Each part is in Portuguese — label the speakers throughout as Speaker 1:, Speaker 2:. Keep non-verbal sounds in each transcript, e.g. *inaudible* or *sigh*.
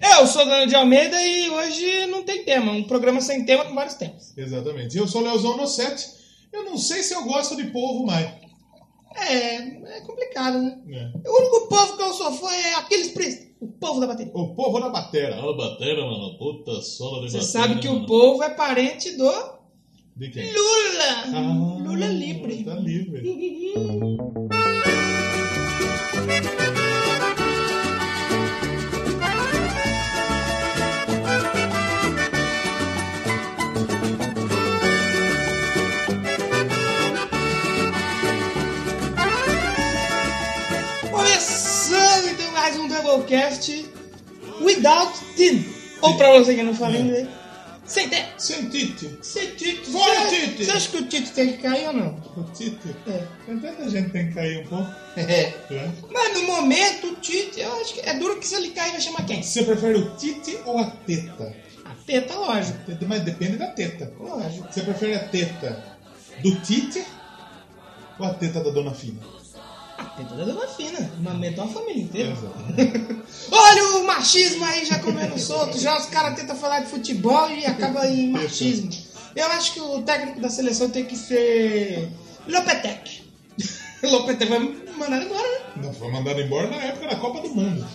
Speaker 1: É, Eu sou o Daniel de Almeida e hoje não tem tema. Um programa sem tema com vários temas.
Speaker 2: Exatamente. E eu sou o Leozão Nocete. Eu não sei se eu gosto de povo mais.
Speaker 1: É, é complicado, né?
Speaker 2: né?
Speaker 1: O único povo que eu sou fã é aqueles príncipes. O povo da bateria.
Speaker 2: O povo da batera.
Speaker 3: Ah, batera, mano. Puta sola de
Speaker 1: Você
Speaker 3: batera,
Speaker 1: sabe que o
Speaker 3: mano.
Speaker 1: povo é parente do
Speaker 2: De quem?
Speaker 1: Lula.
Speaker 2: Ah,
Speaker 1: Lula é livre.
Speaker 2: Tá livre.
Speaker 1: Começando então mais um Doublecast Without Tin. Ou pra você que não fala inglês, sem ter.
Speaker 2: Sem é um Tite.
Speaker 1: Sem Tito.
Speaker 2: Fora,
Speaker 1: Você-
Speaker 2: Tite.
Speaker 1: Você acha que o Tito tem que cair ou não?
Speaker 2: O um Tite.
Speaker 1: É.
Speaker 2: Tem tanta gente que tem que cair um pouco.
Speaker 1: *laughs* É.
Speaker 2: né?
Speaker 1: Mas no momento, o Tite, eu acho que é duro que se ele cair vai chamar quem?
Speaker 2: Você prefere o Tite ou a teta?
Speaker 1: A teta, lógico.
Speaker 2: Teta, Mas depende da teta.
Speaker 1: Lógico.
Speaker 2: Você prefere a teta do Tite ou a teta da Dona Fina?
Speaker 1: A teta da dona Fina. Mamentou a família inteira.
Speaker 2: Exatamente.
Speaker 1: Olha o machismo aí já
Speaker 2: *laughs*
Speaker 1: comendo solto. Já os caras tentam falar de futebol e acaba em machismo. Eu acho que o técnico da seleção tem que ser. Lopetec. *laughs* Lopetec vai mandar embora, né?
Speaker 2: Não, foi mandado embora na época da Copa
Speaker 1: *laughs*
Speaker 2: do Mundo.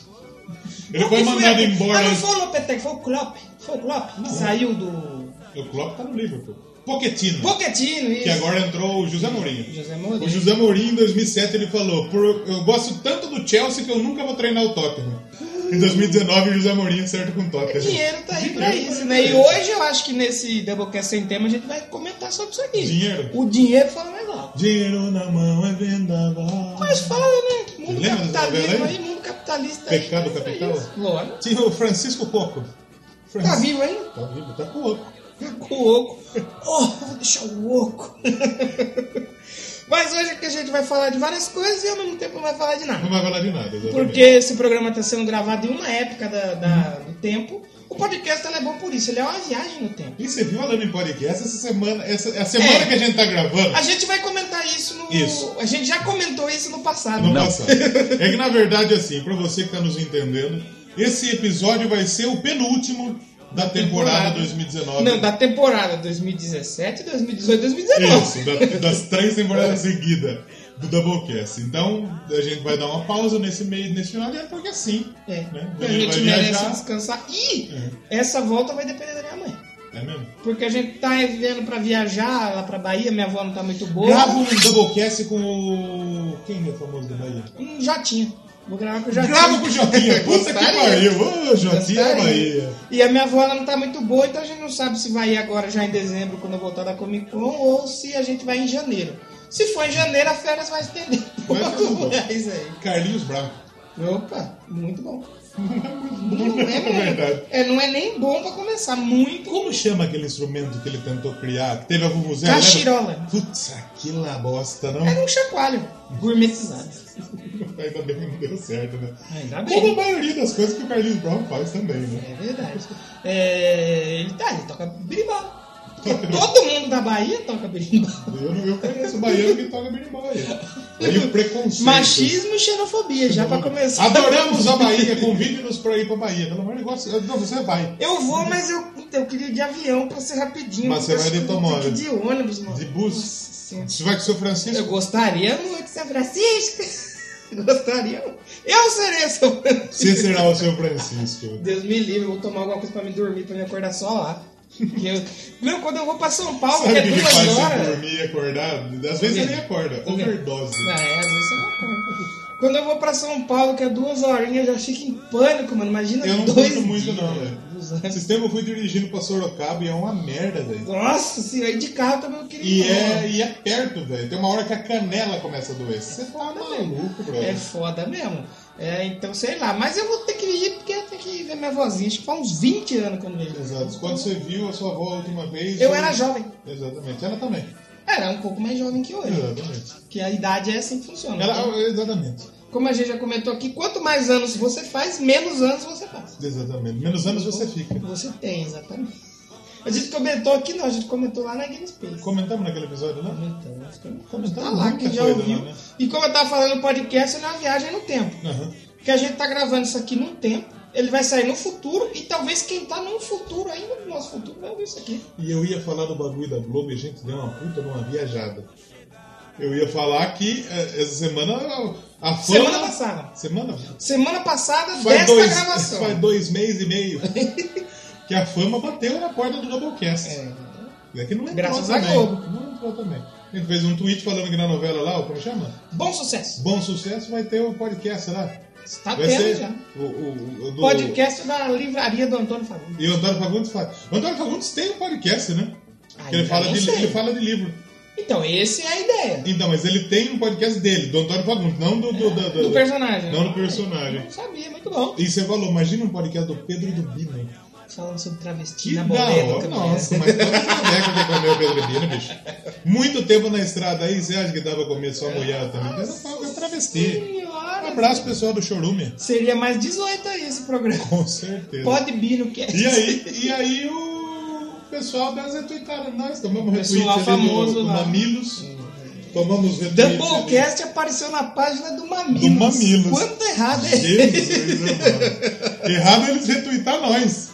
Speaker 2: Ele
Speaker 1: Quem
Speaker 2: foi mandado
Speaker 1: aquele?
Speaker 2: embora.
Speaker 1: Ah, não foi o Lopetec, foi o Klopp. Foi o Klopp que saiu do.
Speaker 2: O Klopp tá no Liverpool. Pochettino.
Speaker 1: Pochettino, isso.
Speaker 2: Que agora entrou o José Mourinho.
Speaker 1: José
Speaker 2: O
Speaker 1: Mourinho.
Speaker 2: José Mourinho, em 2007, ele falou: Por, Eu gosto tanto do Chelsea que eu nunca vou treinar o Tottenham. Em 2019, o José Mourinho acerta com o Tottenham.
Speaker 1: Dinheiro tá aí pra
Speaker 2: Dinheiro tá
Speaker 1: isso,
Speaker 2: aí
Speaker 1: né?
Speaker 2: pra
Speaker 1: E
Speaker 2: isso.
Speaker 1: hoje eu acho que nesse Doublecast sem tema a gente vai comentar sobre isso aqui.
Speaker 2: Dinheiro.
Speaker 1: O dinheiro fala mais alto.
Speaker 2: Dinheiro na mão é vendaval.
Speaker 1: Mas fala, né? Mundo
Speaker 2: Lembra dessa
Speaker 1: capitalismo
Speaker 2: novela
Speaker 1: aí,
Speaker 2: aí?
Speaker 1: mundo capitalista aí. É
Speaker 2: Pecado capital?
Speaker 1: Lógico.
Speaker 2: Tinha o Francisco Coco.
Speaker 1: Tá
Speaker 2: Francisco.
Speaker 1: vivo ainda?
Speaker 2: Tá vivo, tá com o oco.
Speaker 1: Com o oco. Oh, vou deixar o oco. *laughs* Mas hoje aqui a gente vai falar de várias coisas e ao mesmo tempo não vai falar de nada.
Speaker 2: Não vai falar de nada, exatamente.
Speaker 1: Porque esse programa está sendo gravado em uma época da, da- do tempo. O podcast ele é bom por isso, ele é uma viagem no tempo.
Speaker 2: E você viu falando em podcast essa semana, essa, a semana
Speaker 1: É.
Speaker 2: que a gente tá gravando?
Speaker 1: A gente vai comentar isso no.
Speaker 2: Isso.
Speaker 1: A gente já comentou isso no passado.
Speaker 2: Não, passa. É que na verdade, assim, pra você que tá nos entendendo, esse episódio vai ser o penúltimo da
Speaker 1: temporada.
Speaker 2: temporada, 2019.
Speaker 1: Não, tá. da temporada 2017, 2018, 2019.
Speaker 2: Isso, da- das três temporadas seguidas do Doublecast. Então, a gente vai dar uma pausa nesse meio, nesse final, é porque assim.
Speaker 1: É.
Speaker 2: Né?
Speaker 1: A
Speaker 2: Ele
Speaker 1: gente
Speaker 2: vai
Speaker 1: merece
Speaker 2: viajar.
Speaker 1: descansar. E essa volta vai depender da minha mãe.
Speaker 2: É mesmo?
Speaker 1: Porque a gente tá vendo pra viajar lá pra Bahia, minha avó não tá muito boa.
Speaker 2: Grava um Doublecast com o. Quem é famoso da Bahia?
Speaker 1: Um Jotinha. Vou gravar com o Jotinha.
Speaker 2: Grava com o
Speaker 1: *laughs*
Speaker 2: Jotinha. Puta que
Speaker 1: Gostaria.
Speaker 2: pariu. Ô, Jotinha da
Speaker 1: Gostaria.
Speaker 2: Bahia.
Speaker 1: E a minha avó ela não tá muito boa, então a gente não sabe se vai ir agora já em dezembro, quando eu voltar da Comic Con, ou se a gente vai em janeiro. Se for em janeiro, a férias vai estender.
Speaker 2: Vai ficar bom.
Speaker 1: É isso aí.
Speaker 2: Carlinhos Bravo.
Speaker 1: Opa, muito
Speaker 2: *laughs*
Speaker 1: bom. Não é,
Speaker 2: É verdade.
Speaker 1: mesmo. é, não é nem bom pra começar, muito
Speaker 2: Como chama aquele instrumento que ele tentou criar? que Teve algum museu? lembra?
Speaker 1: Cachirola.
Speaker 2: Putz, aquela bosta, não?
Speaker 1: Era um chacoalho gourmetizado.
Speaker 2: *laughs* Ainda bem que não deu certo, né?
Speaker 1: Ainda
Speaker 2: Como a
Speaker 1: bem.
Speaker 2: maioria das coisas que o Carlinhos Brown faz também, né?
Speaker 1: É verdade. É, ele tá, ele toca berimbau. Todo mundo da Bahia toca berimbau.
Speaker 2: Eu, não, eu conheço baiano que toca bem Bahia. E o preconceito.
Speaker 1: Machismo e xenofobia, já pra começar.
Speaker 2: Adoramos a Bahia, convide-nos pra ir pra Bahia. Pelo amor de Deus, não, você vai.
Speaker 1: Eu vou, mas eu, eu queria ir de avião pra ser rapidinho.
Speaker 2: Mas você vai de
Speaker 1: Eu tenho
Speaker 2: automóvel.
Speaker 1: que ir De ônibus, mano.
Speaker 2: De bus.
Speaker 1: Nossa Senhora.
Speaker 2: Você vai com o seu
Speaker 1: eu
Speaker 2: Francisco?
Speaker 1: gostaria muito de São Francisco. *laughs* Gostaria. muito. Eu serei São Francisco.
Speaker 2: Você será o seu Francisco.
Speaker 1: Deus me livre, eu vou tomar alguma coisa pra me dormir, pra me acordar só lá. Porque eu- Meu, quando eu vou pra São Paulo, que
Speaker 2: Sabe
Speaker 1: é
Speaker 2: o que me
Speaker 1: duas
Speaker 2: faz você
Speaker 1: horas.
Speaker 2: dormir e acordar? Às vezes
Speaker 1: quê?
Speaker 2: ele acorda.
Speaker 1: O quê?
Speaker 2: Overdose.
Speaker 1: Ah, é, às vezes eu não acordo. Quando eu vou pra São Paulo, que é duas horinhas, eu já fico em pânico, mano. Imagina
Speaker 2: Eu não
Speaker 1: dois
Speaker 2: curto muito,
Speaker 1: dias,
Speaker 2: não, velho.
Speaker 1: Duas horas.
Speaker 2: Esse tempo eu fui dirigindo pra Sorocaba e é uma merda, velho.
Speaker 1: Nossa senhora, e de carro também eu queria
Speaker 2: E
Speaker 1: ir embora.
Speaker 2: é, e é perto, velho. Tem uma hora que a canela começa a doer. Você tá maluco,
Speaker 1: É
Speaker 2: brother.
Speaker 1: foda mesmo. É, então sei lá. Mas eu vou ter que ir porque eu tenho que ver minha vozinha. Acho que faz uns 20 anos que eu não vejo.
Speaker 2: Exato. Quando você viu a sua avó a última vez.
Speaker 1: Eu era jovem.
Speaker 2: Exatamente. Ela também.
Speaker 1: Era um pouco mais jovem que hoje.
Speaker 2: Exatamente.
Speaker 1: Porque a idade é assim que funciona. Então,
Speaker 2: Ela, exatamente.
Speaker 1: Como a gente já comentou aqui, quanto mais anos você faz, menos anos você faz.
Speaker 2: Exatamente. Menos anos você fica.
Speaker 1: Você tem, exatamente. A gente comentou aqui, não, a gente comentou lá na Game Space.
Speaker 2: Comentamos naquele episódio lá?
Speaker 1: Comentamos, nós comentamos. Tá
Speaker 2: Comentamos
Speaker 1: lá,
Speaker 2: muita
Speaker 1: quem já
Speaker 2: coisa
Speaker 1: ouviu.
Speaker 2: lá, né?
Speaker 1: E como eu tava falando no podcast, é uma viagem no tempo.
Speaker 2: Aham.
Speaker 1: Porque a gente tá gravando isso aqui num tempo. Ele vai sair no futuro e talvez quem tá no futuro ainda, no nosso futuro, vai ouvir isso aqui.
Speaker 2: E eu ia falar do bagulho da Globo e a gente deu uma puta numa viajada. Eu ia falar que eh, essa semana a fama...
Speaker 1: Semana passada.
Speaker 2: Semana?
Speaker 1: Semana passada
Speaker 2: Faz
Speaker 1: desta
Speaker 2: um- dois,
Speaker 1: gravação.
Speaker 2: faz dois meses e meio *laughs* que a fama bateu na porta do Doublecast.
Speaker 1: É.
Speaker 2: É que não entrou
Speaker 1: Graças à
Speaker 2: também.
Speaker 1: Globo.
Speaker 2: Não entrou também. Ele fez um tweet falando que na novela lá, como chama?
Speaker 1: Bom sucesso.
Speaker 2: Bom sucesso vai ter o podcast lá.
Speaker 1: Está
Speaker 2: Vai
Speaker 1: Tá tendo
Speaker 2: ser
Speaker 1: já.
Speaker 2: O, o, o do...
Speaker 1: Podcast da livraria do Antônio Fagundes.
Speaker 2: E o Antônio Fagundes fala. O Antônio Fagundes tem um podcast, né?
Speaker 1: Aí
Speaker 2: Que ele,
Speaker 1: eu
Speaker 2: fala
Speaker 1: não
Speaker 2: de,
Speaker 1: sei.
Speaker 2: ele fala de livro.
Speaker 1: Então, essa é a ideia
Speaker 2: Então, mas ele tem um podcast dele, do Antônio Fagundes, não do, do, da- da-
Speaker 1: do personagem.
Speaker 2: Não do personagem.
Speaker 1: Não sabia, muito bom.
Speaker 2: E você falou, imagina um podcast do Pedro e do Bino.
Speaker 1: Falando sobre travesti
Speaker 2: Que
Speaker 1: na
Speaker 2: da
Speaker 1: bodega.
Speaker 2: hora.
Speaker 1: também, né?
Speaker 2: Nossa, mas toda década que comeu o Pedro e Bino, bicho. Muito tempo na estrada aí, você acha que dava pra comer só mulher também? Mas é pra- é travesti. Um
Speaker 1: Senhora.
Speaker 2: abraço pessoal do Chorume.
Speaker 1: Seria mais 18 aí esse programa.
Speaker 2: Com certeza.
Speaker 1: Pode Bino que é.
Speaker 2: E aí, e aí o pessoal das retweetaram nós, tomamos retweet
Speaker 1: Pessoal
Speaker 2: ali
Speaker 1: famoso
Speaker 2: do, do
Speaker 1: lá.
Speaker 2: Mamilos, tomamos retweet. ali.
Speaker 1: Doublecast apareceu na página do Mamilos.
Speaker 2: Do Mamilos.
Speaker 1: Quanto errado é
Speaker 2: Jesus, mano. Errado eles retweetar nós.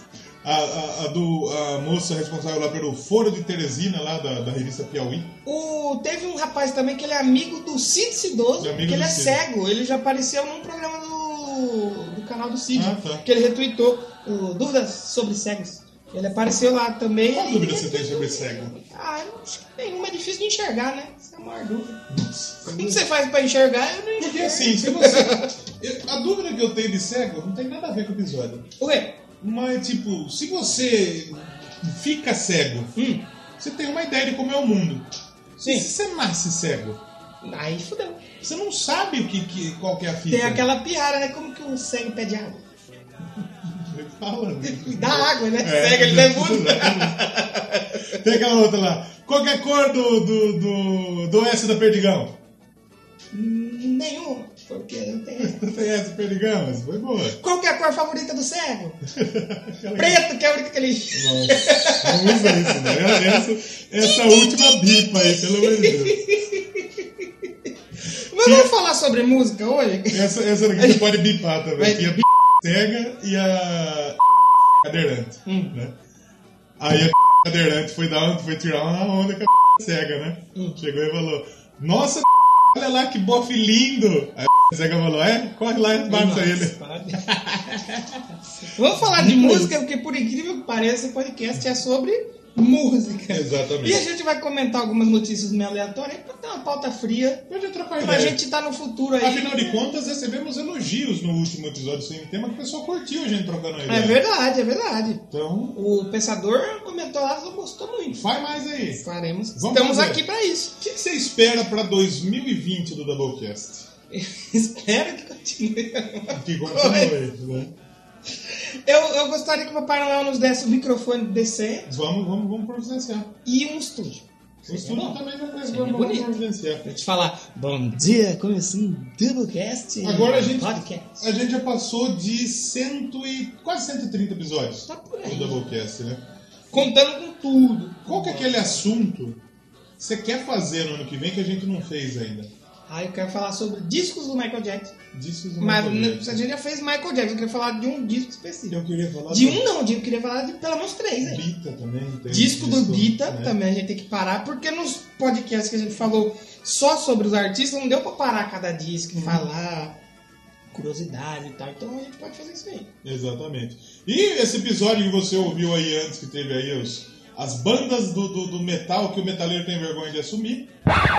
Speaker 2: A, a- a do, a moça responsável lá pelo Foro de Teresina, lá da, da revista Piauí.
Speaker 1: O, teve um rapaz também que ele é amigo do Cid Cidoso,
Speaker 2: É amigo
Speaker 1: que ele
Speaker 2: do
Speaker 1: é
Speaker 2: Cid.
Speaker 1: cego. Ele já apareceu num programa do, do canal do Cid,
Speaker 2: Ah, tá.
Speaker 1: que ele retweetou o Dúvidas sobre Cegos. Ele apareceu lá também.
Speaker 2: Qual
Speaker 1: e-
Speaker 2: dúvida você tem sobre cego?
Speaker 1: Ah, eu acho que nenhuma, é difícil de enxergar, né? Essa é a maior dúvida.
Speaker 2: É
Speaker 1: Como você faz pra enxergar? Eu não
Speaker 2: Porque
Speaker 1: enxergo.
Speaker 2: assim, se você. *laughs* eu- A dúvida que eu tenho de cego não tem nada a ver com o episódio.
Speaker 1: O quê?
Speaker 2: Mas, tipo, se você fica cego,
Speaker 1: Hum,
Speaker 2: você tem uma ideia de como é o mundo.
Speaker 1: Sim.
Speaker 2: E Se você nasce cego,
Speaker 1: aí fudeu.
Speaker 2: você não sabe o que, que, qual que é a fita.
Speaker 1: Tem aquela piada, né? Como que um cego pede água?
Speaker 2: *laughs* Ele fala, né?
Speaker 1: Dá água, né?
Speaker 2: É,
Speaker 1: cego, ele não é
Speaker 2: *laughs*
Speaker 1: mudo.
Speaker 2: Tem aquela outra lá. Qual que é a cor do, do, do, do S da Perdigão? *laughs*
Speaker 1: Hum, Nenhuma, porque não tem.
Speaker 2: Não tem S do Perdigão, mas foi boa.
Speaker 1: Qual que é a cor favorita do cego? Preto, que é a única que ele.
Speaker 2: *laughs* Nossa, não usa isso, né? Essa, essa última bipa aí, pelo amor de Deus.
Speaker 1: Mas vamos falar sobre música hoje?
Speaker 2: Essa, essa daqui você pode bipar também.
Speaker 1: Vai.
Speaker 2: Que a b... cega e a cadeirante.
Speaker 1: Hum.
Speaker 2: Né? Aí a b... cadeirante foi, dar, uma- foi tirar uma onda com a b... cega, né?
Speaker 1: Hum.
Speaker 2: Chegou e falou: Nossa, b... olha lá que bofe lindo! Aí a cega falou: É, corre lá e mata ele.
Speaker 1: *laughs* Vamos falar de música, porque por incrível que pareça, o podcast é sobre música.
Speaker 2: Exatamente.
Speaker 1: E a gente vai comentar algumas notícias meio aleatórias pra ter uma pauta fria.
Speaker 2: Pode trocar
Speaker 1: Pra
Speaker 2: ideia.
Speaker 1: gente estar no futuro aí.
Speaker 2: Afinal de contas, recebemos elogios no último episódio sem tema que o pessoal curtiu a gente trocando ideia.
Speaker 1: É verdade, é verdade.
Speaker 2: Então,
Speaker 1: O pensador comentou lá, gostou muito.
Speaker 2: faz mais aí.
Speaker 1: Faremos.
Speaker 2: Vamos
Speaker 1: Estamos
Speaker 2: fazer.
Speaker 1: aqui pra isso. *laughs*
Speaker 2: O que que você espera pra 2020
Speaker 1: *laughs*
Speaker 2: do Doublecast?
Speaker 1: Espero que continue.
Speaker 2: Que continua, né?
Speaker 1: Eu, eu gostaria que o Papai Noel nos desse um microfone decente
Speaker 2: Vamos, vamos, vamos providenciar.
Speaker 1: e um estúdio.
Speaker 2: O estudo também vai precisar,
Speaker 1: Seria
Speaker 2: vamos
Speaker 1: é bonito.
Speaker 2: providenciar.
Speaker 1: Vou te falar, bom dia, começando o Doublecast. um
Speaker 2: Agora a gente-
Speaker 1: Podcast.
Speaker 2: A gente já passou de cento e, quase 130 episódios
Speaker 1: Tá por
Speaker 2: do
Speaker 1: aí.
Speaker 2: Doublecast, né?
Speaker 1: Contando com tudo.
Speaker 2: Qual que é aquele assunto que você quer fazer no ano que vem que a gente não fez ainda?
Speaker 1: Ah, eu quero falar sobre discos do Michael Jackson.
Speaker 2: Disso
Speaker 1: Mas né, a gente já fez Michael Jackson, eu queria falar de um disco específico.
Speaker 2: eu queria falar
Speaker 1: De
Speaker 2: do-
Speaker 1: um não, de, eu queria falar de pelo menos três né? aí.
Speaker 2: Bita também. Tem
Speaker 1: Disco do Bita
Speaker 2: né?
Speaker 1: também a gente tem que parar, porque nos podcasts que a gente falou só sobre os artistas, não deu pra parar cada disco e falar curiosidade e tal. Então a gente pode fazer isso aí.
Speaker 2: Exatamente. E esse episódio que você ouviu aí antes, que teve aí os, as bandas do, do, do metal que o metaleiro tem vergonha de assumir.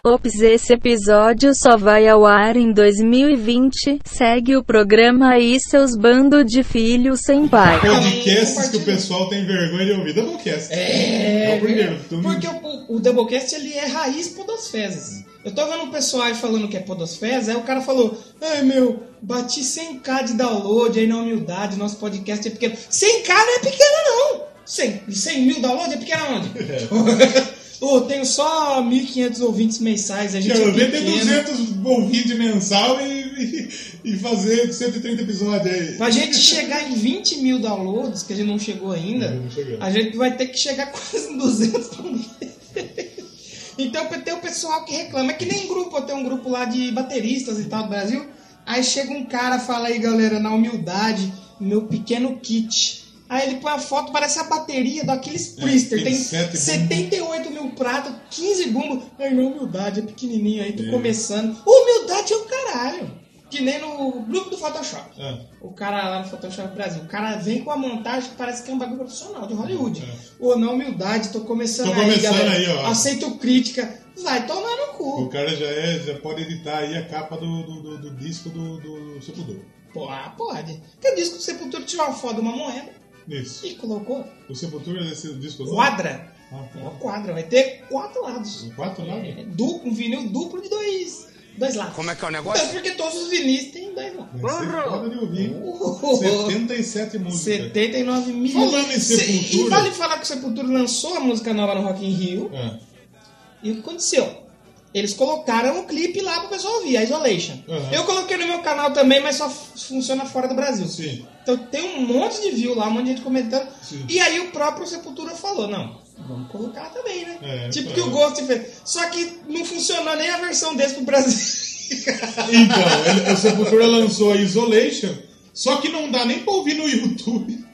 Speaker 4: Ops, esse episódio só vai ao ar em 2020. Segue o programa aí, seus bando de filhos sem pai.
Speaker 2: Podcasts que
Speaker 1: compartilha.
Speaker 2: o pessoal tem vergonha de ouvir. um Doublecast.
Speaker 1: É,
Speaker 2: É o primeiro. Todo mundo-
Speaker 1: Porque o, o Doublecast ele é raiz podosfezes. Eu tô vendo um pessoal aí falando que é podosfezes, aí o cara falou: É meu, bati 100k de download aí na humildade, nosso podcast é pequeno. 100k não é pequeno, não! 100, 100 mil download é pequeno
Speaker 2: *laughs*
Speaker 1: onde? Ô, tenho só 1.500 ouvintes mensais, a gente
Speaker 2: Quero
Speaker 1: é
Speaker 2: ver ter
Speaker 1: pequeno.
Speaker 2: 200 ouvintes mensal e, e, e fazer 130 episódios aí.
Speaker 1: Pra gente chegar em 20 mil downloads, que a gente não chegou ainda,
Speaker 2: Não, não chegou.
Speaker 1: a gente vai ter que chegar *laughs* quase em 200 pra mim. Então tem o pessoal que reclama. É que nem grupo, eu tenho um grupo lá de bateristas e tal do Brasil. Aí chega um cara, fala aí galera, na humildade, meu pequeno kit. Aí ele põe a foto, parece a bateria daqueles
Speaker 2: É,
Speaker 1: Priester. Tem
Speaker 2: 27
Speaker 1: 78 mil pratos, 15 bumbos. Aí na humildade, é pequenininho aí, tô
Speaker 2: É.
Speaker 1: começando. Humildade é o caralho. Que nem no grupo do Photoshop.
Speaker 2: Ah,
Speaker 1: O cara lá no Photoshop Brasil, o cara vem com a montagem que parece que é um bagulho profissional de Hollywood.
Speaker 2: É.
Speaker 1: Ô, na humildade, tô começando,
Speaker 2: Tô começando
Speaker 1: aí, galera.
Speaker 2: aí, ó.
Speaker 1: Aceito crítica. Vai tomar no
Speaker 2: o
Speaker 1: cu.
Speaker 2: cara já, é, já pode editar aí a capa do, do, do- do disco do, do Sepultura.
Speaker 1: Pô, ah, pode. Que diz que o Sepultura tirou uma foto de uma moeda
Speaker 2: Isso.
Speaker 1: e colocou
Speaker 2: O Sepultura desse disco novo?
Speaker 1: quadra.
Speaker 2: Ah, tá.
Speaker 1: Uma quadra, vai ter quatro lados.
Speaker 2: Os Quatro lados?
Speaker 1: É, du- um vinil duplo de dois, dois lados.
Speaker 5: Como é que é o
Speaker 1: Tanto
Speaker 5: negócio?
Speaker 1: porque todos os vinis têm dois lados.
Speaker 2: Deve ser foda de ouvir.
Speaker 1: Uh,
Speaker 2: 77 músicas.
Speaker 1: 79 mil.
Speaker 2: Falando em
Speaker 1: Se- E
Speaker 2: Sepultura-
Speaker 1: vale falar que o Sepultura lançou a música nova no Rock in Rio.
Speaker 2: Ah,
Speaker 1: E o que aconteceu? Eles colocaram o clipe lá pro pessoal ouvir, a Isolation.
Speaker 2: Aham.
Speaker 1: Eu coloquei no meu canal também, mas só f- funciona fora do Brasil.
Speaker 2: sim.
Speaker 1: Então tem um monte de view lá, um monte de gente comentando.
Speaker 2: Sim.
Speaker 1: E aí o próprio Sepultura falou, não, vamos colocar também, né?
Speaker 2: É,
Speaker 1: tipo
Speaker 2: é.
Speaker 1: que o Ghost fez. Só que não funcionou nem a versão desse pro Brasil.
Speaker 2: Então, ele- o Sepultura lançou a Isolation, só que não dá nem pra ouvir no YouTube,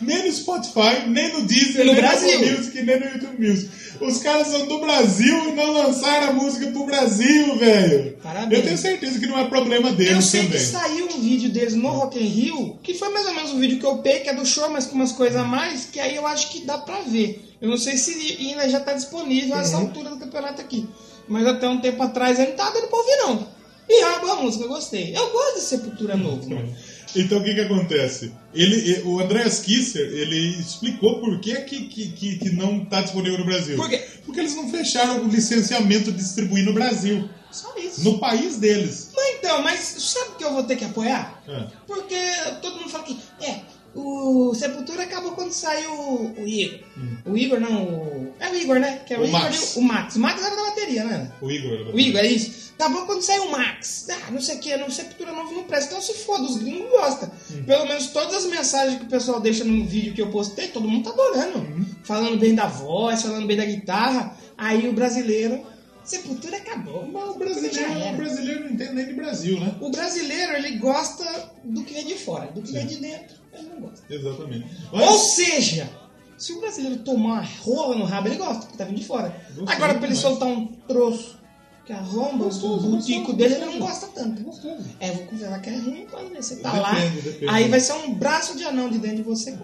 Speaker 2: nem no Spotify, nem no Disney,
Speaker 1: No
Speaker 2: nem
Speaker 1: Brasil.
Speaker 2: no Apple Music, nem no YouTube Music. Os caras são do Brasil e não lançaram a música pro Brasil, velho.
Speaker 1: Parabéns.
Speaker 2: Eu tenho certeza que não é problema deles
Speaker 1: Eu sei
Speaker 2: também.
Speaker 1: que saiu um vídeo deles no Rock in Rio, que foi mais ou menos um vídeo que eu peguei, que é do show, mas com umas coisas a mais, que aí eu acho que dá pra ver. Eu não sei se ainda já tá disponível a essa
Speaker 2: Uhum.
Speaker 1: altura do campeonato aqui. Mas até um tempo atrás ele não tava dando pra ouvir, não. E é uma boa música, eu gostei. Eu gosto de Sepultura novo, mano.
Speaker 2: Então o que que acontece? Ele, e- o Andreas Kisser, ele explicou por que que, que, que- que não tá disponível no Brasil.
Speaker 1: Por quê?
Speaker 2: Porque eles não fecharam o licenciamento de distribuir no Brasil,
Speaker 1: Só isso.
Speaker 2: no país deles.
Speaker 1: Mas então, mas sabe que eu vou ter que apoiar?
Speaker 2: Ah,
Speaker 1: Porque todo mundo fala que é, o Sepultura acabou quando saiu o Igor. O Igor não, o... é o Igor, né? Que é Hum. o,
Speaker 2: O
Speaker 1: Igor
Speaker 2: Max.
Speaker 1: e o, o Max. O Max era da bateria, né?
Speaker 2: o Igor. era
Speaker 1: O Igor, é isso? Acabou quando saiu o Max. Ah, não sei o que, não Sepultura novo não presta. Então se foda, os gringos gostam. Pelo menos todas as mensagens que o pessoal deixa no vídeo que eu postei, todo mundo tá adorando. Falando bem da voz, falando bem da guitarra. Aí o brasileiro, Sepultura acabou.
Speaker 2: Mas o
Speaker 1: Sepultura já
Speaker 2: brasileiro,
Speaker 1: era.
Speaker 2: o brasileiro não entende nem de Brasil, né?
Speaker 1: O brasileiro, ele gosta do que vem de fora, do que vem de dentro, ele não gosta.
Speaker 2: Exatamente.
Speaker 1: Ou
Speaker 2: Mas,
Speaker 1: seja, se o brasileiro tomar uma rola no rabo, ele gosta, porque tá vindo de fora.
Speaker 2: Gostoso
Speaker 1: Agora, pra ele
Speaker 2: demais.
Speaker 1: soltar um troço que arromba
Speaker 2: Gostoso,
Speaker 1: o butico
Speaker 2: gostoso,
Speaker 1: dele, ele
Speaker 2: gostoso.
Speaker 1: não gosta tanto.
Speaker 2: Gostoso.
Speaker 1: É, vou considerar que é ruim, pode ver. Você tá
Speaker 2: Depende,
Speaker 1: lá,
Speaker 2: depende.
Speaker 1: aí vai ser um braço de anão de dentro de você.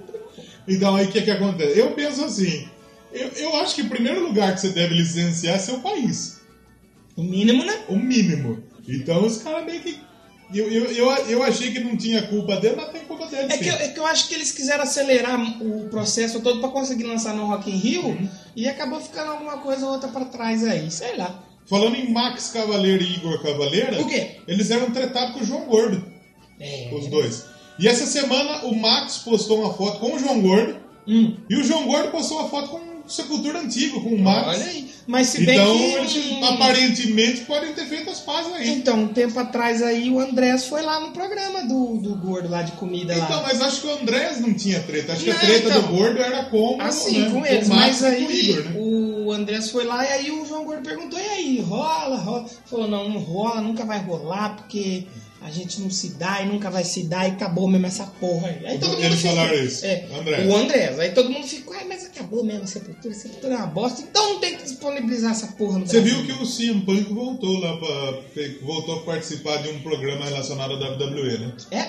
Speaker 2: então aí o que que acontece? Eu penso assim, eu, eu acho que o primeiro lugar que você deve licenciar é seu país.
Speaker 1: O mínimo, né?
Speaker 2: o mínimo. Então os caras meio que. Eu, eu, eu, eu achei que não tinha culpa dele, mas tem culpa dele.
Speaker 1: É que,
Speaker 2: sim.
Speaker 1: eu, é que eu acho que eles quiseram acelerar o processo todo pra conseguir lançar no Rock in Rio
Speaker 2: Uhum.
Speaker 1: e acabou ficando alguma coisa ou outra pra trás aí, sei lá.
Speaker 2: Falando em Max Cavaleiro e Igor Cavaleira,
Speaker 1: O quê?
Speaker 2: eles eram tretados com o João Gordo,
Speaker 1: É.
Speaker 2: os dois. E essa semana o Max postou uma foto com o João Gordo
Speaker 1: Hum.
Speaker 2: e o João Gordo postou uma foto com o Sepultura Antigo, com o Max.
Speaker 1: Olha aí. Mas se bem
Speaker 2: então
Speaker 1: que.
Speaker 2: eles aparentemente podem ter feito as pazes aí.
Speaker 1: Então, um tempo atrás aí o Andrés foi lá no programa do, do gordo lá de comida
Speaker 2: Então,
Speaker 1: lá.
Speaker 2: mas acho que o Andrés não tinha treta. Acho que
Speaker 1: Não,
Speaker 2: a treta
Speaker 1: então.
Speaker 2: do Gordo era com, o-
Speaker 1: Assim,
Speaker 2: né,
Speaker 1: com eles,
Speaker 2: o
Speaker 1: mas
Speaker 2: Max e
Speaker 1: aí
Speaker 2: com o Igor, né?
Speaker 1: o Andrés foi lá e aí o João Gordo perguntou: e aí, rola, rola? Falou: não, não rola, nunca vai rolar porque a gente não se dá e nunca vai se dar e acabou mesmo essa porra aí. Aí
Speaker 2: O-
Speaker 1: todo mundo
Speaker 2: Então, eles
Speaker 1: ficou-
Speaker 2: falaram isso,
Speaker 1: É,
Speaker 2: Andrés.
Speaker 1: o Andrés. Aí todo mundo ficou: ai, mas acabou mesmo a sepultura, a sepultura é uma bosta, então não tem que disponibilizar essa porra no
Speaker 2: Você
Speaker 1: Brasil.
Speaker 2: viu que o CM Punk voltou lá pra, voltou a participar de um programa relacionado à WWE, né?
Speaker 1: É?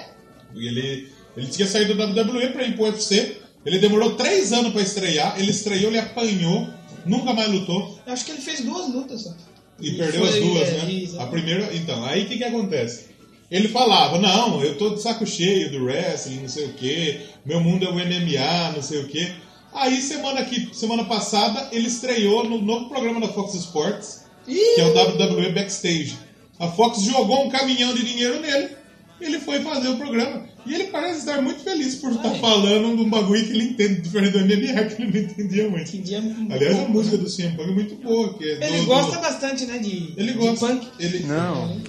Speaker 2: E ele, ele tinha saído da WWE pra ir pro UFC. Ele demorou três anos pra estrear. Ele estreou, ele apanhou, nunca mais lutou
Speaker 1: Eu acho que ele fez duas lutas só.
Speaker 2: e perdeu
Speaker 1: foi,
Speaker 2: as duas,
Speaker 1: é,
Speaker 2: né?
Speaker 1: isso.
Speaker 2: A primeira, então, aí o que que acontece? Ele falava, não, eu tô de saco cheio do wrestling, não sei o quê. Meu mundo é o MMA, não sei o quê. Aí semana que, semana passada ele estreou no novo programa da Fox Sports
Speaker 1: Ih,
Speaker 2: que é o WWE Backstage. A Fox jogou um caminhão de dinheiro nele, ele foi fazer o programa. E ele parece estar muito feliz por estar
Speaker 1: Ai.
Speaker 2: falando de um bagulho que ele entende, diferente do MMA, que ele não entendia muito.
Speaker 1: entendi.
Speaker 2: Aliás, a música do CM Punk é muito boa. Que é
Speaker 1: um Ele
Speaker 2: do-
Speaker 1: gosta
Speaker 2: do-
Speaker 1: bastante, né? De,
Speaker 2: Ele
Speaker 1: de
Speaker 2: gosta.
Speaker 1: punk.
Speaker 2: Ele...
Speaker 1: *laughs*
Speaker 5: Não.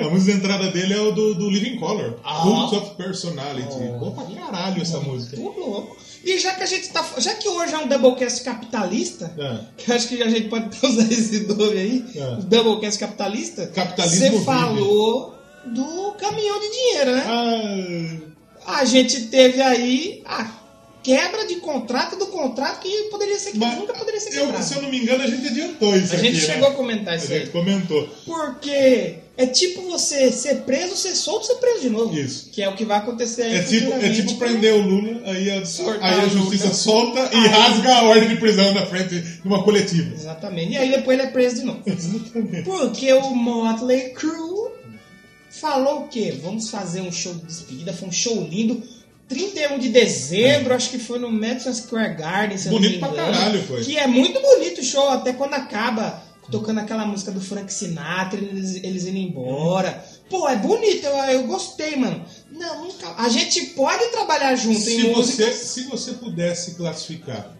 Speaker 2: A música de entrada dele é o do, do Living Color.
Speaker 1: Ah.
Speaker 2: Cult of Personality.
Speaker 1: Oh.
Speaker 2: Boa pra caralho essa música.
Speaker 1: Tudo louco. E já que a gente tá. Já que hoje é um Doublecast capitalista,
Speaker 2: É.
Speaker 1: *laughs* que eu acho que a gente pode até usar esse nome aí,
Speaker 2: É.
Speaker 1: o Doublecast capitalista,
Speaker 2: Capitalismo
Speaker 1: você
Speaker 2: vive.
Speaker 1: falou do caminhão de dinheiro, né?
Speaker 2: Ah,
Speaker 1: a gente teve aí a quebra de contrato do contrato que poderia ser que
Speaker 2: Mas
Speaker 1: nunca poderia ser
Speaker 2: eu,
Speaker 1: quebrado.
Speaker 2: se eu não me engano, a gente adiantou isso
Speaker 1: A
Speaker 2: aqui,
Speaker 1: gente
Speaker 2: né?
Speaker 1: chegou a comentar
Speaker 2: A
Speaker 1: isso
Speaker 2: gente
Speaker 1: aí.
Speaker 2: comentou.
Speaker 1: Porque é tipo você ser preso, ser solto, ser preso de novo.
Speaker 2: Isso.
Speaker 1: Que é o que vai acontecer aí.
Speaker 2: É tipo, é
Speaker 1: futuramente,
Speaker 2: tipo
Speaker 1: porque-
Speaker 2: prender o Lula, aí a,
Speaker 1: Soltar
Speaker 2: aí a
Speaker 1: o
Speaker 2: justiça
Speaker 1: Lula.
Speaker 2: solta e
Speaker 1: Aí-
Speaker 2: rasga a ordem de prisão na frente de uma coletiva.
Speaker 1: Exatamente. E aí depois ele é preso de novo. Porque o Motley Crue falou o quê? Vamos fazer um show de despedida. Foi um show lindo. 31 de dezembro, acho que foi no Madison Square Garden, se eu
Speaker 2: É. Bonito
Speaker 1: não me
Speaker 2: pra
Speaker 1: engano.
Speaker 2: caralho foi.
Speaker 1: Que é muito bonito o show, até quando acaba tocando aquela música do Frank Sinatra, eles, eles indo embora. Pô, é bonito, eu, eu gostei, mano. Não, nunca. A gente pode trabalhar junto
Speaker 2: Se
Speaker 1: em
Speaker 2: você,
Speaker 1: música.
Speaker 2: se você pudesse classificar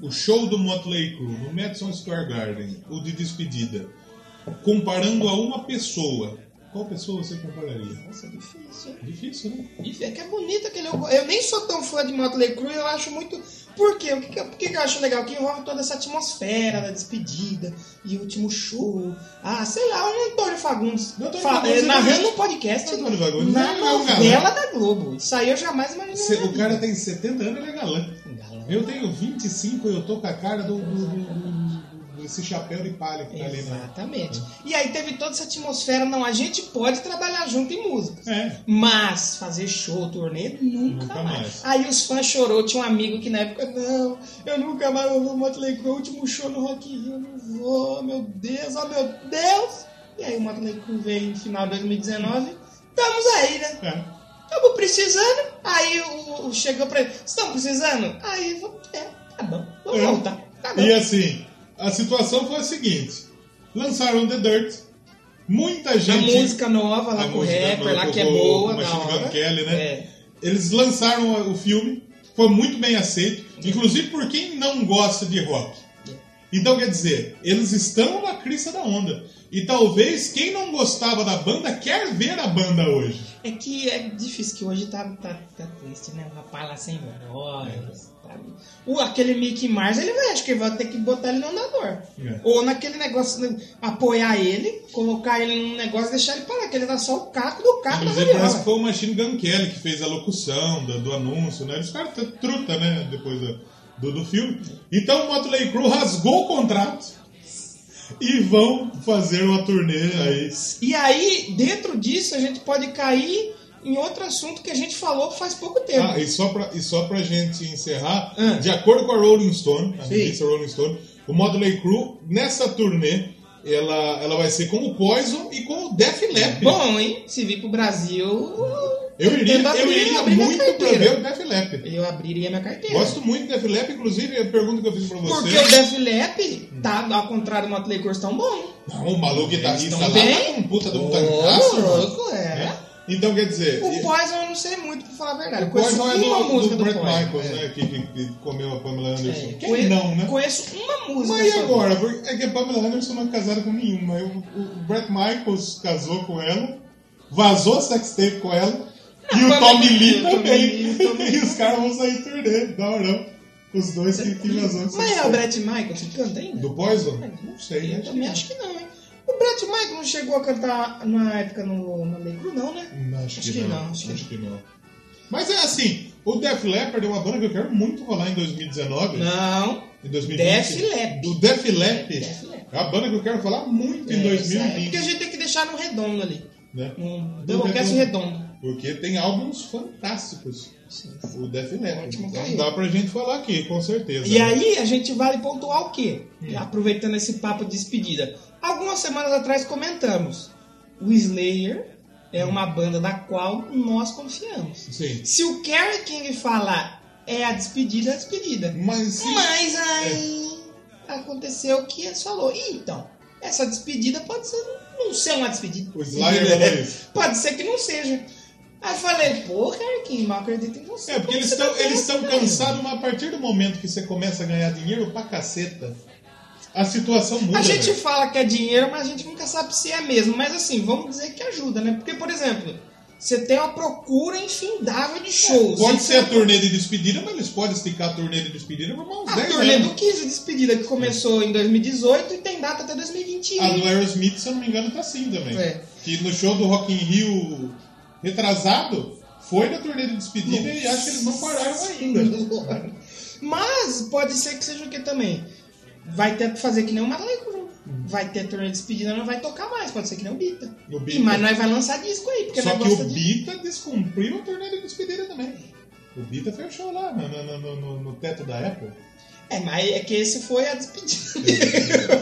Speaker 2: o show do Motley Crue no Madison Square Garden, o de despedida, comparando a uma pessoa, qual pessoa você compararia?
Speaker 1: Nossa, é difícil, hein?
Speaker 2: Difícil, né?
Speaker 1: É que é bonito aquele. Eu, eu nem sou tão fã de Motley Crue, eu acho muito. Por quê? O que, que, eu- por que que eu acho legal? Que envolve toda essa atmosfera da despedida e último show. Ah, sei lá, o Antônio Fagundes.
Speaker 2: Não, Antônio
Speaker 1: fa-
Speaker 2: Fagundes
Speaker 1: eh,
Speaker 2: é
Speaker 1: narrando
Speaker 2: bonito.
Speaker 1: um podcast
Speaker 2: Antônio Fagundes
Speaker 1: na
Speaker 2: é um galã.
Speaker 1: novela da Globo. Isso aí eu jamais
Speaker 2: Cê-
Speaker 1: imaginei. um
Speaker 2: o cara tem 70 anos, ele é galã. Eu tenho 25 e eu tô com a cara do, do, do- do- do- desse chapéu de palha que tá ali na.
Speaker 1: Exatamente. E aí teve toda essa atmosfera. Não, a gente pode trabalhar junto em música.
Speaker 2: É.
Speaker 1: Mas fazer show, turnê, nunca,
Speaker 2: Nunca
Speaker 1: mais.
Speaker 2: mais.
Speaker 1: Aí os fãs chorou, tinha um amigo que na época, não, eu nunca mais vou ver o Motley Crue, o último show no Rock in Rio, eu não vou, meu Deus, oh meu Deus. E aí o Motley Crue veio no final de 2019, estamos aí, né?
Speaker 2: é.
Speaker 1: Estamos precisando, aí o, o chegou pra ele, estamos precisando? Aí, eu, é, tá bom, vamos
Speaker 2: É.
Speaker 1: voltar, tá bom.
Speaker 2: E assim, a situação foi a seguinte: lançaram The Dirt, muita
Speaker 1: a
Speaker 2: gente.
Speaker 1: música nova lá
Speaker 2: a
Speaker 1: com o
Speaker 2: música
Speaker 1: rapper,
Speaker 2: nova
Speaker 1: lá
Speaker 2: com
Speaker 1: que é
Speaker 2: o-
Speaker 1: boa,
Speaker 2: com o
Speaker 1: na
Speaker 2: Machine Gun
Speaker 1: hora.
Speaker 2: Kelly, né?
Speaker 1: É.
Speaker 2: Eles lançaram o filme, foi muito bem aceito, inclusive por quem não gosta de rock. Então quer dizer, eles estão na crista da onda. E talvez quem não gostava da banda quer ver a banda hoje.
Speaker 1: É que é difícil, que hoje tá, tá, tá triste, né? O rapaz lá sem voz. tá- O, aquele Mickey Mars, ele vai, acho que vai ter que botar ele no andador.
Speaker 2: É.
Speaker 1: Ou naquele negócio, né, apoiar ele, colocar ele num negócio e deixar ele parar, que ele dá só o caco do caco da
Speaker 2: Inclusive parece
Speaker 1: viola.
Speaker 2: que foi o Machine Gun Kelly que fez a locução do, do anúncio, né? Eles ficaram tru- truta, né? Depois do, do, do filme. Então o Motley Crue rasgou o contrato e vão fazer uma turnê aí.
Speaker 1: E aí, dentro disso, a gente pode cair em outro assunto que a gente falou faz pouco tempo.
Speaker 2: Ah, e só pra, e só pra gente encerrar,
Speaker 1: Ah.
Speaker 2: de acordo com a Rolling Stone, a
Speaker 1: Sim.
Speaker 2: revista Rolling Stone, o Motley Crue, nessa turnê, ela, ela vai ser com o Poison e com o Def Leppard.
Speaker 1: Bom, hein? Se vir pro Brasil,
Speaker 2: eu iria,
Speaker 1: tenta
Speaker 2: eu
Speaker 1: abrir-
Speaker 2: iria
Speaker 1: abrir minha
Speaker 2: muito pra
Speaker 1: carteira.
Speaker 2: ver o Def Leppard.
Speaker 1: eu abriria minha carteira.
Speaker 2: Gosto muito do Def Leppard, inclusive a pergunta que eu fiz pra você...
Speaker 1: Porque o Def Leppard, tá, ao contrário do Motley Crue, tão bom.
Speaker 2: Não, o maluco guitarrista
Speaker 1: Eles
Speaker 2: lá
Speaker 1: tão
Speaker 2: tá
Speaker 1: bem?
Speaker 2: com um puta de um
Speaker 1: Ô,
Speaker 2: tancaço, mano.
Speaker 1: louco, é.
Speaker 2: Né? Então quer dizer.
Speaker 1: O
Speaker 2: e-
Speaker 1: Poison eu não sei muito, pra falar a verdade. Eu
Speaker 2: o
Speaker 1: conheço
Speaker 2: Poison é
Speaker 1: uma
Speaker 2: do,
Speaker 1: música do,
Speaker 2: do Bret
Speaker 1: Poison.
Speaker 2: Michaels,
Speaker 1: é.
Speaker 2: né? Que, que- que comeu a Pamela Anderson.
Speaker 1: É.
Speaker 2: Quem
Speaker 1: Conhe-
Speaker 2: não, né?
Speaker 1: Conheço uma música.
Speaker 2: Mas e
Speaker 1: só.
Speaker 2: agora? Porque É que a Pamela Anderson não é casada com nenhuma. O, o Bret Michaels casou com ela, vazou sex tape com ela,
Speaker 1: Não,
Speaker 2: e o
Speaker 1: Pamela-
Speaker 2: Tommy
Speaker 1: o
Speaker 2: Lee
Speaker 1: Tommy
Speaker 2: também.
Speaker 1: Lee, o Tommy Lee.
Speaker 2: *laughs* e os caras vão sair em turnê, da hora. Os dois que, que vazou
Speaker 1: Mas é o Bret Michaels que canta ainda?
Speaker 2: Do Poison? Não sei, né?
Speaker 1: Eu também acho que não, hein? O Bret Michaels não chegou a cantar na época no Motley Crue, não, né?
Speaker 2: Não, Acho, que, não,
Speaker 1: acho
Speaker 2: acho que não. Mas é assim, o Def Leppard é uma banda que eu quero muito rolar em 2019.
Speaker 1: Não,
Speaker 2: Em 2020.
Speaker 1: Def Leppard.
Speaker 2: O Def Leppard
Speaker 1: Def Leppard.
Speaker 2: é uma banda que eu quero falar muito
Speaker 1: É,
Speaker 2: em
Speaker 1: Hum, é porque a
Speaker 2: 2020.
Speaker 1: gente tem que deixar no redondo ali.
Speaker 2: né?
Speaker 1: No
Speaker 2: No
Speaker 1: Doublecast
Speaker 2: redondo.
Speaker 1: redondo.
Speaker 2: Porque tem álbuns fantásticos.
Speaker 1: Sim.
Speaker 2: O Def Leppard.
Speaker 1: Ótimo, tá
Speaker 2: Então
Speaker 1: aí.
Speaker 2: dá pra gente falar aqui, com certeza.
Speaker 1: E
Speaker 2: né?
Speaker 1: aí a gente vale pontuar o quê?
Speaker 2: Hum.
Speaker 1: Aproveitando esse papo de despedida. Algumas semanas atrás comentamos. O Slayer é
Speaker 2: Hum.
Speaker 1: uma banda da qual nós confiamos.
Speaker 2: Sim.
Speaker 1: Se o Kerry King falar é a despedida, é a despedida.
Speaker 2: Mas se-
Speaker 1: Mas aí aconteceu o que eles falou. E então, essa despedida pode ser não ser uma despedida.
Speaker 2: o Slayer
Speaker 1: *laughs*
Speaker 2: falou isso.
Speaker 1: Pode ser que não seja. Aí eu falei, pô, Kerry King, mal acredito em você.
Speaker 2: É, porque
Speaker 1: Como
Speaker 2: eles
Speaker 1: você
Speaker 2: estão
Speaker 1: tá
Speaker 2: eles tão
Speaker 1: pensando, cara?
Speaker 2: cansados, mas a partir do momento que você começa a ganhar dinheiro pra caceta, a situação muda.
Speaker 1: A gente
Speaker 2: velho.
Speaker 1: fala que é dinheiro, mas a gente nunca sabe se é mesmo. Mas assim, vamos dizer que ajuda, né? Porque, por exemplo, você tem uma procura infindável de shows.
Speaker 2: Pode
Speaker 1: Isso
Speaker 2: ser
Speaker 1: é
Speaker 2: a turnê de despedida, mas eles podem esticar a turnê de despedida por uns
Speaker 1: a
Speaker 2: 10
Speaker 1: turnê
Speaker 2: anos.
Speaker 1: do 15 despedida Ah, que começou em 2018 e um. tem data até 2021.
Speaker 2: A do Aerosmith, se eu não me engano, tá assim também.
Speaker 1: É.
Speaker 2: Que no show do Rock in Rio retrasado, foi na turnê de despedida e acho que eles não pararam ainda.
Speaker 1: *laughs* Mas pode ser que seja o que também? Vai ter que fazer que nem o Malego. Vai ter turnê de despedida, não vai tocar mais. Pode ser que nem o Bita.
Speaker 2: O Bita.
Speaker 1: Ih, Mas nós vai lançar disco aí, porque
Speaker 2: Só
Speaker 1: nós
Speaker 2: que
Speaker 1: gosta
Speaker 2: o
Speaker 1: de...
Speaker 2: Bita descumpriu a turnê de despedida também. O Bita fez o show lá no, no- no- no- no teto da Apple.
Speaker 1: É, mas é que esse foi a despedida.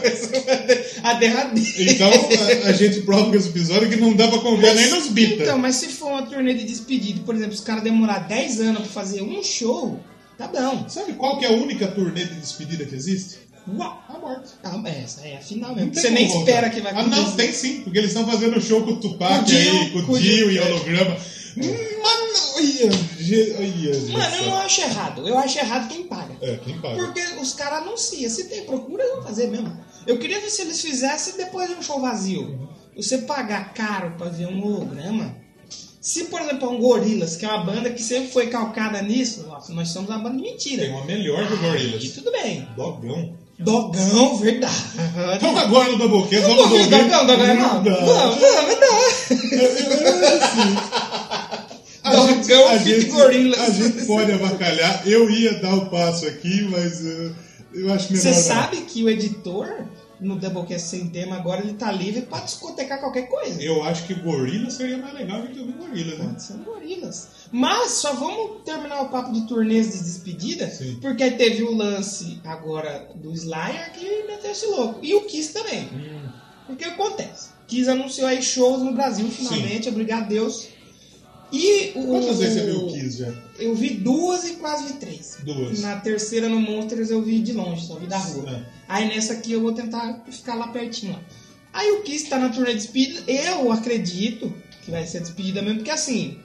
Speaker 1: Esse foi a de-
Speaker 2: É.
Speaker 1: *laughs* a derradeira.
Speaker 2: Então a, a gente prova com esse episódio que não dá pra confiar nem nos Bita.
Speaker 1: Então, mas se for uma turnê de despedida, por exemplo, se os caras demorar 10 anos pra fazer um show, tá bom.
Speaker 2: Sabe qual que é a única turnê de despedida que existe?
Speaker 1: Uau!
Speaker 2: A morte.
Speaker 1: Ah, mas essa é a final mesmo.
Speaker 2: tá Não tem
Speaker 1: Você nem
Speaker 2: como
Speaker 1: espera
Speaker 2: voltar.
Speaker 1: que vai
Speaker 2: Ah,
Speaker 1: acontecer.
Speaker 2: não, tem sim, porque eles estão fazendo show com o Tupac
Speaker 1: Com o Dio,
Speaker 2: aí, com
Speaker 1: com o É.
Speaker 2: o Dio
Speaker 1: Dio.
Speaker 2: e holograma. Hum, Mano, olha, ge- olha, gente.
Speaker 1: Mano, eu não acho errado. Eu acho errado quem paga.
Speaker 2: É, quem paga?
Speaker 1: Porque os caras anunciam. Se tem procura, eles vão fazer mesmo. Eu queria ver se eles fizessem depois de um show vazio. Você pagar caro pra ver um holograma. Se, por exemplo, é um Gorilas, que é uma banda que sempre foi calcada nisso, nossa, nós somos uma banda de
Speaker 2: Tem
Speaker 1: mentira. né?
Speaker 2: uma melhor que o
Speaker 1: E
Speaker 2: Gorillaz.
Speaker 1: tudo bem.
Speaker 2: Dogão.
Speaker 1: Dogão, verdade.
Speaker 2: Então agora no Doublecast
Speaker 1: Não
Speaker 2: vamos
Speaker 1: vou ver
Speaker 2: ouvir...
Speaker 1: Dogão, Dogão é mal.
Speaker 2: Não dá. *laughs*
Speaker 1: Vamos, vamos, não.
Speaker 2: A
Speaker 1: Dogão,
Speaker 2: gente- Então, a
Speaker 1: fit
Speaker 2: gente-
Speaker 1: Gorillaz.
Speaker 2: A gente pode avacalhar. Eu ia dar o passo aqui, mas uh, eu acho melhor
Speaker 1: Você
Speaker 2: não.
Speaker 1: sabe que o editor no Doublecast Sem Tema agora ele tá livre pra discotecar qualquer coisa.
Speaker 2: Eu acho que Gorila seria mais legal do que ouvir Gorila, né?
Speaker 1: Pode ser um gorilas. Mas só vamos terminar o papo de turnês de despedida,
Speaker 2: Sim.
Speaker 1: porque aí teve o lance agora do Slayer que meteu esse louco. E o Kiss também. Porque acontece. Kiss anunciou aí shows no Brasil, finalmente, obrigado a Deus. E o.
Speaker 2: Quantas vezes você viu o Kiss já?
Speaker 1: Eu vi duas e quase vi três.
Speaker 2: Duas.
Speaker 1: Na terceira no Monsters eu vi de longe, só vi da rua.
Speaker 2: É.
Speaker 1: Aí nessa aqui eu vou tentar ficar lá pertinho. Ó. Aí o Kiss tá na turnê de despedida. Eu acredito que vai ser despedida mesmo, porque assim.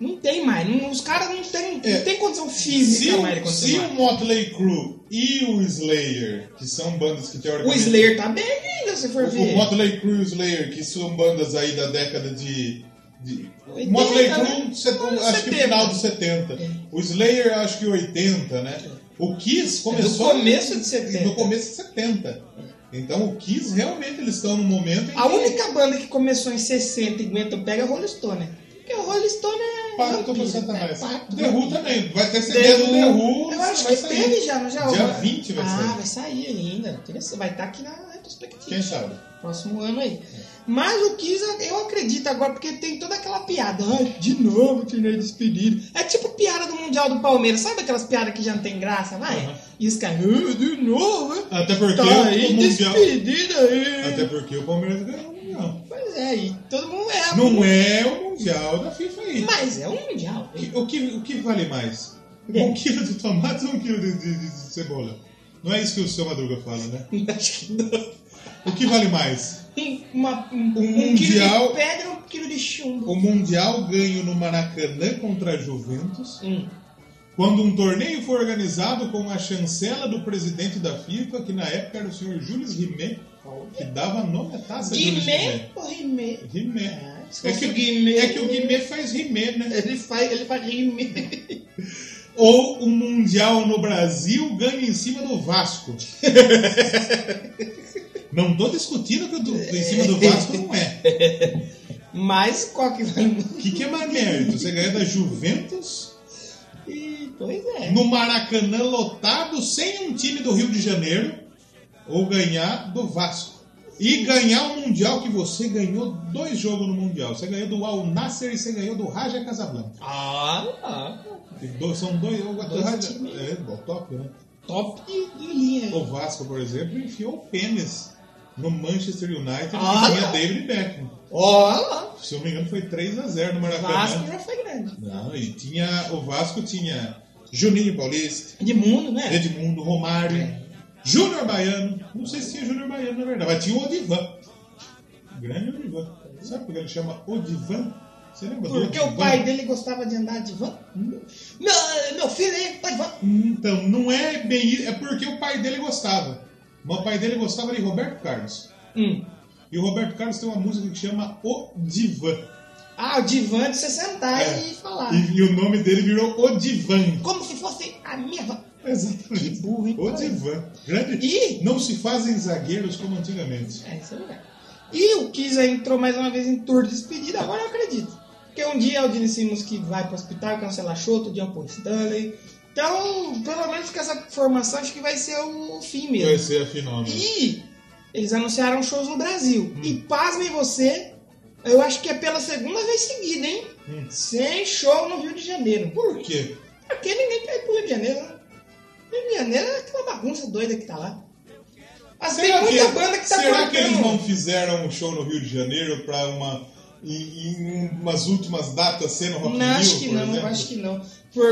Speaker 1: Não tem mais. não- os caras não tem,
Speaker 2: É.
Speaker 1: não tem condição física
Speaker 2: Se
Speaker 1: mais de
Speaker 2: o, se
Speaker 1: continuar.
Speaker 2: o Motley Crue e o Slayer, que são bandas que
Speaker 1: O
Speaker 2: teoricamente...
Speaker 1: Slayer tá bem ainda, se for
Speaker 2: O, o
Speaker 1: ver.
Speaker 2: Motley Crue e o Slayer, que são bandas aí da década de... de
Speaker 1: 80,
Speaker 2: Motley
Speaker 1: né?
Speaker 2: Crue, set-
Speaker 1: Anos É.
Speaker 2: acho que
Speaker 1: 70.
Speaker 2: final dos 70. O Slayer, acho que 80, né? O Kiss começou...
Speaker 1: No É. começo de 70.
Speaker 2: No começo de 70. Então o Kiss, realmente, eles estão num momento em
Speaker 1: A
Speaker 2: que-
Speaker 1: única banda que começou em 60 e aguenta pega é o Rolling Stone. né? Porque o Rolling Stone é.
Speaker 2: Pacto com
Speaker 1: vampiro,
Speaker 2: Satanás.
Speaker 1: né? Pacto.
Speaker 2: The Who também. Vai ter CD
Speaker 1: Teve
Speaker 2: do The Who.
Speaker 1: Eu acho
Speaker 2: vai
Speaker 1: que é
Speaker 2: sair.
Speaker 1: teve já, não já?
Speaker 2: Dia
Speaker 1: Ou-
Speaker 2: 20 vai
Speaker 1: ah,
Speaker 2: sair.
Speaker 1: vai sair ainda. Interessante. Vai estar aqui na retrospectiva.
Speaker 2: Quem sabe?
Speaker 1: Próximo ano aí.
Speaker 2: É.
Speaker 1: Mas o Kiss, eu acredito agora, porque tem toda aquela piada. Ai, de novo, turnê despedido. É tipo piada do Mundial do Palmeiras. Sabe aquelas piadas que já não tem graça, vai?
Speaker 2: Aham.
Speaker 1: E os caras, "Ah, de novo, hein?
Speaker 2: Até porque
Speaker 1: Tá aí,
Speaker 2: o Mundial.
Speaker 1: despedido aí.
Speaker 2: Até porque o Palmeiras ganhou o Mundial.
Speaker 1: Pois é, e todo mundo é.
Speaker 2: Não é o Mundial da FIFA aí.
Speaker 1: Mas é um Mundial.
Speaker 2: O que, o que vale mais?
Speaker 1: É.
Speaker 2: Um quilo de tomates ou um quilo de, de- de cebola? Não é isso que o seu Madruga fala, né?
Speaker 1: *laughs* Acho que não.
Speaker 2: O que vale mais?
Speaker 1: Um- uma- um, um quilo
Speaker 2: Mundial-
Speaker 1: de pedra, um quilo de chumbo.
Speaker 2: O Mundial ganho no Maracanã contra a Juventus?
Speaker 1: Hum.
Speaker 2: Quando um torneio foi organizado com a chancela do presidente da FIFA, que na época era o senhor Jules Rimet, que dava nome à taça Jules
Speaker 1: Guimê ou Rimê?
Speaker 2: Rimet.
Speaker 1: Ah, se
Speaker 2: É
Speaker 1: fosse
Speaker 2: que,
Speaker 1: né? o Guimê-
Speaker 2: é que o Guimê faz Rimet, né?
Speaker 1: Ele faz, ele faz Rimê.
Speaker 2: Ou o Mundial no Brasil ganha em cima do Vasco. *laughs* Não tô discutindo que o do, do em cima do Vasco não é.
Speaker 1: Mas qual que vai
Speaker 2: O que, que é mais mérito? Você ganha da Juventus
Speaker 1: Ih, Pois é.
Speaker 2: no Maracanã lotado sem um time do Rio de Janeiro ou ganhar do Vasco. E ganhar o Mundial que você ganhou dois jogos no Mundial. Você ganhou do Al Nasser e você ganhou do Raja Casablanca.
Speaker 1: Ah,
Speaker 2: E do- são dois. O
Speaker 1: Dois
Speaker 2: Raja,
Speaker 1: times.
Speaker 2: é, bom, top, né?
Speaker 1: top de, de linha.
Speaker 2: O Vasco, por exemplo, enfiou o pênis no Manchester United
Speaker 1: Ah.
Speaker 2: que tinha David Beckham.
Speaker 1: Ó lá.
Speaker 2: Se eu não me engano, foi 3 a 0 no
Speaker 1: O
Speaker 2: Maracanã.
Speaker 1: Vasco já foi grande.
Speaker 2: Não, e tinha. O Vasco tinha Juninho Paulista.
Speaker 1: De mundo, né?
Speaker 2: Edmundo, Romário,
Speaker 1: É.
Speaker 2: Júnior Baiano. Não sei se tinha Júnior Baiano, na verdade, mas tinha o Odivan. O grande Odivan. Sabe por que ele chama Odivan? Você lembra do
Speaker 1: Porque
Speaker 2: Odivan?
Speaker 1: o pai dele gostava de andar de van. Meu, meu filho aí, pode van.
Speaker 2: Então, não é bem isso. É porque o pai dele gostava. Mas o pai dele gostava de Roberto Carlos.
Speaker 1: Hum.
Speaker 2: E o Roberto Carlos tem uma música que chama O Divan.
Speaker 1: Ah, o divã de você sentar
Speaker 2: É.
Speaker 1: e falar.
Speaker 2: E, e o nome dele virou O Divan.
Speaker 1: Como se fosse a minha van. Que
Speaker 2: Exatamente.
Speaker 1: burro, hein,
Speaker 2: O
Speaker 1: cara?
Speaker 2: Divan. Grande.
Speaker 1: E-
Speaker 2: Não se fazem zagueiros como antigamente.
Speaker 1: É, isso é verdade. E o Kiss aí entrou mais uma vez em tour de despedida, agora eu acredito. Porque Porque um dia é o Dini Simmons que vai pro hospital, cancela show, outro dia é o Paul Stanley. Então, pelo menos com essa formação, acho que vai ser o fim mesmo.
Speaker 2: Vai ser a final, né?
Speaker 1: E eles anunciaram shows no Brasil. E pasmem você, eu acho que é pela segunda vez seguida, hein?
Speaker 2: Hum.
Speaker 1: Sem show no Rio de Janeiro.
Speaker 2: Por quê?
Speaker 1: Porque ninguém quer ir pro Rio de Janeiro, né? Rio de Janeiro é aquela bagunça doida que tá lá. Mas tem muita banda que tá
Speaker 2: será que
Speaker 1: cantando.
Speaker 2: eles não fizeram um show no Rio de Janeiro para uma em, em umas últimas datas sendo Rock in
Speaker 1: Não, acho
Speaker 2: Rio,
Speaker 1: que
Speaker 2: por
Speaker 1: não,
Speaker 2: exemplo?
Speaker 1: acho que não.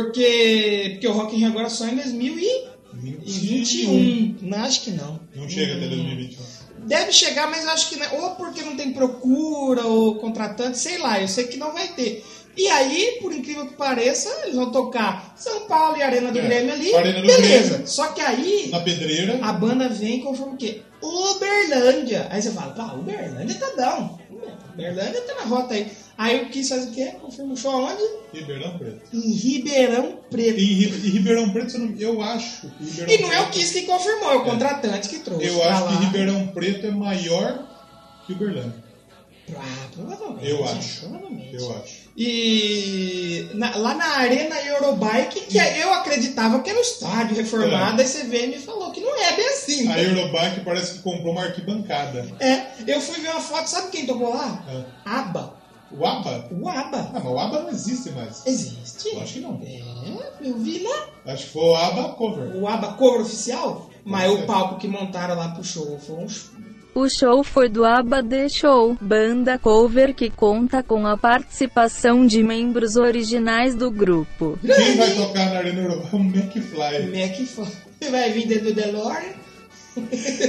Speaker 1: Porque, porque o Rock in Rio agora só é em 2021. Não, acho que não.
Speaker 2: um. Não chega até 2021.
Speaker 1: Deve chegar, mas eu acho que não. Ou porque não tem procura, ou contratante, sei lá. Eu sei que não vai ter. E aí, por incrível que pareça, eles vão tocar São Paulo e Arena do
Speaker 2: É,
Speaker 1: Grêmio ali.
Speaker 2: Arena do
Speaker 1: beleza.
Speaker 2: Grêmio.
Speaker 1: Só que aí
Speaker 2: um. Na pedreira.
Speaker 1: a banda vem conforme o quê? Uberlândia. Aí você fala, pá, Uberlândia tá down. Uberlândia tá na rota aí. Aí o que faz o quê? Confirma o show aonde?
Speaker 2: Ribeirão Preto.
Speaker 1: Em Ribeirão Preto.
Speaker 2: E, Ri- e Ribeirão Preto, se eu não- eu acho. que Ribeirão
Speaker 1: E não é o
Speaker 2: Preto-
Speaker 1: Kiss que confirmou, é o contratante que trouxe.
Speaker 2: Eu
Speaker 1: pra
Speaker 2: acho
Speaker 1: lá.
Speaker 2: que Ribeirão Preto é maior que Uberlândia.
Speaker 1: Ah, provavelmente.
Speaker 2: Eu acho.
Speaker 1: Provavelmente.
Speaker 2: Eu acho.
Speaker 1: E na- lá na Arena Eurobike, que eu acreditava que era um estádio
Speaker 2: É.
Speaker 1: reformado, aí você veio e me falou que não é bem assim.
Speaker 2: A Eurobike parece que comprou uma arquibancada.
Speaker 1: É, eu fui ver uma foto, sabe quem tocou lá?
Speaker 2: Ah,
Speaker 1: Aba.
Speaker 2: O ABA?
Speaker 1: O Aba.
Speaker 2: Ah, mas o ABA não existe mais.
Speaker 1: Existe?
Speaker 2: Eu acho que não.
Speaker 1: É, eu vi lá.
Speaker 2: Acho que foi o ABA Cover.
Speaker 1: O Aba cover oficial, mas
Speaker 2: É.
Speaker 1: o palco que montaram lá pro show foi um show.
Speaker 4: O show foi do ABBA The Show, banda cover que conta com a participação de membros originais do grupo.
Speaker 2: Quem vai tocar na Arena Eurobike é o McFly.
Speaker 1: Como é que foi? Vai vir dentro do DeLorean?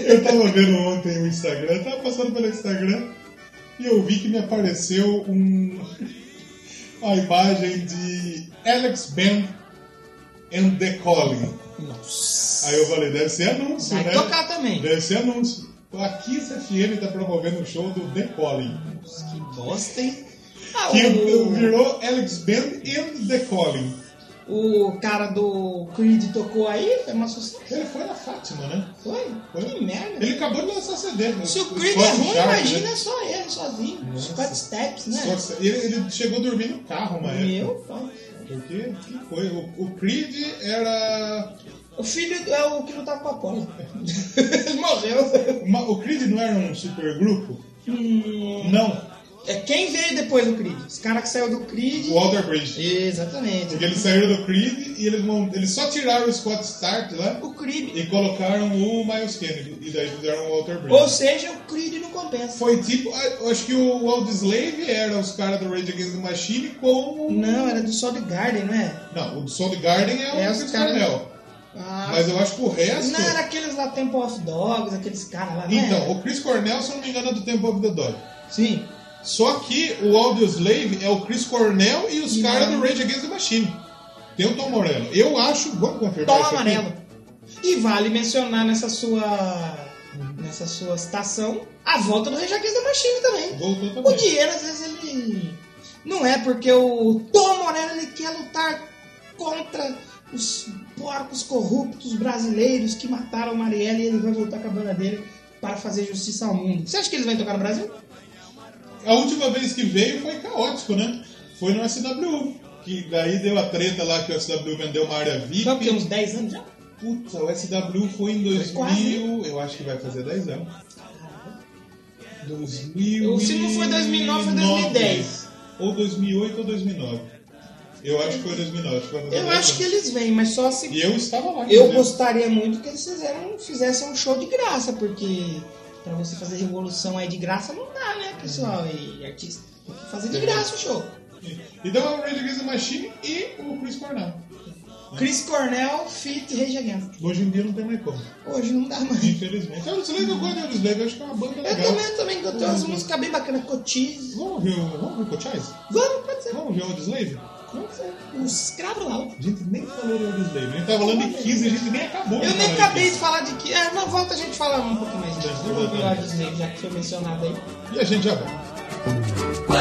Speaker 2: Eu tava vendo ontem o Instagram, eu tava passando pelo Instagram e eu vi que me apareceu um *laughs* a imagem de Alex Ben and the Calling.
Speaker 1: Nossa.
Speaker 2: Aí eu falei, deve ser anúncio,
Speaker 1: Vai
Speaker 2: né?
Speaker 1: tocar também.
Speaker 2: Deve ser anúncio. A Kiss FM tá promovendo o show do The Calling.
Speaker 1: Que bosta, hein? Ah,
Speaker 2: Que
Speaker 1: o,
Speaker 2: virou Alex Ben and the Calling.
Speaker 1: o cara do Creed tocou aí, foi uma sucesso.
Speaker 2: Ele foi na Fátima, né?
Speaker 1: Foi? Que merda.
Speaker 2: Ele acabou de lançar CD. né?
Speaker 1: Se o
Speaker 2: Os
Speaker 1: Creed é
Speaker 2: Scott
Speaker 1: ruim,
Speaker 2: Sharp,
Speaker 1: imagina
Speaker 2: né?
Speaker 1: só ele sozinho.
Speaker 2: Nossa.
Speaker 1: Scott Steps, né?
Speaker 2: Scott- Ele, ele chegou a dormir no carro uma época.
Speaker 1: Meu pai.
Speaker 2: Porque que foi? O, o Creed era.
Speaker 1: O filho é o que lutava com a
Speaker 2: *laughs*
Speaker 1: Paula. Ele morreu.
Speaker 2: uma- o Creed não era um supergrupo?
Speaker 1: Hum,
Speaker 2: Não,
Speaker 1: É quem veio depois do Creed? Os caras que saiu do Creed.
Speaker 2: o Alter Bridge.
Speaker 1: Exatamente.
Speaker 2: Porque eles saíram do Creed e eles, mon- eles só tiraram o Scott Stark lá
Speaker 1: O Creed.
Speaker 2: e colocaram o Miles Kennedy. E daí fizeram o Walter Bridge.
Speaker 1: Ou seja, o Creed não compensa.
Speaker 2: Foi tipo. ah, eu Acho que o Old Slave era os caras do Rage Against the Machine com.
Speaker 1: Não, era do Soundgarden, não é?
Speaker 2: Não, o do Soundgarden é o
Speaker 1: É,
Speaker 2: é
Speaker 1: os
Speaker 2: Chris
Speaker 1: caras-
Speaker 2: Cornell.
Speaker 1: Ah,
Speaker 2: Mas eu acho que o resto.
Speaker 1: não, era aqueles lá Temple of Dogs, aqueles caras lá, né?
Speaker 2: Então, o Chris Cornell, se eu não me engano, é do Temple of the Dog.
Speaker 1: Sim.
Speaker 2: Só que o Audioslave é o Chris Cornell e os caras do Rage Against the Machine. Tem o Tom Morello. Eu acho. Vamos confirmar
Speaker 1: Tom
Speaker 2: isso aqui?
Speaker 1: Amarelo. E vale mencionar nessa sua. Nessa sua citação, a volta do Rage Against the Machine também.
Speaker 2: Voltou
Speaker 1: O
Speaker 2: também.
Speaker 1: dinheiro, às vezes, ele. Não é porque o Tom Morello ele quer lutar contra os porcos corruptos brasileiros que mataram Marielle e ele vai voltar com a banda dele para fazer justiça ao mundo. Você acha que eles vão tocar no Brasil?
Speaker 2: A última vez que veio foi caótico, né? Foi no SW. Que daí deu a treta lá que o SW vendeu uma área VIP.
Speaker 1: Já que uns 10 anos já?
Speaker 2: Puta, o SW foi em
Speaker 1: quase.
Speaker 2: 2000. Eu acho que vai fazer 10 anos. 2000.
Speaker 1: Ou se não foi 2009, foi 2010.
Speaker 2: Ou 2008 ou 2009. Eu acho que foi 2009. acho que vai fazer
Speaker 1: Eu
Speaker 2: 10
Speaker 1: acho que
Speaker 2: anos.
Speaker 1: eles vêm, mas só se
Speaker 2: E eu estava lá.
Speaker 1: Eu
Speaker 2: inclusive.
Speaker 1: gostaria muito que eles fizeram, fizessem um show de graça, porque pra você fazer revolução aí de graça não dá, né, pessoal e artista? Tem que fazer
Speaker 2: Uhum.
Speaker 1: de graça o show.
Speaker 2: Então é o Rage Against the Machine e o Chris Cornell.
Speaker 1: Chris Cornell, Fit Rage Against.
Speaker 2: Hoje em dia não tem mais como.
Speaker 1: Hoje não dá mais.
Speaker 2: Infelizmente. Eu não sei que eu gosto de Elvis Leve, eu acho que é uma banda
Speaker 1: Eu
Speaker 2: legal.
Speaker 1: também, também que eu tenho umas
Speaker 2: Uhum.
Speaker 1: músicas bem bacanas, Cotiz.
Speaker 2: Vamos ver o vamos ver o Cochise?
Speaker 1: Vamos, pode ser.
Speaker 2: Vamos ver o Elvis
Speaker 1: Vamos ser. Os escravos lá.
Speaker 2: A gente nem falou do Elvis Leve. A gente tá falando de 15 e a gente nem acabou. de
Speaker 1: Eu nem
Speaker 2: falar de
Speaker 1: acabei de
Speaker 2: 15.
Speaker 1: falar de que. É, na volta a gente fala um pouco mais disso.
Speaker 2: Uhum.
Speaker 1: Eu vou virar dos negros, já que foi mencionado aí.
Speaker 2: E a gente já vai.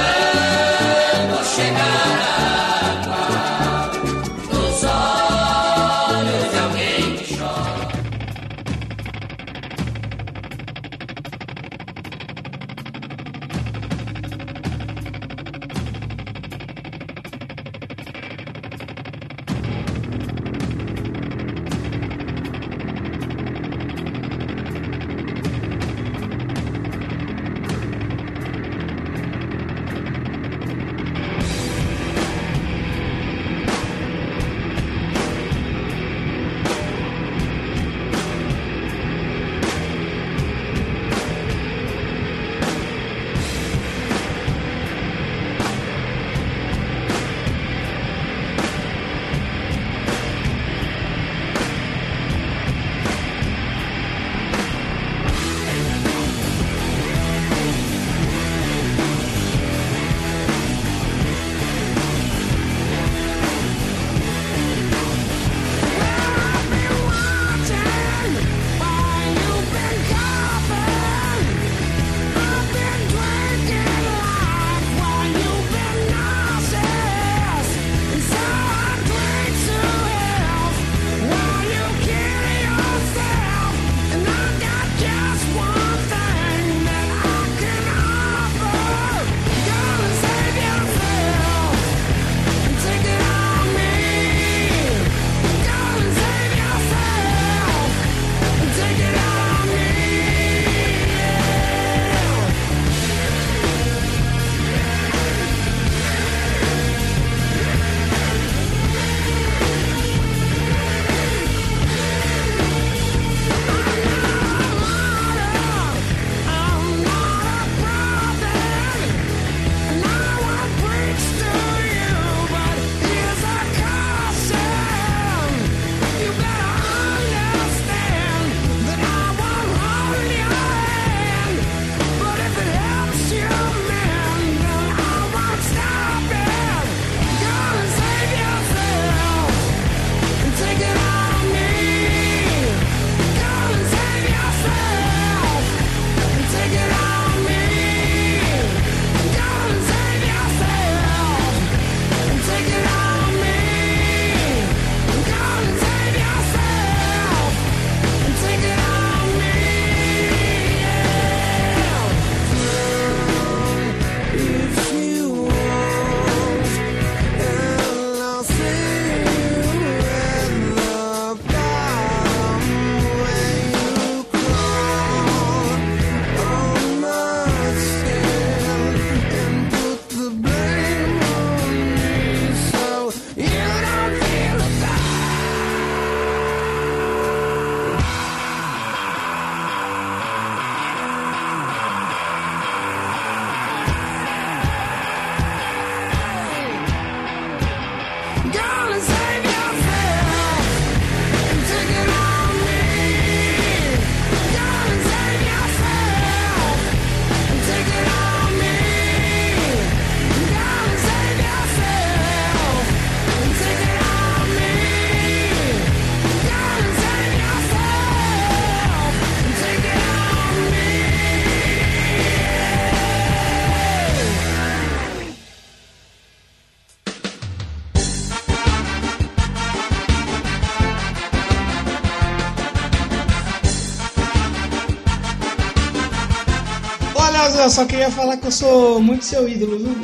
Speaker 1: Mas eu só queria falar que eu sou muito seu ídolo, viu?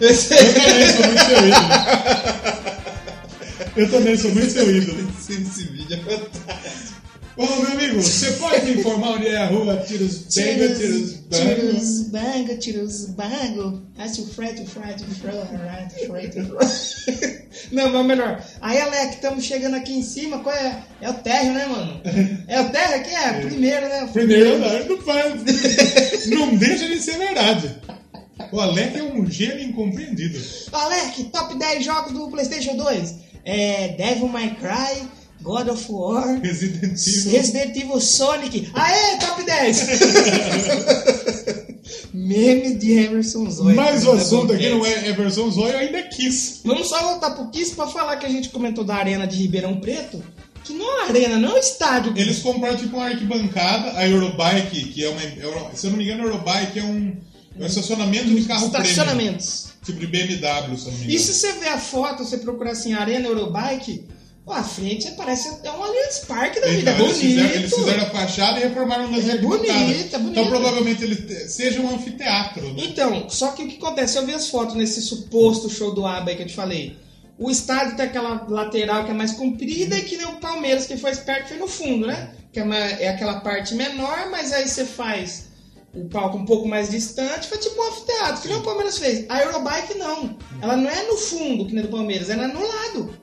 Speaker 2: Eu, sou, eu também sou muito seu ídolo. Eu também sou muito seu ídolo.
Speaker 5: Esse, esse vídeo é fantástico.
Speaker 2: Ô, meu amigo, você pode me informar onde é a rua Tiros Benga, Tiros Benga?
Speaker 1: Tiros bango, tiros bango. That's o Fred, o Fred, o Fred, o Fred, o Fred. *laughs* Não, mas melhor. Aí, Alec, estamos chegando aqui em cima. Qual é? É o térreo, né, mano? É o térreo aqui? É, primeiro, né?
Speaker 2: Primeiro andar, não faz. Não deixa de ser verdade. O Alec é um gênio incompreendido.
Speaker 1: Alec, top 10 jogos do PlayStation 2. É Devil May Cry, God of War,
Speaker 2: Resident Evil.
Speaker 1: Resident Evil Sonic. Aê, top 10! *laughs* Meme de Emerson Zoe.
Speaker 2: Mas o um assunto aqui não é Everson Zoio, ainda quis.
Speaker 1: Vamos só voltar pro Kiss pra falar que a gente comentou da Arena de Ribeirão Preto, que não é uma arena, não é um estádio.
Speaker 2: Eles compraram tipo uma arquibancada, a Eurobike, que é uma. Euro- se eu não me engano, a Eurobike é um, é um estacionamento de carro premium.
Speaker 1: Estacionamentos.
Speaker 2: Tipo de BMW, se eu não me engano.
Speaker 1: E se você ver a foto, você procurar assim, Arena Eurobike, pô, a frente parece é um Allianz Parque da vida. É
Speaker 2: Então,
Speaker 1: bonito.
Speaker 2: eles, fizeram, eles fizeram a fachada e reformaram nas
Speaker 1: É
Speaker 2: arquibancadas.
Speaker 1: bonito, é bonito.
Speaker 2: Então provavelmente ele te- seja um anfiteatro. né?
Speaker 1: Então, só que o que acontece? Eu vi as fotos nesse suposto show do ABA aí que eu te falei. O estádio tem aquela lateral que é mais comprida e que nem o Palmeiras, que foi esperto, foi no fundo, né? Que é, uma- é aquela parte menor, mas aí você faz o palco um pouco mais distante, foi tipo um anfiteatro, que nem o Palmeiras fez. A Eurobike não. Ela não é no fundo, que nem do Palmeiras, ela é no lado.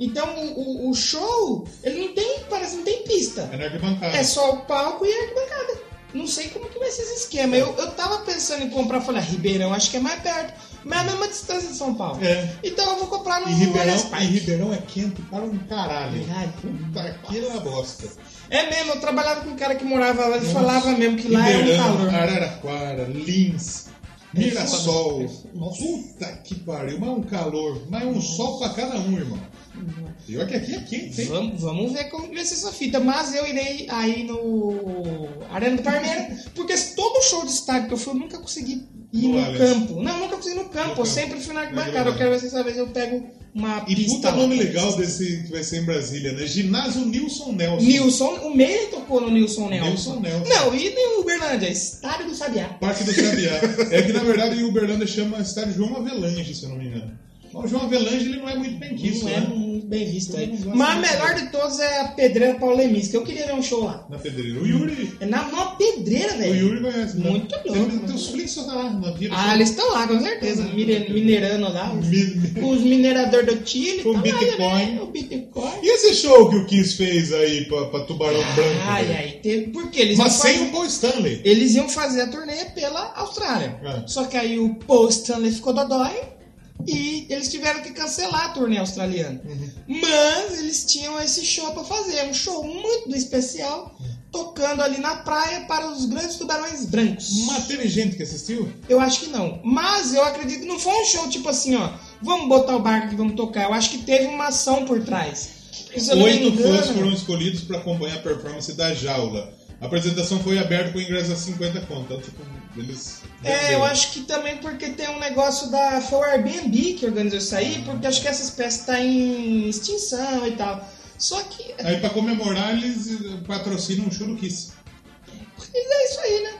Speaker 1: Então o, o- o show, ele não tem, parece, que não tem pista.
Speaker 2: É na arquibancada.
Speaker 1: É só o palco e a arquibancada. Não sei como que vai ser esse esquema. Eu, eu tava pensando em comprar, falei, ah, Ribeirão acho que é mais perto, mas é a mesma distância de São Paulo.
Speaker 2: É.
Speaker 1: Então eu vou comprar no
Speaker 2: E
Speaker 1: Allianz
Speaker 2: Ribeirão, e
Speaker 1: Parque.
Speaker 2: Ribeirão é quente para um caralho. Tá, Puta, aquela bosta.
Speaker 1: É mesmo, eu trabalhava com um cara que morava lá, ele falava mesmo que lá era um
Speaker 2: Ribeirão, Ah.
Speaker 1: calor.
Speaker 2: Araraquara, Lins,
Speaker 1: É
Speaker 2: Mirassol.
Speaker 1: foda. Nossa.
Speaker 2: Puta que pariu, mas é um calor, mas é um sol pra cada um, irmão. Pior que aqui é quente, hein?
Speaker 1: Vamos, vamos ver como vai ser essa fita. Mas eu irei aí no Arena do Parmeira, porque todo show de estádio que eu fui, eu nunca consegui ir
Speaker 2: No
Speaker 1: no,
Speaker 2: Allianz.
Speaker 1: campo. Não, nunca consegui ir no campo.
Speaker 2: No
Speaker 1: eu
Speaker 2: campo.
Speaker 1: sempre fui na
Speaker 2: Legal.
Speaker 1: arquibancada. Eu quero ver se dessa vez eu pego uma
Speaker 2: E
Speaker 1: pista.
Speaker 2: puta
Speaker 1: lá.
Speaker 2: nome legal desse que vai ser em Brasília, né? Ginásio Nilson Nelson.
Speaker 1: Nilson, o Meire tocou no Nilson Nelson.
Speaker 2: Nilson Nelson.
Speaker 1: Não, e nem o Uberlândia, Estádio do Sabiá.
Speaker 2: Parque do
Speaker 1: *laughs*
Speaker 2: Sabiá. é que na verdade em Uberlândia chama estádio João Avelange, se eu não me engano. Mas o João Avelange ele não é muito bem quisto,
Speaker 1: não é
Speaker 2: né?
Speaker 1: muito bem visto aí.
Speaker 2: Eu não gosto
Speaker 1: Mas a
Speaker 2: muito.
Speaker 1: melhor de todas é a pedreira Paulo Lemis, que eu queria ver um show lá.
Speaker 2: Na pedreira. O Yuri.
Speaker 1: É na mó pedreira,
Speaker 2: O
Speaker 1: velho.
Speaker 2: Yuri conhece.
Speaker 1: Muito
Speaker 2: louco.
Speaker 1: louco,
Speaker 2: Tem,
Speaker 1: né?
Speaker 2: tem os Flix tá lá na vida.
Speaker 1: Ah, eles estão lá, com certeza.
Speaker 2: É.
Speaker 1: Mire- Minerando
Speaker 2: *laughs*
Speaker 1: lá. os- Os mineradores do Chile.
Speaker 2: Com
Speaker 1: tá lá,
Speaker 2: Bitcoin.
Speaker 1: né? O Bitcoin.
Speaker 2: E esse show que o Kiss fez aí pra, pra Tubarão Branco?
Speaker 1: Ai,
Speaker 2: velho?
Speaker 1: ai, teve. Porque eles
Speaker 2: Mas
Speaker 1: iam
Speaker 2: sem
Speaker 1: fazer-
Speaker 2: o Paul Stanley.
Speaker 1: Eles iam fazer a turnê pela Austrália.
Speaker 2: É.
Speaker 1: Só que aí o Paul Stanley ficou dodói e eles tiveram que cancelar a turnê australiana.
Speaker 2: Uhum.
Speaker 1: Mas eles tinham esse show pra fazer, um show muito especial, tocando ali na praia para os grandes tubarões brancos.
Speaker 2: Mas teve gente que assistiu?
Speaker 1: Eu acho que não. Mas eu acredito que não foi um show tipo assim, ó, vamos botar o barco e vamos tocar. Eu acho que teve uma ação por trás. Porque, se eu não me
Speaker 2: Oito fãs
Speaker 1: engano-
Speaker 2: foram escolhidos pra acompanhar a performance da jaula. A apresentação foi aberta com ingresso a 50 conto. Então, tipo, eles.
Speaker 1: É, eu acho que também porque tem um negócio da. Foi o Airbnb que organizou isso aí, porque acho que essa espécie tá em extinção e tal. Só que.
Speaker 2: Aí pra comemorar, eles eh, patrocinam um show do Kiss.
Speaker 1: Mas é isso aí, né?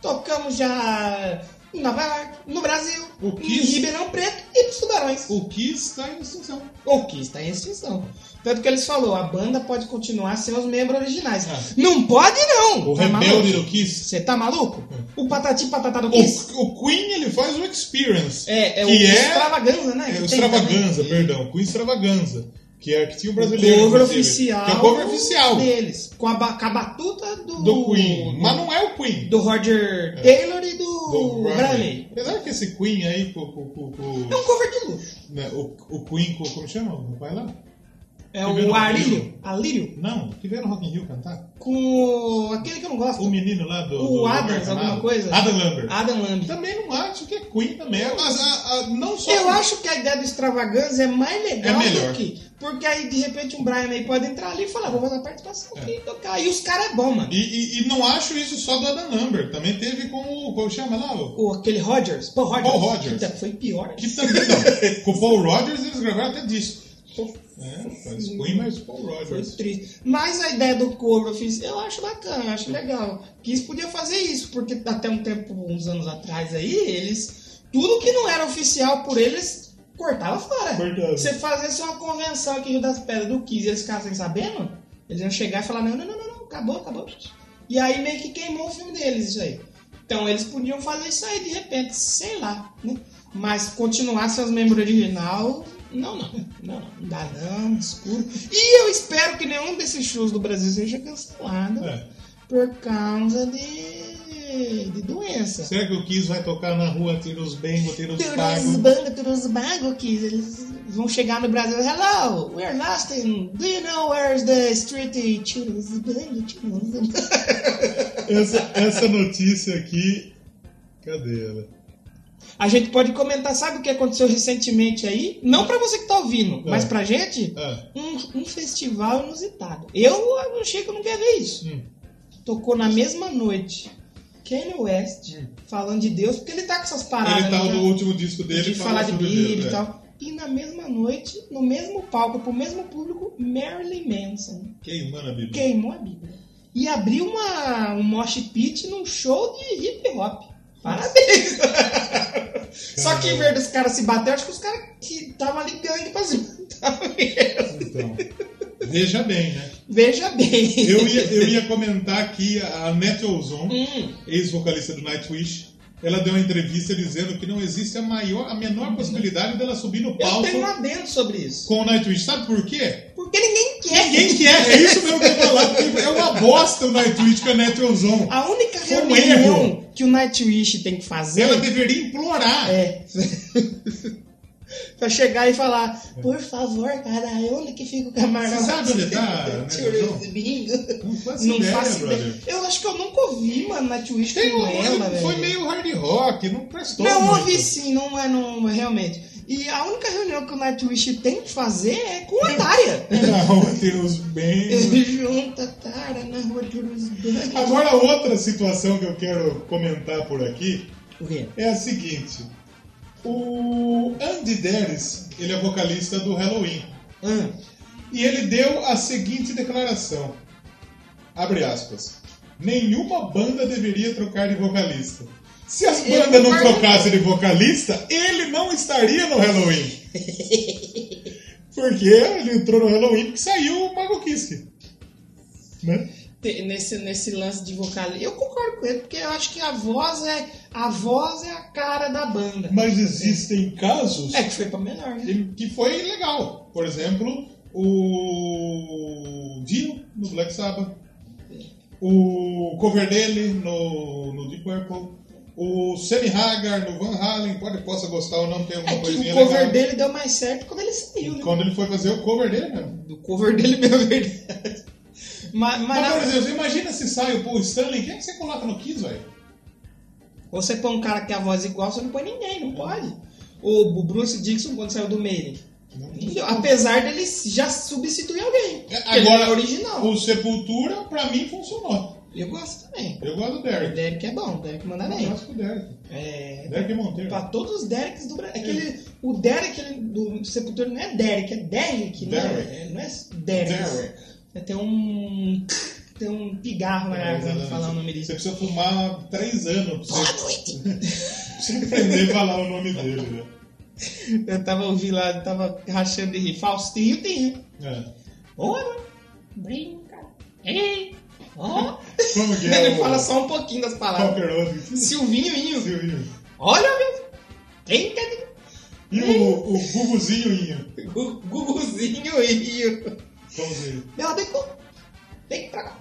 Speaker 1: Tocamos já em Nova York, no Brasil,
Speaker 2: O
Speaker 1: em
Speaker 2: Kiss-
Speaker 1: Ribeirão Preto e nos Tubarões.
Speaker 2: O Kiss tá em extinção.
Speaker 1: O que está em extinção. Tanto que eles falou, a banda pode continuar sem os membros originais.
Speaker 2: Ah.
Speaker 1: Não pode não!
Speaker 2: O
Speaker 1: Tá
Speaker 2: rebelde
Speaker 1: maluco?
Speaker 2: do Kiss.
Speaker 1: Você tá maluco? O patati patatá do Kiss?
Speaker 2: O, o Queen ele faz o Experience.
Speaker 1: É, é o
Speaker 2: que é-
Speaker 1: extravaganza, né?
Speaker 2: É,
Speaker 1: Que tem
Speaker 2: o Extravaganza,
Speaker 1: também.
Speaker 2: perdão. Queen Extravaganza. Que é que tinha o brasileiro.
Speaker 1: cover
Speaker 2: inclusive,
Speaker 1: oficial.
Speaker 2: Que é o cover oficial
Speaker 1: Deles. Com a, ba- com a batuta do.
Speaker 2: do Queen. É. Mas não é o Queen.
Speaker 1: Do Roger Taylor e do, Bradley.
Speaker 2: Apesar que esse Queen aí, com, com- com- com-
Speaker 1: É um cover de luxo.
Speaker 2: né, o, o Queen, com, como chama? Não vai lá?
Speaker 1: É
Speaker 2: Primeiro
Speaker 1: o Arílio. Alírio.
Speaker 2: Não, que veio no Rock in Rio cantar.
Speaker 1: Com o- aquele que eu não gosto.
Speaker 2: O menino lá do...
Speaker 1: O
Speaker 2: do- do
Speaker 1: Adams,
Speaker 2: Marcanado.
Speaker 1: alguma coisa?
Speaker 2: Adam Lambert.
Speaker 1: Adam Lambert.
Speaker 2: Também não acho que é Queen também. Mas a- a- não só... assim.
Speaker 1: Eu acho que a ideia do extravaganza é mais legal
Speaker 2: É melhor.
Speaker 1: do que. Porque aí de repente um Brian aí pode entrar ali e falar, vou fazer a participação aqui e tocar. E os caras é bom, mano.
Speaker 2: É. E, e- e não acho isso só do Adam Lambert. Também teve com o... Como chama lá? o-
Speaker 1: O, aquele Rogers, Paul Rogers.
Speaker 2: Paul Rogers. é
Speaker 1: Que foi pior.
Speaker 2: *laughs* Que também não. com o Paul Rogers eles gravaram até disso. É, faz Queen, mas Paul
Speaker 1: Foi
Speaker 2: Rogers.
Speaker 1: triste. Mas a ideia do cover eu fiz, eu acho bacana, eu acho legal. Que isso podia fazer isso, porque até um tempo, uns anos atrás aí, eles. Tudo que não era oficial por eles, cortava fora.
Speaker 2: Cortava.
Speaker 1: Você fazesse uma convenção aqui em Rio das Pedras do 15 e eles ficassem sabendo, eles iam chegar e falar, não, não, não, não, não, acabou, acabou. E aí meio que queimou o filme deles isso aí. Então eles podiam fazer isso aí de repente, sei lá, né? Mas continuar seus membros original, não, não, não, não dá não, escuro. E eu espero que nenhum desses shows do Brasil seja cancelado
Speaker 2: É.
Speaker 1: por causa de, de doença.
Speaker 2: Será que o Kiss vai tocar na rua Tira os Bengos, Tira os
Speaker 1: Turus
Speaker 2: Pagos?
Speaker 1: Bango, Turus Bango, que eles vão chegar no Brasil. Hello, we're lost in. Do you know where's the street? Turus Bango, Turus Bango.
Speaker 2: Essa, essa notícia aqui. Cadê ela?
Speaker 1: A gente pode comentar, sabe o que aconteceu recentemente aí? Não pra você que tá ouvindo,
Speaker 2: É.
Speaker 1: mas pra gente,
Speaker 2: Ah,
Speaker 1: um, um festival inusitado. Eu achei que eu não queria ver isso.
Speaker 2: Hum.
Speaker 1: Tocou na mesma noite. Kanye West,
Speaker 2: Hum.
Speaker 1: falando de Deus, porque ele tá com essas paradas.
Speaker 2: ele tá
Speaker 1: né?
Speaker 2: no último disco dele
Speaker 1: de
Speaker 2: fala
Speaker 1: falar de
Speaker 2: sobre
Speaker 1: Bíblia então.
Speaker 2: Deus,
Speaker 1: e
Speaker 2: é.
Speaker 1: tal. E na mesma noite, no mesmo palco, pro mesmo público, Marilyn Manson
Speaker 2: Queimando a Bíblia.
Speaker 1: queimou a Bíblia. E abriu uma, um mosh pit num show de hip hop.
Speaker 2: *laughs*
Speaker 1: Parabéns! Só que em vez dos caras se bater, eu acho que os caras que estavam ali gangue pra se matar.
Speaker 2: Então, veja bem, né?
Speaker 1: *laughs* Veja bem.
Speaker 2: Eu ia, eu ia comentar aqui a Matthew Ozon,
Speaker 1: Hum,
Speaker 2: ex-vocalista do Nightwish. Ela deu uma entrevista dizendo que não existe a maior, a menor possibilidade dela subir no
Speaker 1: eu tenho um
Speaker 2: palco
Speaker 1: adendo sobre isso.
Speaker 2: com o Nightwish. Sabe por quê?
Speaker 1: Porque ninguém quer.
Speaker 2: Quem que é? É isso mesmo que eu ia falar. porque É uma bosta o Nightwish com a Matthew Ozon.
Speaker 1: A única
Speaker 2: Foi um
Speaker 1: reunião que o Nightwish tem que fazer.
Speaker 2: Ela deveria implorar.
Speaker 1: É. *laughs* pra chegar e falar, por favor, cara, onde que fica o camarão?
Speaker 2: Você sabe
Speaker 1: *laughs*
Speaker 2: onde tá, né, João? Não faço
Speaker 1: Não
Speaker 2: ideia,
Speaker 1: faço
Speaker 2: brother.
Speaker 1: ideia. Eu acho que eu nunca ouvi, mano, na Twitch
Speaker 2: Tem
Speaker 1: com
Speaker 2: um,
Speaker 1: ela, velho.
Speaker 2: foi meio hard rock, não prestou
Speaker 1: Não,
Speaker 2: muito.
Speaker 1: ouvi sim, não é não, realmente. E a única reunião que o Nightwish tem que fazer é com a Tária. *laughs*
Speaker 2: Não, Deus bem.
Speaker 1: Ele junta a Tária na rua de Urusbana.
Speaker 2: Agora, outra situação que eu quero comentar por aqui
Speaker 1: O quê?
Speaker 2: é a seguinte. O Andy Deris, ele é vocalista do Halloween.
Speaker 1: Hum.
Speaker 2: E ele deu a seguinte declaração. Abre aspas. Nenhuma banda deveria trocar de vocalista. Se as
Speaker 1: Eu
Speaker 2: bandas não
Speaker 1: concordo.
Speaker 2: trocassem de vocalista, ele não estaria no Halloween. Porque ele entrou no Halloween porque saiu o Mago Kiske. Né?
Speaker 1: te- nesse, nesse lance de vocal. Eu concordo com ele, porque eu acho que a voz é a voz é a cara da banda.
Speaker 2: Mas existem casos
Speaker 1: É que foi pra melhor, né?
Speaker 2: que foi legal. Por exemplo, o Dio no Black Sabbath, o cover dele no, no Deep Purple, o Sammy Hagar no Van Halen, pode possa gostar ou não, tem alguma
Speaker 1: É que
Speaker 2: coisinha
Speaker 1: o cover
Speaker 2: legal.
Speaker 1: dele deu mais certo quando ele saiu, né?
Speaker 2: Quando ele foi fazer o cover dele né? mesmo.
Speaker 1: Do cover dele *laughs* mesmo, é verdade. Mas, mas
Speaker 2: Mas,
Speaker 1: na-
Speaker 2: por exemplo, imagina se sai o Paul Stanley, quem é que você coloca no Kiss, velho?
Speaker 1: você põe um cara que tem a voz igual, você não põe ninguém, não pode. O o Bruce Dixon, quando saiu do Maiden. Apesar dele já substituir alguém.
Speaker 2: Então, É,
Speaker 1: Porque ele
Speaker 2: agora-
Speaker 1: é original.
Speaker 2: O Sepultura, pra mim, funcionou.
Speaker 1: Eu gosto também.
Speaker 2: Eu gosto do
Speaker 1: O
Speaker 2: Derek.
Speaker 1: Derek é bom, o Derek manda
Speaker 2: Eu
Speaker 1: bem.
Speaker 2: gosto do Derek.
Speaker 1: É,
Speaker 2: Derek Monteiro.
Speaker 1: Pra todos os Dereks do Brasil. É que ele- o Derek ele- do Sepultura não é Derek, é Derek, né?
Speaker 2: Derek.
Speaker 1: É, Não é Derek.
Speaker 2: Derek.
Speaker 1: É, Tem um. Tem um pigarro na
Speaker 2: É,
Speaker 1: garganta pra
Speaker 2: exatamente.
Speaker 1: falar o nome
Speaker 2: Você
Speaker 1: dele.
Speaker 2: precisa fumar três anos pra
Speaker 1: Boa
Speaker 2: você,
Speaker 1: noite!
Speaker 2: pra você aprender a falar o nome dele, né?
Speaker 1: Eu tava ouvindo lá, eu tava rachando de rir. Faustinho tem.
Speaker 2: É.
Speaker 1: Ora! Brinca! Ei! Ó!
Speaker 2: Como *laughs* que é?
Speaker 1: Ele
Speaker 2: o-
Speaker 1: fala só um pouquinho das
Speaker 2: Qual que *laughs*
Speaker 1: palavras.
Speaker 2: era o outro?
Speaker 1: Silvinho, Inho.
Speaker 2: Silvinho.
Speaker 1: Olha, meu! Brinca de
Speaker 2: E o, o Guguzinho Inho?
Speaker 1: Gu- Guguzinho, Inho.
Speaker 2: Como que
Speaker 1: Meu amigo, vem pra cá.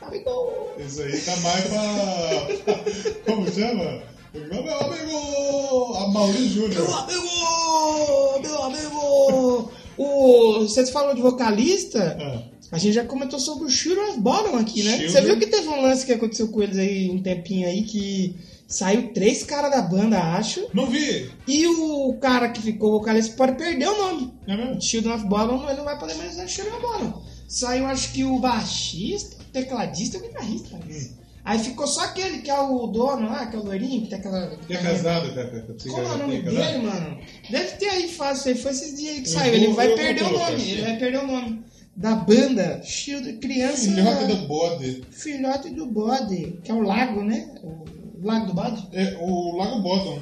Speaker 1: Meu Amigo.
Speaker 2: é? Isso aí tá mais pra... *laughs* Como chama? Meu amigo! A Maurício
Speaker 1: Meu
Speaker 2: Júnior.
Speaker 1: amigo! Meu amigo! *laughs* O, você falou de vocalista?
Speaker 2: Ah,
Speaker 1: A gente já comentou sobre o Children's Bottom aqui, né?
Speaker 2: Children.
Speaker 1: Você viu que teve um lance que aconteceu com eles aí um tempinho aí que saiu três caras da banda, acho.
Speaker 2: não vi!
Speaker 1: E o cara que ficou vocalista pode perder o nome.
Speaker 2: Não é mesmo?
Speaker 1: Children of Bottom, ele não vai poder mais
Speaker 2: Hum.
Speaker 1: usar Children of Bottom. Saiu, acho que o baixista, o tecladista e o guitarrista. né? parece. Aí ficou só aquele que é o dono lá, que é o loirinho, que tem aquela.
Speaker 2: Que é casado com a- com a
Speaker 1: Como é o
Speaker 2: psicóloga.
Speaker 1: nome
Speaker 2: clínica
Speaker 1: dele,
Speaker 2: lá.
Speaker 1: mano? Deve ter aí fácil, aí foi esses dias aí que
Speaker 2: Eu
Speaker 1: saiu.
Speaker 2: vou-
Speaker 1: Ele vai
Speaker 2: eu vou
Speaker 1: perder o
Speaker 2: colocar
Speaker 1: nome,
Speaker 2: aqui.
Speaker 1: ele vai perder o nome. Da banda Shield Criança.
Speaker 2: Filhote do bode.
Speaker 1: Filhote do Bode, que é o lago, né? O Lago do Bode?
Speaker 2: É, o Lago Bottom.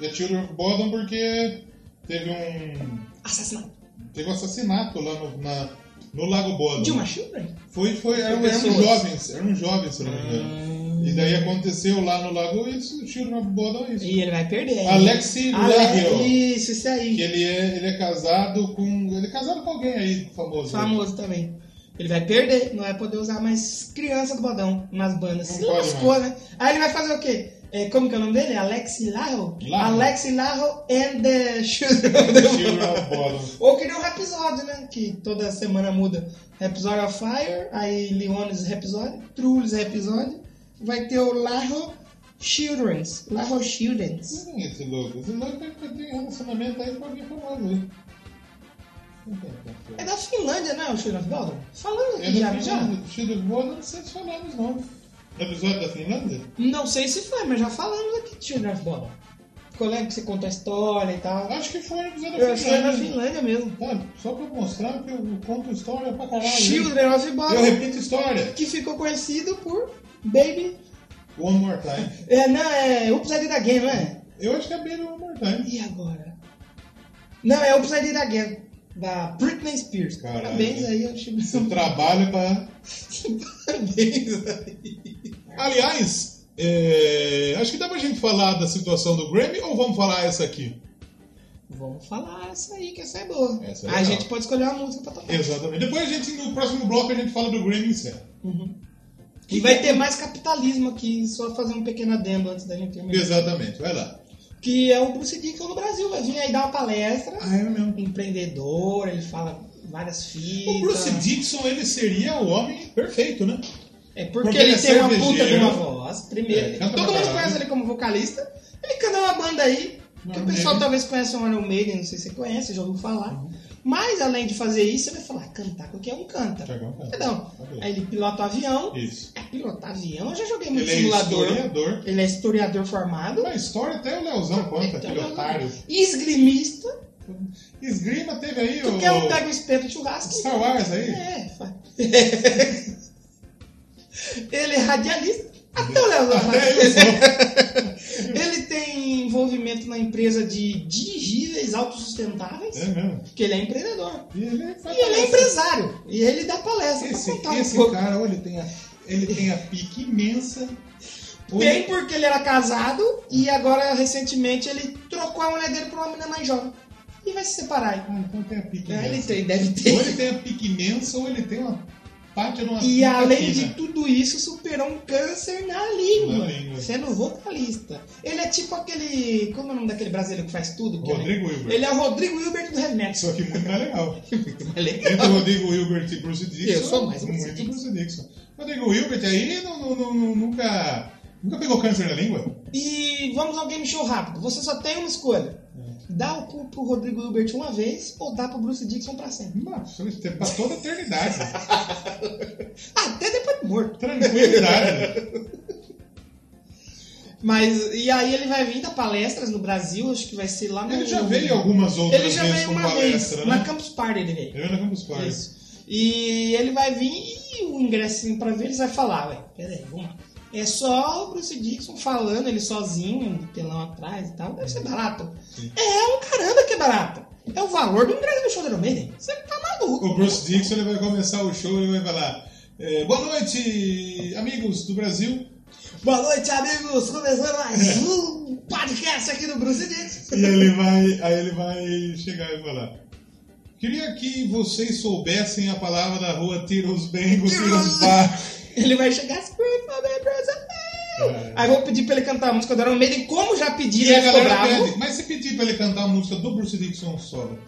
Speaker 2: The Children of Bottom porque teve um.
Speaker 1: Assassinato.
Speaker 2: Teve um assassinato lá no, na- no Lago Bottom.
Speaker 1: Dilma Children?
Speaker 2: Foi, foi, eram,
Speaker 1: Foi
Speaker 2: eram
Speaker 1: pessoas.
Speaker 2: jovens, eram jovens, um se não me engano. E daí aconteceu lá no Lago e o Children of Bottom é isso.
Speaker 1: E ele vai perder.
Speaker 2: Alexi
Speaker 1: Ale...
Speaker 2: Lario.
Speaker 1: Isso, isso aí.
Speaker 2: Que ele é, ele é casado com. Ele é casado com alguém aí famoso.
Speaker 1: Famoso também. Ele vai perder, não vai poder usar mais criança do bodão nas bandas.
Speaker 2: Não
Speaker 1: Se
Speaker 2: pode
Speaker 1: lascou, né? Aí ele vai fazer o quê? É, como que é o nome dele? Alex Larro?
Speaker 2: Larro.
Speaker 1: Alex Larro and the Children of the
Speaker 2: Children
Speaker 1: Bodom.
Speaker 2: of Bottom.
Speaker 1: *laughs* Ou que nem um episódio, né? Que toda semana muda. Episódio of Fire, aí Leones episódio, Trules episódio. Vai ter o Larro Children's. Larro Children's.
Speaker 2: Quem é esse louco? Esse louco é que tem relacionamento aí com alguém famoso aí. Não tem como.
Speaker 1: É da Finlândia, né? O Children of Bodom? Falando
Speaker 2: É
Speaker 1: aqui já,
Speaker 2: da
Speaker 1: já.
Speaker 2: Finlândia. Tiro boa, não sei se falamos, não. No episódio da Finlândia?
Speaker 1: Não sei se foi, mas já falamos aqui de Children of Bodom. Colega que você conta a história e tal.
Speaker 2: Acho que foi no episódio da
Speaker 1: Eu achei na
Speaker 2: Finlândia.
Speaker 1: Finlândia mesmo.
Speaker 2: Tá, só pra mostrar que eu conto história pra caralho.
Speaker 1: Children of
Speaker 2: É, Eu
Speaker 1: Bodom,
Speaker 2: repito história.
Speaker 1: que ficou conhecido por Baby.
Speaker 2: One more time.
Speaker 1: É, não, é Oops, I Did It Again, não é?
Speaker 2: Eu acho que é bem no One more time.
Speaker 1: E agora? Não, é Oops, I Did It Again, da Britney Spears.
Speaker 2: Caralho.
Speaker 1: Parabéns aí, eu achei
Speaker 2: Seu é um trabalho pra. *laughs*
Speaker 1: Parabéns aí.
Speaker 2: Aliás, é, acho que dá pra gente falar da situação do Grammy ou vamos falar essa aqui?
Speaker 1: Vamos falar essa aí, que essa é boa.
Speaker 2: Essa é
Speaker 1: a
Speaker 2: legal.
Speaker 1: gente pode escolher uma música pra tocar.
Speaker 2: Exatamente. Depois a gente, no próximo bloco, a gente fala do Grammy em série.
Speaker 1: E vai ter mais capitalismo aqui, só fazer um pequeno adendo antes da gente terminar.
Speaker 2: Exatamente, vai lá.
Speaker 1: Que é o Bruce Dickinson no Brasil, vai vir aí dar uma palestra.
Speaker 2: Ah, é mesmo.
Speaker 1: Empreendedor, ele fala várias fitas.
Speaker 2: O Bruce Dixon, ele seria o homem perfeito, né?
Speaker 1: É
Speaker 2: Porque
Speaker 1: porque
Speaker 2: ele
Speaker 1: ele
Speaker 2: é
Speaker 1: tem uma puta de
Speaker 2: cervejeiro.
Speaker 1: uma voz, primeiro.
Speaker 2: É,
Speaker 1: Todo
Speaker 2: canta pra
Speaker 1: mundo
Speaker 2: caralho.
Speaker 1: conhece ele como vocalista. Ele canta uma banda aí, que
Speaker 2: Iron
Speaker 1: o pessoal
Speaker 2: Maiden.
Speaker 1: talvez conheça o Iron Maiden, não sei se você conhece, já ouviu falar.
Speaker 2: Uhum.
Speaker 1: Mas além de fazer isso, ele vai falar, cantar qualquer um canta.
Speaker 2: Qualquer um canta.
Speaker 1: Não.
Speaker 2: Ok.
Speaker 1: Aí ele pilota o avião.
Speaker 2: Isso.
Speaker 1: É, pilotar avião? Eu já joguei muito
Speaker 2: Ele é
Speaker 1: Um simulador.
Speaker 2: historiador.
Speaker 1: Ele é historiador formado.
Speaker 2: A história até o Leozão conta,
Speaker 1: Então,
Speaker 2: aquele otário.
Speaker 1: Esgrimista.
Speaker 2: Esgrima teve aí
Speaker 1: Tu
Speaker 2: o
Speaker 1: quer um pega um espeto de churrasco?
Speaker 2: Star Wars aí.
Speaker 1: É, fa- *laughs* Ele é radialista. Até o Então, Leozão.
Speaker 2: Até eu
Speaker 1: Ele tem envolvimento na empresa de dirigíveis autossustentáveis,
Speaker 2: É mesmo.
Speaker 1: que ele é empreendedor.
Speaker 2: E ele,
Speaker 1: E ele é empresário. E ele dá palestra
Speaker 2: Esse,
Speaker 1: pra contar
Speaker 2: esse
Speaker 1: um pouco.
Speaker 2: cara, olha, ele tem a, ele tem a pique imensa.
Speaker 1: Bem porque ele era casado e agora, recentemente, ele trocou a mulher dele por uma menina mais jovem. E vai se separar aí.
Speaker 2: Ah, então tem a pique
Speaker 1: É, Ele
Speaker 2: imensa.
Speaker 1: tem, deve
Speaker 2: Ou
Speaker 1: ter.
Speaker 2: ele tem a pique imensa, ou ele tem uma parte numa
Speaker 1: E além de
Speaker 2: tudo.
Speaker 1: tudo isso, superou um câncer na
Speaker 2: Na
Speaker 1: língua,
Speaker 2: língua.
Speaker 1: sendo vocalista. Ele é tipo aquele. Como é o nome daquele brasileiro que faz tudo? Que
Speaker 2: Rodrigo
Speaker 1: ele,
Speaker 2: Hilbert.
Speaker 1: ele é o Rodrigo Hilbert do Remix.
Speaker 2: Só que muito mais tá legal.
Speaker 1: Mas legal.
Speaker 2: Entre o Rodrigo Hilbert e Bruce Dixon.
Speaker 1: Eu sou mais um
Speaker 2: muito
Speaker 1: Bruce Dixon.
Speaker 2: Bruce Dixon. Rodrigo Hilbert aí não- não- não- nunca, nunca pegou câncer na língua.
Speaker 1: E vamos ao game show rápido. Você só tem uma escolha.
Speaker 2: É.
Speaker 1: Dá o cu pro Rodrigo Hilbert uma vez ou dá pro Bruce Dixon pra sempre.
Speaker 2: Nossa, pra toda a
Speaker 1: *laughs*
Speaker 2: eternidade.
Speaker 1: Até depois de morto.
Speaker 2: Tranquilidade.
Speaker 1: Mas, e aí ele vai vir dar palestras no Brasil, acho que vai ser lá no...
Speaker 2: Ele já veio algumas outras
Speaker 1: Ele já
Speaker 2: vezes
Speaker 1: veio
Speaker 2: com
Speaker 1: uma vez,
Speaker 2: palestra,
Speaker 1: na
Speaker 2: né?
Speaker 1: Campus Party ele veio.
Speaker 2: Eu ainda vamos para.
Speaker 1: Isso. E ele vai vir e o ingressinho pra ver, eles vai falar, ué, peraí, vamos lá. É só o Bruce Dixon falando, ele sozinho, um telão atrás e tal. Deve ser barato. É um caramba que é barato. É o valor do ingresso do show da Iron Maiden. Você tá maluco.
Speaker 2: O Bruce Dixon ele vai começar o show e vai falar é, Boa noite, amigos do Brasil.
Speaker 1: Boa noite, amigos. Começando mais um podcast aqui do Bruce Dixon.
Speaker 2: E ele vai, aí ele vai chegar e falar Queria que vocês soubessem a palavra da rua Tira os Bengos, Tira os Bar.
Speaker 1: Ele vai chegar assim, Scream for me, Bruce Dixon." Aí eu vou pedir pra ele cantar a música do Iron Maiden, como já pedi,
Speaker 2: E a
Speaker 1: ele ficou
Speaker 2: galera
Speaker 1: bravo.
Speaker 2: pede, mas se pedir pra ele cantar a música do Bruce Dixon solo.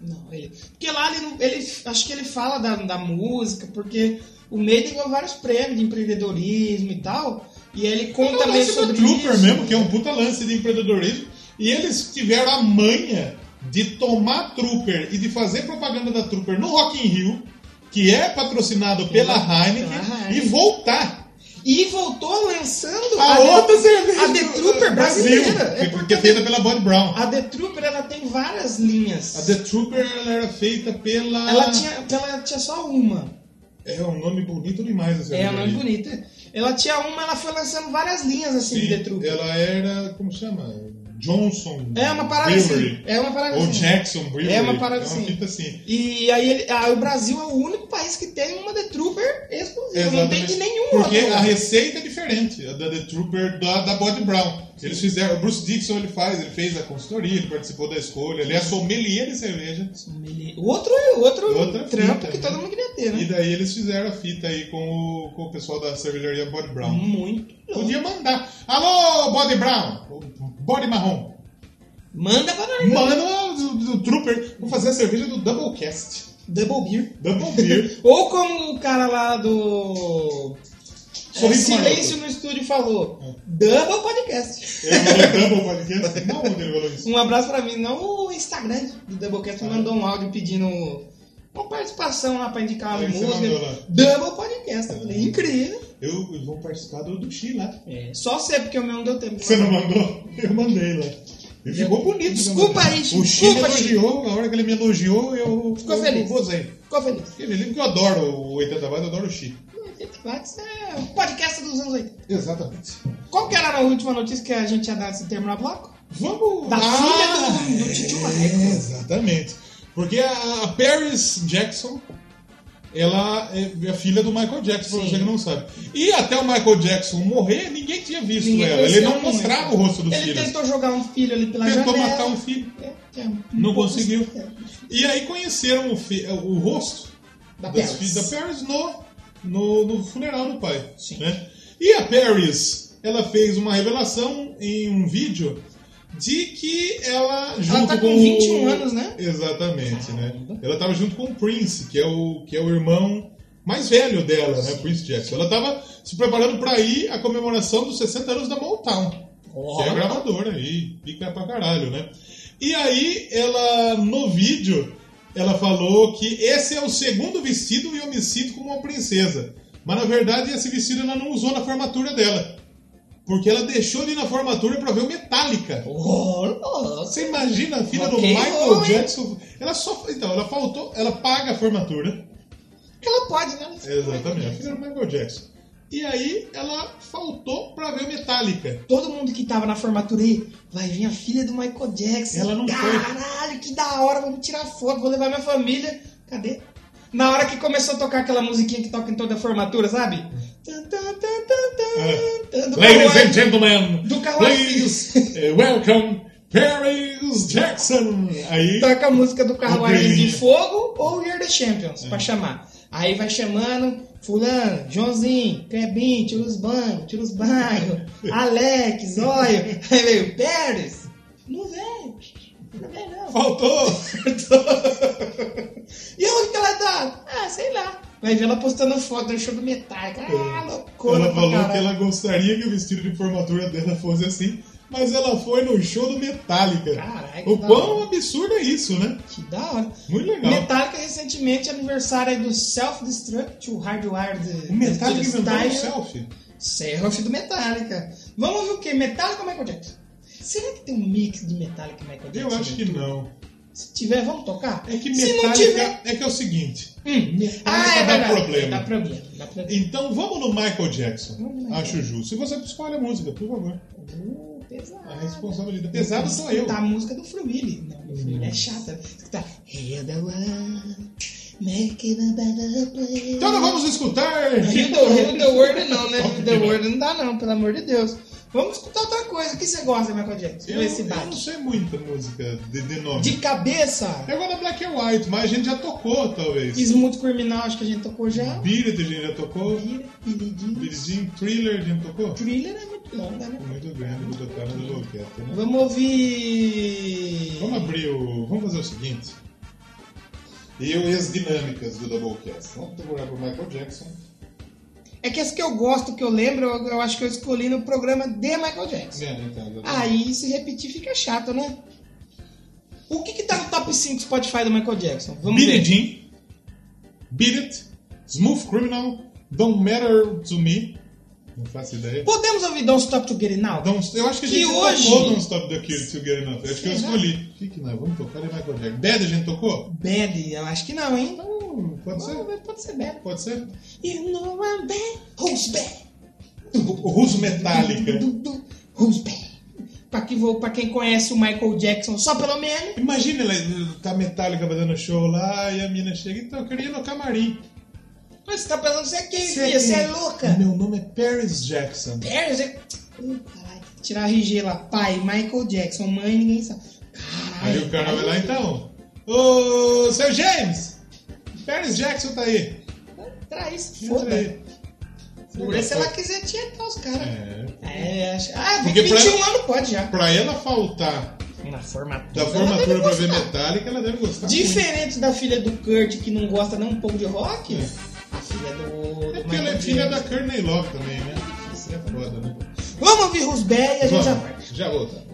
Speaker 1: Não, ele. Porque lá ele, não- ele acho que ele fala da, da música, porque o Maiden ganhou vários prêmios de empreendedorismo e tal. E ele
Speaker 2: Tem
Speaker 1: conta
Speaker 2: o
Speaker 1: meio
Speaker 2: lance
Speaker 1: sobre
Speaker 2: do Trooper
Speaker 1: isso.
Speaker 2: mesmo, que é um puta lance de empreendedorismo. E eles tiveram a manha de tomar a Trooper e de fazer propaganda da Trooper no Rock in Rio, que é patrocinado pela
Speaker 1: Pela
Speaker 2: Heineken,
Speaker 1: Ah, Heineken.
Speaker 2: e voltar.
Speaker 1: E voltou lançando
Speaker 2: A
Speaker 1: The-
Speaker 2: outra cerveja
Speaker 1: a The
Speaker 2: do-
Speaker 1: Trooper
Speaker 2: do
Speaker 1: brasileira. É
Speaker 2: Brasil, que-
Speaker 1: porque
Speaker 2: que é feita pela Body Brown.
Speaker 1: A The Trooper ela tem várias linhas.
Speaker 2: A The Trooper ela era feita pela.
Speaker 1: Ela, tinha, ela tinha só uma.
Speaker 2: É um nome bonito demais essa
Speaker 1: É,
Speaker 2: cerveja.
Speaker 1: a mais bonita. Ela tinha uma, ela foi lançando várias linhas assim de The
Speaker 2: Sim,
Speaker 1: Trooper.
Speaker 2: ela era. Como chama? Johnson.
Speaker 1: É uma parada
Speaker 2: Brewery.
Speaker 1: assim. É uma parada
Speaker 2: Ou
Speaker 1: assim.
Speaker 2: Jackson Brewery.
Speaker 1: É uma parada
Speaker 2: É
Speaker 1: assim.
Speaker 2: uma fita assim.
Speaker 1: E aí, ele- ah, o Brasil é o único país que tem uma The Trooper exclusiva. Não tem de nenhum
Speaker 2: Porque
Speaker 1: outro.
Speaker 2: a receita é diferente a da The Trooper da, da Body Brown. Eles fizeram, o Bruce Dixon ele faz, ele fez a consultoria, ele participou da escolha, ele é sommelier de cerveja.
Speaker 1: O outro, é o outro
Speaker 2: Outra
Speaker 1: trampo
Speaker 2: fita,
Speaker 1: que
Speaker 2: né?
Speaker 1: todo mundo queria ter,
Speaker 2: E
Speaker 1: né?
Speaker 2: daí eles fizeram a fita aí com o, com o pessoal da cervejaria Body Brown.
Speaker 1: Muito.
Speaker 2: Podia mandar. Alô, Body Brown! Body Marrom!
Speaker 1: Manda pra nós.
Speaker 2: Manda do, do Trooper, vou fazer a cerveja do Double Cast.
Speaker 1: Double Gear.
Speaker 2: Double Beer.
Speaker 1: Ou como o cara lá do. é,
Speaker 2: Sorriso É.
Speaker 1: Silêncio no estúdio falou. Double Podcast.
Speaker 2: Ele falou é, Double Podcast? Não, onde ele falou isso?
Speaker 1: Um abraço pra mim. Não, o Instagram do Doublecast mandou um áudio pedindo uma participação lá pra indicar uma
Speaker 2: Aí você
Speaker 1: música.
Speaker 2: mandou lá.
Speaker 1: Double Podcast. Eu falei, incrível.
Speaker 2: Eu, eu vou participar do, do Chi lá.
Speaker 1: É, Só sei porque o meu não deu tempo.
Speaker 2: Você não mandou? Eu mandei lá. E ficou bonito.
Speaker 1: Desculpa
Speaker 2: né?
Speaker 1: aí,
Speaker 2: O Chico
Speaker 1: desculpa, Chico.
Speaker 2: elogiou, na hora que ele me elogiou, eu
Speaker 1: Ficou
Speaker 2: eu
Speaker 1: feliz.
Speaker 2: Gozei.
Speaker 1: Ficou feliz.
Speaker 2: Ele livro que eu adoro, o 80 Watts, eu adoro o Chico.
Speaker 1: Mas é um podcast dos anos 80.
Speaker 2: Exatamente.
Speaker 1: Qual que era a última notícia que a gente ia dar se terminar o bloco?
Speaker 2: Vamos
Speaker 1: Da
Speaker 2: Ah,
Speaker 1: filha do- do Titio Marreco.
Speaker 2: é, Exatamente. Porque a, a Paris Jackson, ela é a filha do Michael Jackson, pra
Speaker 1: Sim.
Speaker 2: você que não sabe. E até o Michael Jackson morrer, ninguém tinha visto
Speaker 1: Ninguém
Speaker 2: ela.
Speaker 1: conhecia
Speaker 2: Ele não
Speaker 1: muito.
Speaker 2: mostrava o rosto dos
Speaker 1: Ele
Speaker 2: filhos.
Speaker 1: tentou jogar um filho ali pela
Speaker 2: Tentou
Speaker 1: janela.
Speaker 2: matar um filho.
Speaker 1: É, tinha um
Speaker 2: Não
Speaker 1: pouco-
Speaker 2: conseguiu.
Speaker 1: É.
Speaker 2: E aí conheceram o, fi- o rosto
Speaker 1: Da
Speaker 2: das
Speaker 1: Paris.
Speaker 2: filhas da Paris no, no, no funeral do pai.
Speaker 1: Sim.
Speaker 2: né? E a Paris, ela fez uma revelação em um vídeo de que ela junto
Speaker 1: tá com
Speaker 2: o-
Speaker 1: 21 anos, né?
Speaker 2: Exatamente,
Speaker 1: Caramba.
Speaker 2: né? Ela tava junto com o Prince, que é o, que é o irmão mais velho dela, né? Prince Jackson. Ela tava se preparando para ir à comemoração dos 60 anos da Motown. Que é a gravadora aí, pica pra caralho, né? E aí, ela, no vídeo, ela falou que esse é o segundo vestido e eu me sinto como uma princesa. Mas na verdade, esse vestido ela não usou na formatura dela. Porque ela deixou de ir na formatura pra ver o Metallica.
Speaker 1: Oh, nossa.
Speaker 2: Você imagina a filha do
Speaker 1: Ok,
Speaker 2: Michael
Speaker 1: oi.
Speaker 2: Jackson? Ela só. Então, ela faltou. Ela paga a formatura.
Speaker 1: Ela pode, né?
Speaker 2: Exatamente, a filha do Michael Jackson. E aí, ela faltou pra ver o Metallica.
Speaker 1: Todo mundo que tava na formatura aí, vai vir a filha do Michael Jackson.
Speaker 2: Ela não foi.
Speaker 1: Caralho, que da hora, vamos tirar foto, vou levar minha família. Cadê? Na hora que começou a tocar aquela musiquinha que toca em toda a formatura, sabe? Tan, tan, tan, tan, tan, do
Speaker 2: É. Ladies
Speaker 1: Kawaii.
Speaker 2: and gentlemen,
Speaker 1: Do Kawaii
Speaker 2: please eh, welcome Paris Jackson. Aí,
Speaker 1: toca a música do carro
Speaker 2: Incrível.
Speaker 1: Ares de Fogo ou We're the Champions
Speaker 2: É.
Speaker 1: pra chamar. Aí vai chamando Fulano, Joãozinho, Crebin, tira os banhos, tira os banhos,
Speaker 2: *laughs*
Speaker 1: Alex, Zóio. Aí veio Pérez. Não vem, não vem não. *laughs*
Speaker 2: faltou.
Speaker 1: E onde que ela tá? Ah, sei lá. Vai ver ela postando foto no show do Metallica. Ah, loucura
Speaker 2: É. Ela
Speaker 1: pra
Speaker 2: falou que
Speaker 1: caralho.
Speaker 2: ela gostaria que o vestido de formatura dela fosse assim, mas ela foi no show do Metallica.
Speaker 1: Caraca,
Speaker 2: o
Speaker 1: que da
Speaker 2: quão
Speaker 1: hora.
Speaker 2: absurdo é isso, né?
Speaker 1: Que da hora.
Speaker 2: Muito legal.
Speaker 1: Metallica recentemente aniversário aí do Self Destruct, o Hardwired.
Speaker 2: o Metallica
Speaker 1: Destruct
Speaker 2: inventou um
Speaker 1: Style.
Speaker 2: selfie.
Speaker 1: Serroff do Metallica. Vamos ouvir o que? Metallica ou Michael Jackson? Será que tem um mix de Metallica e Michael Jackson?
Speaker 2: Eu acho que
Speaker 1: YouTube?
Speaker 2: não.
Speaker 1: Se tiver, vamos tocar?
Speaker 2: É que
Speaker 1: é Se não
Speaker 2: Metallica
Speaker 1: tiver.
Speaker 2: é que é o seguinte.
Speaker 1: Hum.
Speaker 2: Metallica
Speaker 1: Ah, é
Speaker 2: dá
Speaker 1: verdade.
Speaker 2: problema.
Speaker 1: Dá problema. Dá problema.
Speaker 2: Então vamos no Michael Jackson.
Speaker 1: Vamos no Michael.
Speaker 2: Acho justo. Se você escolhe a música, por favor.
Speaker 1: Uh, pesado.
Speaker 2: A responsabilidade. Pesado sou eu.
Speaker 1: Tá a música do Fruilli. Não, do Fruilli é chata. Tá. You're the one. Making a better place.
Speaker 2: Então nós vamos escutar.
Speaker 1: Rio the, Rio the
Speaker 2: *laughs*
Speaker 1: World não, *laughs* né? Rio the World não dá não, pelo amor de Deus. Vamos escutar outra coisa. O que você gosta, Michael Jackson?
Speaker 2: Eu,
Speaker 1: Vamos ver se
Speaker 2: eu
Speaker 1: bate.
Speaker 2: não sei muita música de, de nome.
Speaker 1: De cabeça,
Speaker 2: Eu gosto da Black and é White, mas a gente já tocou, talvez.
Speaker 1: Smooth Criminal, acho que a gente tocou já.
Speaker 2: Beat It a gente já tocou.
Speaker 1: Vira, Piridinho.
Speaker 2: Virgin Thriller a gente tocou.
Speaker 1: Thriller é muito longa, né?
Speaker 2: Muito grande, vou tocar no Loquete, né?
Speaker 1: Vamos ouvir.
Speaker 2: Vamos abrir o. Vamos fazer o seguinte. Eu e as dinâmicas do Doublecast. Vamos procurar pro Michael Jackson.
Speaker 1: É que as que eu gosto, que eu lembro, eu, eu acho que eu escolhi no programa de Michael Jackson.
Speaker 2: É, então, exatamente.
Speaker 1: Aí se repetir fica chato, né? O que que tá no top 5 Spotify do Michael Jackson? Vamos
Speaker 2: Beat
Speaker 1: ver.
Speaker 2: It Jean, Beat It, Smooth Criminal, Don't Matter to Me, Não faço ideia.
Speaker 1: Podemos ouvir Don't Stop Together Now?
Speaker 2: Don't- eu acho que a
Speaker 1: Que
Speaker 2: gente
Speaker 1: hoje-
Speaker 2: tocou um Don't Stop the Kill to Get Enough. Eu acho que eu
Speaker 1: Será?
Speaker 2: escolhi. O que que nós vamos tocar é Michael Jackson? Dead a gente tocou?
Speaker 1: Bad, eu acho que não, hein?
Speaker 2: Hum, pode ser.
Speaker 1: Ah, Pode ser bad.
Speaker 2: Pode ser.
Speaker 1: You know I'm bad. Who's bad?
Speaker 2: O Russo Metallica.
Speaker 1: Du, du, du. Who's bad? Pra, que vou, pra quem conhece o Michael Jackson, só pelo menos.
Speaker 2: Imagina ela tá Metallica fazendo show lá e a mina chega então eu queria ir no camarim.
Speaker 1: Mas você tá pensando, você é quem,
Speaker 2: Você é
Speaker 1: filha? Você
Speaker 2: quem?
Speaker 1: é louca?
Speaker 2: Meu nome é Paris Jackson.
Speaker 1: Paris é. Ih, caralho. Tirar a RG lá, pai, Michael Jackson, mãe, ninguém sabe. Caralho.
Speaker 2: Aí o cara vai lá então. Ô, seu James! Paris Jackson tá aí.
Speaker 1: Traz,
Speaker 2: Entra
Speaker 1: foda.
Speaker 2: aí.
Speaker 1: Por se ela quiser tietar os caras.
Speaker 2: É.
Speaker 1: É, acho. Ah,
Speaker 2: Porque
Speaker 1: 21
Speaker 2: pra-
Speaker 1: anos pode já.
Speaker 2: Pra ela faltar
Speaker 1: Na formatura.
Speaker 2: da
Speaker 1: ela
Speaker 2: formatura
Speaker 1: deve
Speaker 2: pra ver
Speaker 1: gostar.
Speaker 2: Metallica, ela deve gostar.
Speaker 1: Diferente da filha do Kurt, que não gosta nem um pouco de rock, a filha do.
Speaker 2: muito.
Speaker 1: do
Speaker 2: É porque ela é
Speaker 1: Michael
Speaker 2: filha da
Speaker 1: Jackson.
Speaker 2: Courtney Love também, né? Isso é foda, né?
Speaker 1: Vamos ouvir Rusbé e a gente já vai.
Speaker 2: Vamos, já volta.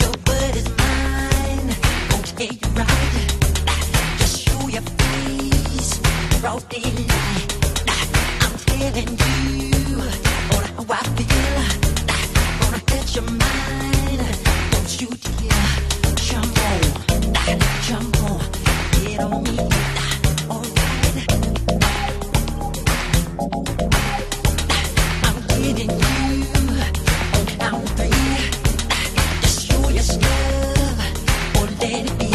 Speaker 6: Your word is mine. Won't get you right. Just show your face. Broad daylight. I'm telling you on how I feel. Gonna hurt your mind. Don't you dare. Jump on. Jump on. Get on me. Alright. I'm getting you on count three. Just show your love or let it be.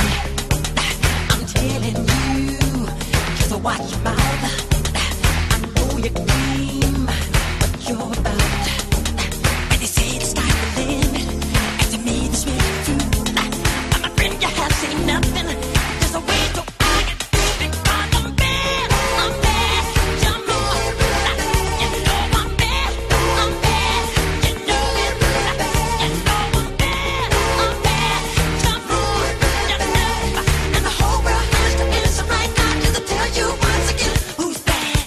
Speaker 6: I'm telling you, just watch your mouth. I know you came, but you're about. And they say the sky's the limit, and to me this way too. I'm a friend, you have seen nothing. There's a way to I get feeling fine. I'm bad, I'm bad, you know. You know I'm bad, I'm bad, you know it. You know I'm bad, I'm bad, you know. You know, and the whole world has to answer right now. Just to tell you once again, who's bad?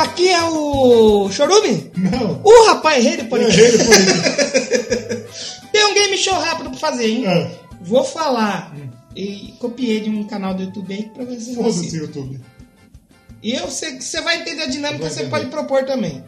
Speaker 1: aqui é o Chorume?
Speaker 2: Não. é
Speaker 1: O rapaz rei do podcast. *laughs*
Speaker 2: Ele foi. É.
Speaker 1: Tem um game show rápido pra fazer, hein?
Speaker 2: Ah,
Speaker 1: Vou falar. E copiei de um canal do YouTube aí pra vocês.
Speaker 2: Hum. Foda-se, YouTube.
Speaker 1: E eu sei que você vai entender a dinâmica,
Speaker 2: Vai
Speaker 1: você
Speaker 2: entender.
Speaker 1: pode propor também.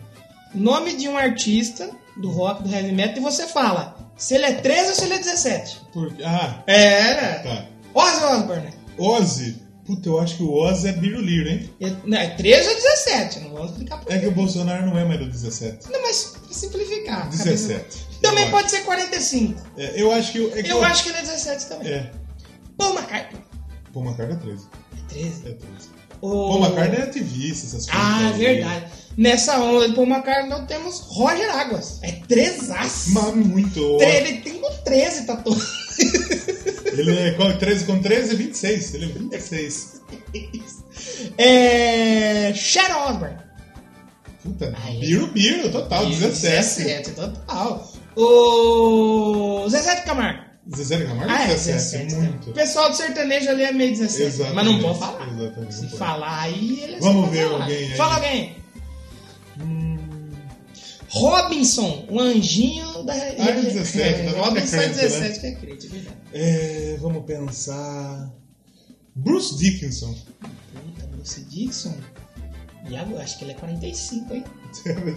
Speaker 1: Nome de um artista do rock, do heavy metal, e você fala se ele é 13 ou se ele é 17.
Speaker 2: Por... Ah,
Speaker 1: É,
Speaker 2: tá.
Speaker 1: Ozzy Osbourne.
Speaker 2: Ozzy. Puta, eu acho que o Ozzy é biruliro, hein?
Speaker 1: É, não, é 13 ou 17, não vou explicar por
Speaker 2: É que o Bolsonaro não é mais do 17.
Speaker 1: Não, mas pra simplificar. a cabeça-
Speaker 2: 17.
Speaker 1: Também
Speaker 2: Eu
Speaker 1: pode ser 45.
Speaker 2: acho. É, eu acho que... o- É que
Speaker 1: Eu acho que ele é 17 também.
Speaker 2: É.
Speaker 1: Paul McCartney.
Speaker 2: Pô, uma carga é 13.
Speaker 1: É 13.
Speaker 2: É 13.
Speaker 1: O...
Speaker 2: Pô, uma carga é ativista, essas coisas.
Speaker 1: Ah, é
Speaker 2: aí.
Speaker 1: verdade. Nessa onda de Paul McCartney, nós temos Roger Águas. É 3
Speaker 2: Mas muito.
Speaker 1: Ele tem um com 13 tatuagens.
Speaker 2: Ele é qual? 13 com 13 é 26. Ele é 26.
Speaker 1: É. Sharon Osbourne.
Speaker 2: Puta,
Speaker 1: Ai,
Speaker 2: biro, biro, total, 17.
Speaker 1: 17, é total. O. Zezé de Camargo.
Speaker 2: 17 Camargo
Speaker 1: Ah, é, né?
Speaker 2: 17,
Speaker 1: 17.
Speaker 2: muito.
Speaker 1: O pessoal do sertanejo ali é meio 17. Mas não pode falar.
Speaker 2: Exatamente.
Speaker 1: Se falar aí, ele é
Speaker 2: Vamos
Speaker 1: só pra
Speaker 2: ver
Speaker 1: falar.
Speaker 2: alguém aí.
Speaker 1: Fala alguém. Hum, Robinson, o anjinho da.
Speaker 2: é 17,
Speaker 1: É,
Speaker 2: tá bom
Speaker 1: Robinson
Speaker 2: que
Speaker 1: é
Speaker 2: é crente,
Speaker 1: 17, que é crente, é verdade.
Speaker 2: É, vamos pensar. Bruce Dickinson. *laughs*
Speaker 1: Puta, Bruce Dixon. Iago, eu acho que ele é 45, hein?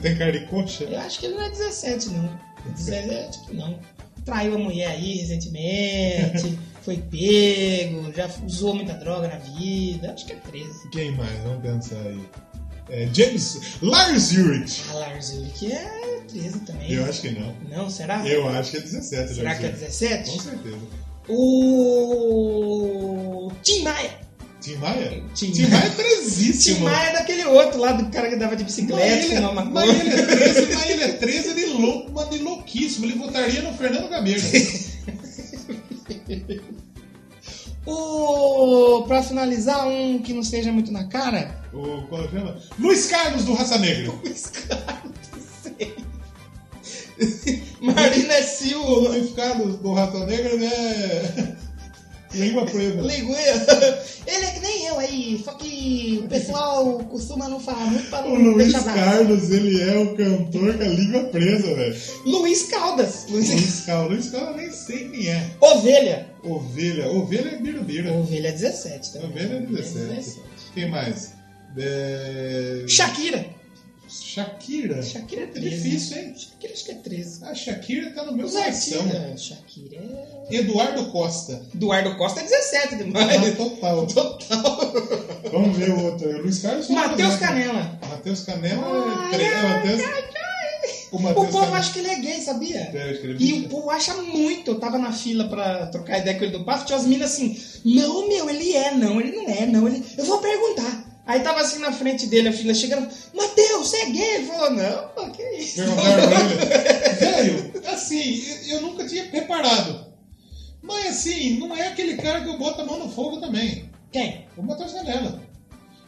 Speaker 2: Tem cara de coxa?
Speaker 1: Eu acho que ele não é 17, não. 17, tipo, não. Traiu a mulher aí
Speaker 2: *laughs*
Speaker 1: recentemente, foi pego, já usou muita droga na vida. Acho que é 13.
Speaker 2: Quem mais? Vamos pensar aí. É, James. Lars Ulrich.
Speaker 1: A Lars Ulrich é 13 também.
Speaker 2: Eu acho que não.
Speaker 1: Não, será?
Speaker 2: Eu acho que é 17.
Speaker 1: Será
Speaker 2: Lars
Speaker 1: que é
Speaker 2: Ulrich.
Speaker 1: 17?
Speaker 2: Com certeza.
Speaker 1: O. Tim Maia.
Speaker 2: Tim Maia?
Speaker 1: Tim
Speaker 2: Tim Maia é
Speaker 1: Tim
Speaker 2: presíssimo.
Speaker 1: Maia é daquele outro lá do cara que dava de bicicleta, que não é uma
Speaker 2: mas é ele
Speaker 1: coisa.
Speaker 2: é 13, mas ele é 13, ele é louco, mano, ele é louquíssimo. Ele votaria no
Speaker 1: *laughs*
Speaker 2: Fernando Gabeira.
Speaker 1: *laughs* O. Pra finalizar, um que não seja muito na cara.
Speaker 2: o, qual é que chama? Luiz Carlos do Raça Negra.
Speaker 1: Luiz Carlos, sei. *laughs* Marina é
Speaker 2: O
Speaker 1: Silva.
Speaker 2: Luiz Carlos do Raça Negra ele é. *laughs* Língua preta.
Speaker 1: Ligueira. Ele é que nem eu aí, só que o pessoal costuma não falar muito pra
Speaker 2: O
Speaker 1: não
Speaker 2: Luiz
Speaker 1: deixar dar.
Speaker 2: Carlos, ele é o cantor com a língua presa, velho.
Speaker 1: Luiz Caldas. Luiz-
Speaker 2: Luiz Carlos, Luiz Carlos eu nem sei quem é.
Speaker 1: *laughs* Ovelha.
Speaker 2: Ovelha, ovelha é birubiru.
Speaker 1: Ovelha é 17 também.
Speaker 2: Ovelha é 17. Quem mais? É...
Speaker 1: Shakira.
Speaker 2: Shakira.
Speaker 1: Shakira é
Speaker 2: É
Speaker 1: 13.
Speaker 2: difícil, hein?
Speaker 1: Shakira acho que é 13.
Speaker 2: A Shakira tá no meu
Speaker 1: Os
Speaker 2: coração.
Speaker 1: artistas. é Shakira é.
Speaker 2: Eduardo Costa.
Speaker 1: Eduardo Costa é 17
Speaker 2: Ah,
Speaker 1: demais.
Speaker 2: total.
Speaker 1: Total.
Speaker 2: Vamos ver o outro. aí. Luiz Carlos.
Speaker 1: Matheus
Speaker 2: Fernandes, né?
Speaker 1: Canela.
Speaker 2: Matheus Canela
Speaker 1: Ai,
Speaker 2: é. tre- é, Matheus- O
Speaker 1: O
Speaker 2: Matheus
Speaker 1: povo
Speaker 2: Canela.
Speaker 1: acha que ele é gay, sabia?
Speaker 2: Pera, eu escrevi.
Speaker 1: E o povo acha muito. Eu tava na fila pra trocar ideia com ele do papo, tinha as minas assim, não, meu, ele é, não, ele não é, não, ele. Eu vou perguntar. Aí tava assim na frente dele, a fila chegando, Mateus, você é gay? Ele falou, não, pô, que isso?
Speaker 2: Perguntaram pra ele. Velho, assim, eu- eu nunca tinha reparado. Mas assim, não é aquele cara que eu boto a mão no fogo também.
Speaker 1: *laughs* Quem?
Speaker 2: O Matheus Canela.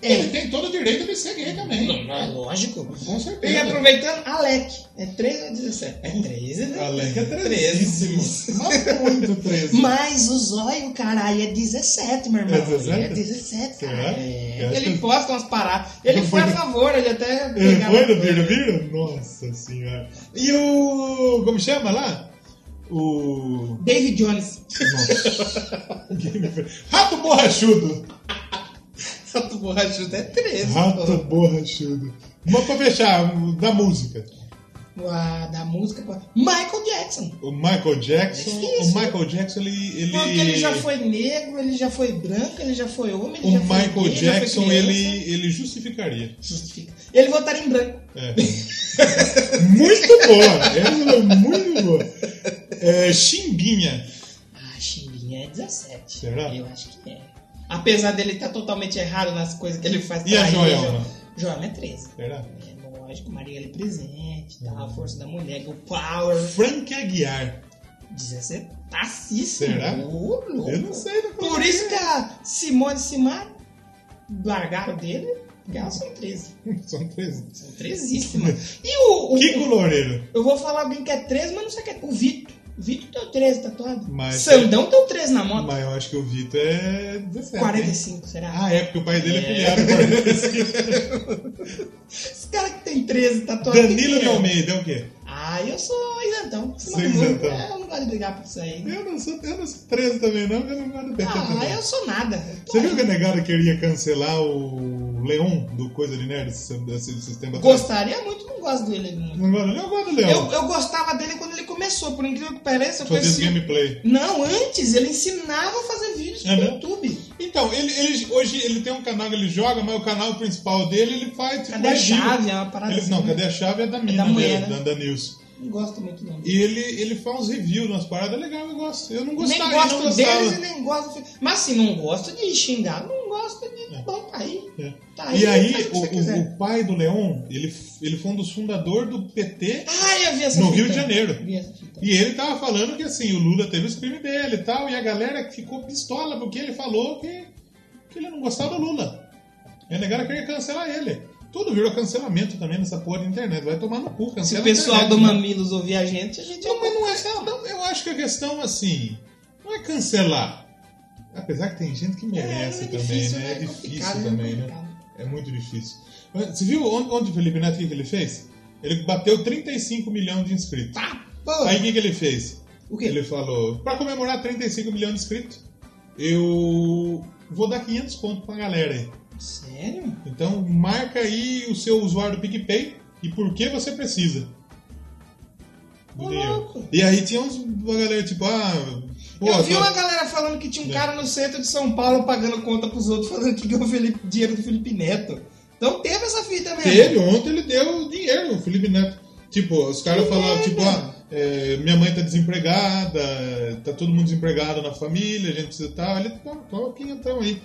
Speaker 1: É.
Speaker 2: Ele tem todo o direito de ser gay também.
Speaker 1: É lógico.
Speaker 2: Com
Speaker 1: E
Speaker 2: certeza.
Speaker 1: aproveitando, Alec. É 13 ou 17? É 13, né?
Speaker 2: Alec é
Speaker 1: 13.
Speaker 2: trezíssimo. Mas muito preso.
Speaker 1: Mas o zóio, caralho, é 17, meu irmão.
Speaker 2: É 17?
Speaker 1: Ele É 17, cara.
Speaker 2: Será?
Speaker 1: É.
Speaker 2: Eu acho
Speaker 1: Ele
Speaker 2: que-
Speaker 1: posta umas paradas. Ele foi a favor, ele até.
Speaker 2: Ele
Speaker 1: pegava-
Speaker 2: É, foi no Birubiru? Nossa senhora. E o. Como chama lá? O.
Speaker 1: David Jones. *laughs*
Speaker 2: Nossa. Game Freak. Rato borrachudo!
Speaker 1: Rato borrachudo é 13.
Speaker 2: Rato borrachudo. Vamos pra fechar, o da música.
Speaker 1: pô. A, da música. pô. Michael Jackson.
Speaker 2: O Michael Jackson.
Speaker 1: É Difícil.
Speaker 2: O Michael Jackson, ele. ele...
Speaker 1: Porque ele já foi negro, ele já foi branco, ele já foi homem, ele
Speaker 2: O
Speaker 1: já foi
Speaker 2: Michael
Speaker 1: gay, já foi
Speaker 2: Jackson,
Speaker 1: criança.
Speaker 2: ele, ele justificaria.
Speaker 1: Justifica. Ele votaria em branco.
Speaker 2: É. *laughs* muito boa! Essa é muito boa. É, Chimbinha.
Speaker 1: Ah, Chimbinha é 17.
Speaker 2: Será?
Speaker 1: Eu acho que é. Apesar dele estar totalmente errado nas coisas que ele faz.
Speaker 2: E né? a
Speaker 1: pra
Speaker 2: Joelma?
Speaker 1: ele, Jo- Joelma é 13.
Speaker 2: Será?
Speaker 1: É, lógico, Maria é presente, tá? A força da mulher, o power.
Speaker 2: Frank Aguiar. *laughs*
Speaker 1: 17 tacíssimo.
Speaker 2: Será?
Speaker 1: Ô, louco.
Speaker 2: Eu não sei, né? é não
Speaker 1: Por isso que a Simone e Simar largaram dele, porque elas são 13.
Speaker 2: São 13.
Speaker 1: São 13íssimas. E o. o-
Speaker 2: Kiko Loureiro.
Speaker 1: Eu vou falar alguém que é 13, mas não sei o que é. O Vitor. O Vitor tem o 13 tatuado.
Speaker 2: Mas- é-
Speaker 1: Sandão tem o 13 na moto.
Speaker 2: Ah, Mas eu acho que o Vitor é Ah. 17. hein?
Speaker 1: 45, será? *laughs*
Speaker 2: Ah, é, porque o pai dele é,
Speaker 1: É.
Speaker 2: filiado.
Speaker 1: tem 13 tatuagens. que
Speaker 2: Danilo de
Speaker 1: que é?
Speaker 2: Almeida é o quê?
Speaker 1: Ah, eu sou isentão. Você
Speaker 2: Você é
Speaker 1: manda muito.
Speaker 2: isentão.
Speaker 1: É, Eu não gosto de brigar por isso aí.
Speaker 2: Eu não sou, eu não sou preso também, não, porque eu não guardo pé.
Speaker 1: Ah, eu sou nada.
Speaker 2: Você viu que a negada queria cancelar o Leon do Coisa de Nerd, esse- desse sistema?
Speaker 1: Gostaria muito, não gosto dele muito.
Speaker 2: Não gosto, eu gosto do Leon.
Speaker 1: Eu, eu gostava dele quando ele começou, por incrível que pareça. Eu
Speaker 2: Fazer esse
Speaker 1: conheci...
Speaker 2: gameplay.
Speaker 1: Não, antes ele ensinava a fazer vídeos
Speaker 2: É
Speaker 1: no
Speaker 2: mesmo?
Speaker 1: YouTube.
Speaker 2: Então, ele, ele- hoje ele tem um canal que ele joga, mas o canal principal dele ele faz tipo
Speaker 1: Cadê a
Speaker 2: um giro.
Speaker 1: chave? É uma parada
Speaker 2: Ele-
Speaker 1: assim.
Speaker 2: não, cadê a chave é da mina,
Speaker 1: da mulher,
Speaker 2: dele,
Speaker 1: né?
Speaker 2: da, da Nilson.
Speaker 1: Não gosto muito, não.
Speaker 2: E ele, ele faz uns reviews, umas paradas legais, eu gosto. Eu não
Speaker 1: nem
Speaker 2: gostava, eu não
Speaker 1: gosto
Speaker 2: gostava.
Speaker 1: deles e nem gosto. Mas assim, não gosto de xingar, não gosto de. Bom, tá aí.
Speaker 2: É.
Speaker 1: Tá
Speaker 2: E aí,
Speaker 1: faz o que
Speaker 2: o,
Speaker 1: você quiser.
Speaker 2: o- o pai do Leon, ele, ele foi um dos fundadores do PT
Speaker 1: Ah, eu vi essa
Speaker 2: É. no
Speaker 1: fita.
Speaker 2: Rio de Janeiro.
Speaker 1: Vi essa fita.
Speaker 2: E ele tava falando que assim, o Lula teve os crimes dele e tal, e a galera ficou pistola porque ele falou que, que ele não gostava do Lula. E a negada queria cancelar ele. Tudo virou cancelamento também nessa porra de internet. Vai tomar no cu,
Speaker 1: Se
Speaker 2: cancela
Speaker 1: o pessoal
Speaker 2: a
Speaker 1: do
Speaker 2: internet, né?
Speaker 1: Mamilos ouvir a gente, a gente
Speaker 2: Não, mas não é. não, eu acho que a questão, assim, não é cancelar. Apesar que tem gente que merece
Speaker 1: é
Speaker 2: também,
Speaker 1: difícil,
Speaker 2: né?
Speaker 1: né?
Speaker 2: É
Speaker 1: É
Speaker 2: difícil
Speaker 1: complicado, né?
Speaker 2: também, né? É muito difícil. Mas Você viu onde, onde o Felipe Neto o que que ele fez? Ele bateu 35 milhões de inscritos.
Speaker 1: Tá, pô.
Speaker 2: Aí o que, que ele fez?
Speaker 1: O quê?
Speaker 2: Ele falou: pra comemorar 35 milhões de inscritos, eu vou dar 500 pontos pra galera aí.
Speaker 1: Sério?
Speaker 2: Então marca aí o seu usuário do PicPay e por que você precisa. Do
Speaker 1: Ô,
Speaker 2: dinheiro.
Speaker 1: louco.
Speaker 2: E aí tinha uns uma galera tipo, ah, pô, É.
Speaker 1: eu vi
Speaker 2: tô-
Speaker 1: uma galera falando que tinha um cara no centro de São Paulo pagando conta pros outros, falando que ganhou o Felipe- dinheiro do Felipe Neto. Então teve essa fita mesmo.
Speaker 2: teve, ontem ele deu dinheiro, o Felipe Neto. Tipo, os caras
Speaker 1: Que
Speaker 2: falavam,
Speaker 1: merda.
Speaker 2: tipo, ah, é, minha mãe tá desempregada, tá todo mundo desempregado na família, a gente precisa tal. Ele, pô, toma quinhentão aí.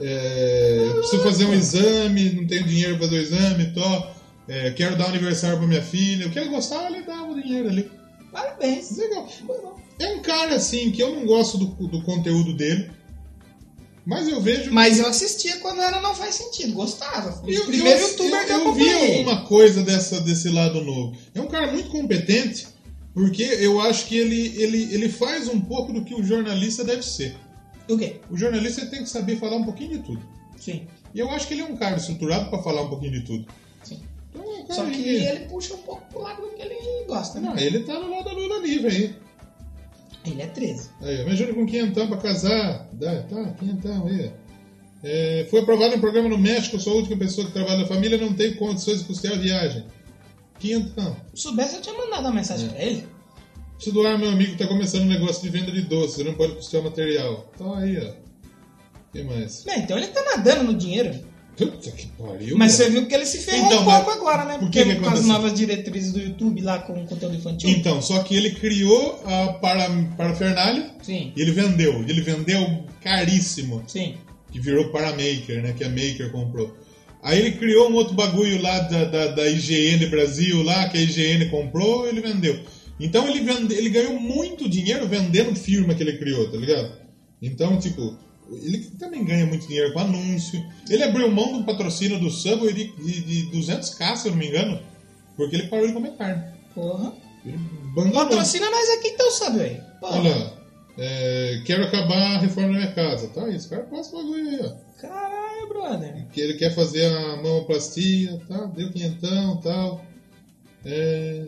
Speaker 2: É, preciso fazer um exame, não tenho dinheiro pra fazer o exame, tô. É, quero dar um aniversário pra minha filha. O que ele gostava, ele dava o dinheiro ali.
Speaker 1: Parabéns.
Speaker 2: Legal. É um cara assim que eu não gosto do, do conteúdo dele, mas eu vejo.
Speaker 1: Mas eu assistia quando era Não Faz Sentido, gostava. O
Speaker 2: eu,
Speaker 1: primeiro
Speaker 2: eu,
Speaker 1: youtuber
Speaker 2: eu,
Speaker 1: que eu
Speaker 2: eu vi
Speaker 1: acompanhei.
Speaker 2: alguma coisa dessa, desse lado novo. É um cara muito competente, porque eu acho que ele, ele, ele faz um pouco do que o jornalista deve ser.
Speaker 1: O quê?
Speaker 2: O jornalista tem que saber falar um pouquinho de tudo.
Speaker 1: Sim.
Speaker 2: E eu acho que ele é um cara estruturado pra falar um pouquinho de tudo.
Speaker 1: Sim.
Speaker 2: Então, é um cara
Speaker 1: Só que
Speaker 2: que-
Speaker 1: ele puxa um pouco pro lado do que ele gosta, né?
Speaker 2: Não, ele tá no lado da Lula livre aí.
Speaker 1: Ele é 13.
Speaker 2: Aí, ó, imagina com quinhentão pra casar. Dá, tá, quinhentão aí. ó. É, foi aprovado um programa no México, sou a última pessoa que trabalha na família, não tem condições de custear a viagem. Quinhentão.
Speaker 1: Se soubesse, eu tinha mandado uma
Speaker 2: É.
Speaker 1: mensagem pra ele.
Speaker 2: Preciso doar, meu amigo, tá começando um negócio de venda de doces, ele não pode custear o material. Tá aí, ó. O que mais?
Speaker 1: Não, então ele tá nadando no dinheiro.
Speaker 2: Puta que pariu.
Speaker 1: Mas
Speaker 2: cara.
Speaker 1: você viu que ele se ferrou
Speaker 2: Então,
Speaker 1: um
Speaker 2: mas
Speaker 1: pouco agora, né?
Speaker 2: por que que
Speaker 1: com as
Speaker 2: aconteceu?
Speaker 1: novas diretrizes do YouTube lá com o conteúdo infantil.
Speaker 2: Então, só que ele criou a para, parafernália
Speaker 1: Sim,
Speaker 2: e ele vendeu. Ele vendeu caríssimo.
Speaker 1: sim.
Speaker 2: que virou para a Maker, né? Que a Maker comprou. Aí ele criou um outro bagulho lá da, da, da IGN Brasil, lá que a IGN comprou, ele vendeu. Então ele, vende, ele ganhou muito dinheiro vendendo firma que ele criou, tá ligado? Então, tipo, ele também ganha muito dinheiro com anúncio. Ele abriu mão do patrocínio do Subway de, de, de 200k, se eu não me engano, porque ele parou de comer carne.
Speaker 1: Porra.
Speaker 2: Ele abandonou.
Speaker 1: Patrocina nós aqui então, sabe aí? Porra.
Speaker 2: Olha lá, é, quero acabar a reforma da minha casa. Tá, esse cara passa o bagulho aí, ó
Speaker 1: Caralho, brother.
Speaker 2: que ele quer fazer a mamoplastia, tá? deu quinhentão tal. É,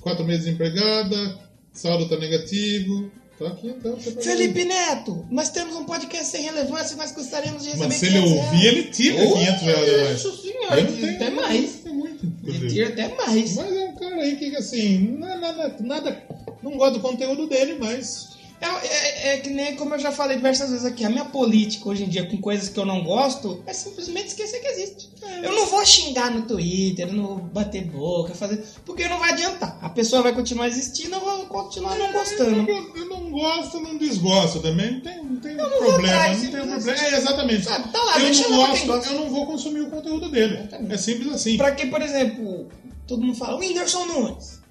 Speaker 2: quatro meses empregada, saldo tá negativo, tá quinhentão. tá pra
Speaker 1: Felipe Neto, nós temos um podcast sem relevância e nós gostaríamos de
Speaker 2: caralho.
Speaker 1: receber
Speaker 2: Mas se ele
Speaker 1: 500
Speaker 2: ouvir, ele tira
Speaker 1: reais.
Speaker 2: 500 reais a mais.
Speaker 1: Nossa senhora,
Speaker 2: Eu não tenho-
Speaker 1: até mais.
Speaker 2: É muito,
Speaker 1: Ele
Speaker 2: inclusive.
Speaker 1: tira até mais.
Speaker 2: Mas é um cara aí que, assim, não é nada, nada. Não gosto do conteúdo dele, mas.
Speaker 1: É, é- é que nem como eu já falei diversas vezes aqui, a minha política hoje em dia com coisas que eu não gosto é simplesmente esquecer que existe. Eu não vou xingar no Twitter, eu não vou bater boca, fazer. Porque não vai adiantar. A pessoa vai continuar existindo, eu vou continuar não gostando.
Speaker 2: Eu, eu não gosto, não desgosto também. Não tem, não tem problema.
Speaker 1: atrás,
Speaker 2: não tem
Speaker 1: não
Speaker 2: problema. É, exatamente.
Speaker 1: Sabe, tá lá,
Speaker 2: eu
Speaker 1: deixa
Speaker 2: não
Speaker 1: lá pra quem
Speaker 2: gosto,
Speaker 1: gosta.
Speaker 2: eu não vou consumir o conteúdo dele. É simples assim.
Speaker 1: Pra quem, por exemplo, todo mundo fala, Whindersson Nunes.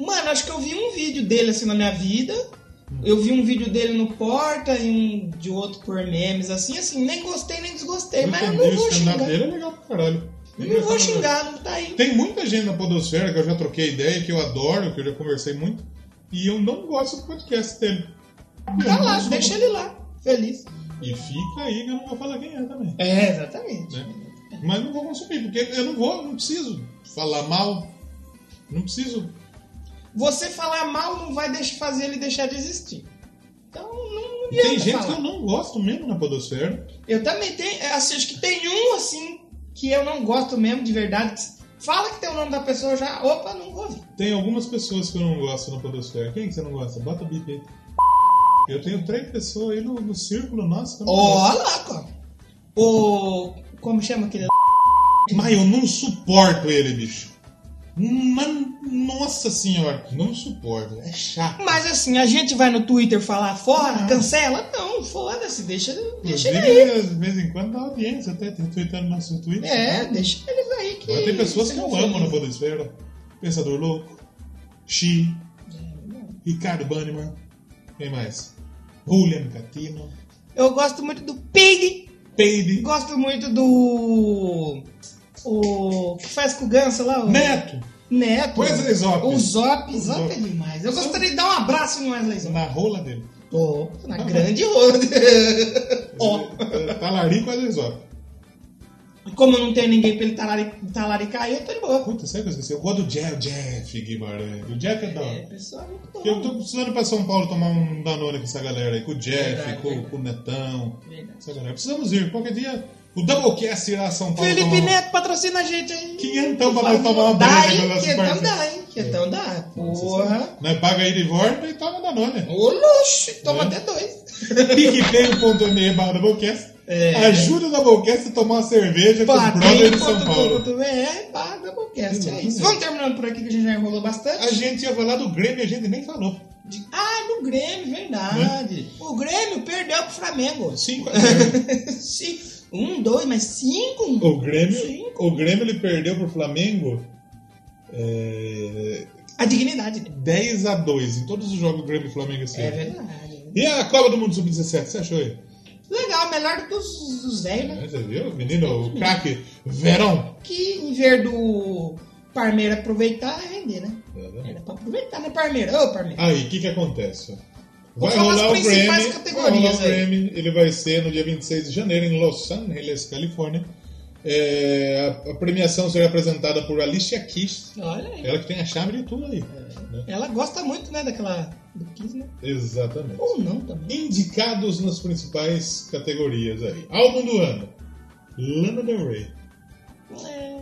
Speaker 1: Mano, acho que eu vi um vídeo dele assim na minha vida. Eu vi um vídeo dele no Porta e um de outro por memes, assim, assim, nem gostei nem desgostei, mas eu não
Speaker 2: Entendi,
Speaker 1: vou
Speaker 2: o stand-up
Speaker 1: xingar.
Speaker 2: dele é legal pra caralho. É
Speaker 1: Não
Speaker 2: engraçado,
Speaker 1: vou
Speaker 2: né?
Speaker 1: xingar, não tá aí.
Speaker 2: Tem muita gente na Podosfera que eu já troquei ideia, que eu adoro, que eu já conversei muito, e eu não gosto do podcast dele. Eu
Speaker 1: Tá
Speaker 2: não
Speaker 1: lá,
Speaker 2: gosto.
Speaker 1: deixa ele lá, feliz.
Speaker 2: E fica aí que eu não vou falar quem é também.
Speaker 1: É, exatamente.
Speaker 2: Mas não vou consumir, porque eu não vou, não preciso. falar mal. Não preciso.
Speaker 1: Você falar mal não vai deix- fazer ele deixar de existir. Então não, não
Speaker 2: Tem
Speaker 1: adianta
Speaker 2: gente
Speaker 1: falar.
Speaker 2: que eu não gosto mesmo na Podosfera.
Speaker 1: Eu também tenho. é, Assim, acho que tem um assim que eu não gosto mesmo, de verdade. Fala que tem o nome da pessoa já. Opa, não vou ouvir.
Speaker 2: Tem algumas pessoas que eu não gosto na Podosfera. Quem que você não gosta? Bota o bip aí. Eu tenho três pessoas aí no, no círculo nosso que eu não
Speaker 1: Ó, lá, cara. O. Como chama aquele.
Speaker 2: gosto. Mas eu não suporto ele, bicho. Mano, nossa senhora, não suporto. É chato.
Speaker 1: Mas assim, a gente vai no Twitter falar fora,
Speaker 2: Ah.
Speaker 1: cancela? Não, foda-se, deixa, deixa ele aí.
Speaker 2: Inclusive, de vez em quando dá audiência até, tem tweetando nosso tweet.
Speaker 1: É, deixa eles aí que.
Speaker 2: Mas tem pessoas que
Speaker 1: não
Speaker 2: eu amo na Podosfera. Pensador Louco, Xi, Ricardo Banniman, quem mais? Julian Catino,
Speaker 1: Eu gosto muito do Pig,
Speaker 2: Peide,
Speaker 1: gosto muito do. O. que faz com o Ganso lá? O...
Speaker 2: Neto,
Speaker 1: Neto.
Speaker 2: Wesley Zop.
Speaker 1: O Zop.
Speaker 2: O
Speaker 1: Zop é
Speaker 2: Zop.
Speaker 1: demais. Eu gostaria de dar um abraço no Wesley Zop.
Speaker 2: na rola dele.
Speaker 1: Pô, na grande roda. *laughs* Ó.
Speaker 2: Talarico Wesley Zop.
Speaker 1: Como não tem ninguém pra ele talari- talaricar, eu tô de boa.
Speaker 2: Puta, sério que eu esqueci? Eu gosto do Jeff, Jeff Guimarães. O Jeff é da
Speaker 1: É,
Speaker 2: hora.
Speaker 1: pessoal, é muito
Speaker 2: Eu
Speaker 1: bom.
Speaker 2: tô precisando ir pra São Paulo tomar um Danone com essa galera aí, com o Jeff,
Speaker 1: Verdade,
Speaker 2: com,
Speaker 1: verdade.
Speaker 2: com o Netão.
Speaker 1: Verdade.
Speaker 2: Essa galera. Precisamos ir, qualquer dia. O Doublecast irá a São Paulo.
Speaker 1: Felipe
Speaker 2: tomar um-
Speaker 1: Neto, patrocina a gente aí.
Speaker 2: Quinhentão pra nós tomar uma
Speaker 1: Dá,
Speaker 2: breja com
Speaker 1: hein?
Speaker 2: nossos
Speaker 1: Quentão
Speaker 2: parceiros.
Speaker 1: dá, hein? Quentão dá. Porra.
Speaker 2: Nós Né, paga aí de volta e toma Danone. *laughs*
Speaker 1: Ô, luxo. Toma
Speaker 2: É.
Speaker 1: até dois.
Speaker 2: PicPay.me barra Doublecast.
Speaker 1: É.
Speaker 2: Ajuda o Doublecast a tomar uma cerveja com o brother de São Paulo.
Speaker 1: Padrim.com.br barra Doublecast. É isso.
Speaker 2: Exatamente.
Speaker 1: Vamos terminando por aqui que a gente já enrolou
Speaker 2: A
Speaker 1: bastante.
Speaker 2: gente ia falar do Grêmio e a gente nem falou.
Speaker 1: Ah, do Grêmio, verdade. O Grêmio perdeu pro Flamengo.
Speaker 2: 5 a 0.
Speaker 1: *laughs* Sim. Um, dois, mas cinco?
Speaker 2: O Grêmio,
Speaker 1: Cinco.
Speaker 2: o Grêmio ele perdeu pro Flamengo é,
Speaker 1: A dignidade. né?
Speaker 2: 10 a 2 em todos os jogos do Grêmio e Flamengo assim.
Speaker 1: É verdade.
Speaker 2: e a Copa do Mundo Sub-17, você achou aí? É,
Speaker 1: Legal, melhor do que os, os velhos, né?
Speaker 2: Você viu? Menino, o craque Verão.
Speaker 1: Que em vez do Parmeira aproveitar, é render, né? Era pra aproveitar, né, Parmeira? Ô, Parmeira.
Speaker 2: Aí, o que que acontece?
Speaker 1: Vou
Speaker 2: Vai
Speaker 1: falar as
Speaker 2: rolar o
Speaker 1: principais
Speaker 2: Grammy, vai rolar
Speaker 1: categorias
Speaker 2: o
Speaker 1: aí.
Speaker 2: Grammy, ele vai ser no dia 26 de janeiro em Los Angeles, Califórnia. É, a, a premiação será apresentada por Alicia Keys,
Speaker 1: Olha aí.
Speaker 2: ela que tem a chave de tudo aí. né?
Speaker 1: Ela gosta muito, né, daquela... Do Kiss, né?
Speaker 2: Exatamente.
Speaker 1: Ou não também.
Speaker 2: Indicados nas principais categorias aí. Álbum do ano. Lana Del Rey.
Speaker 1: É.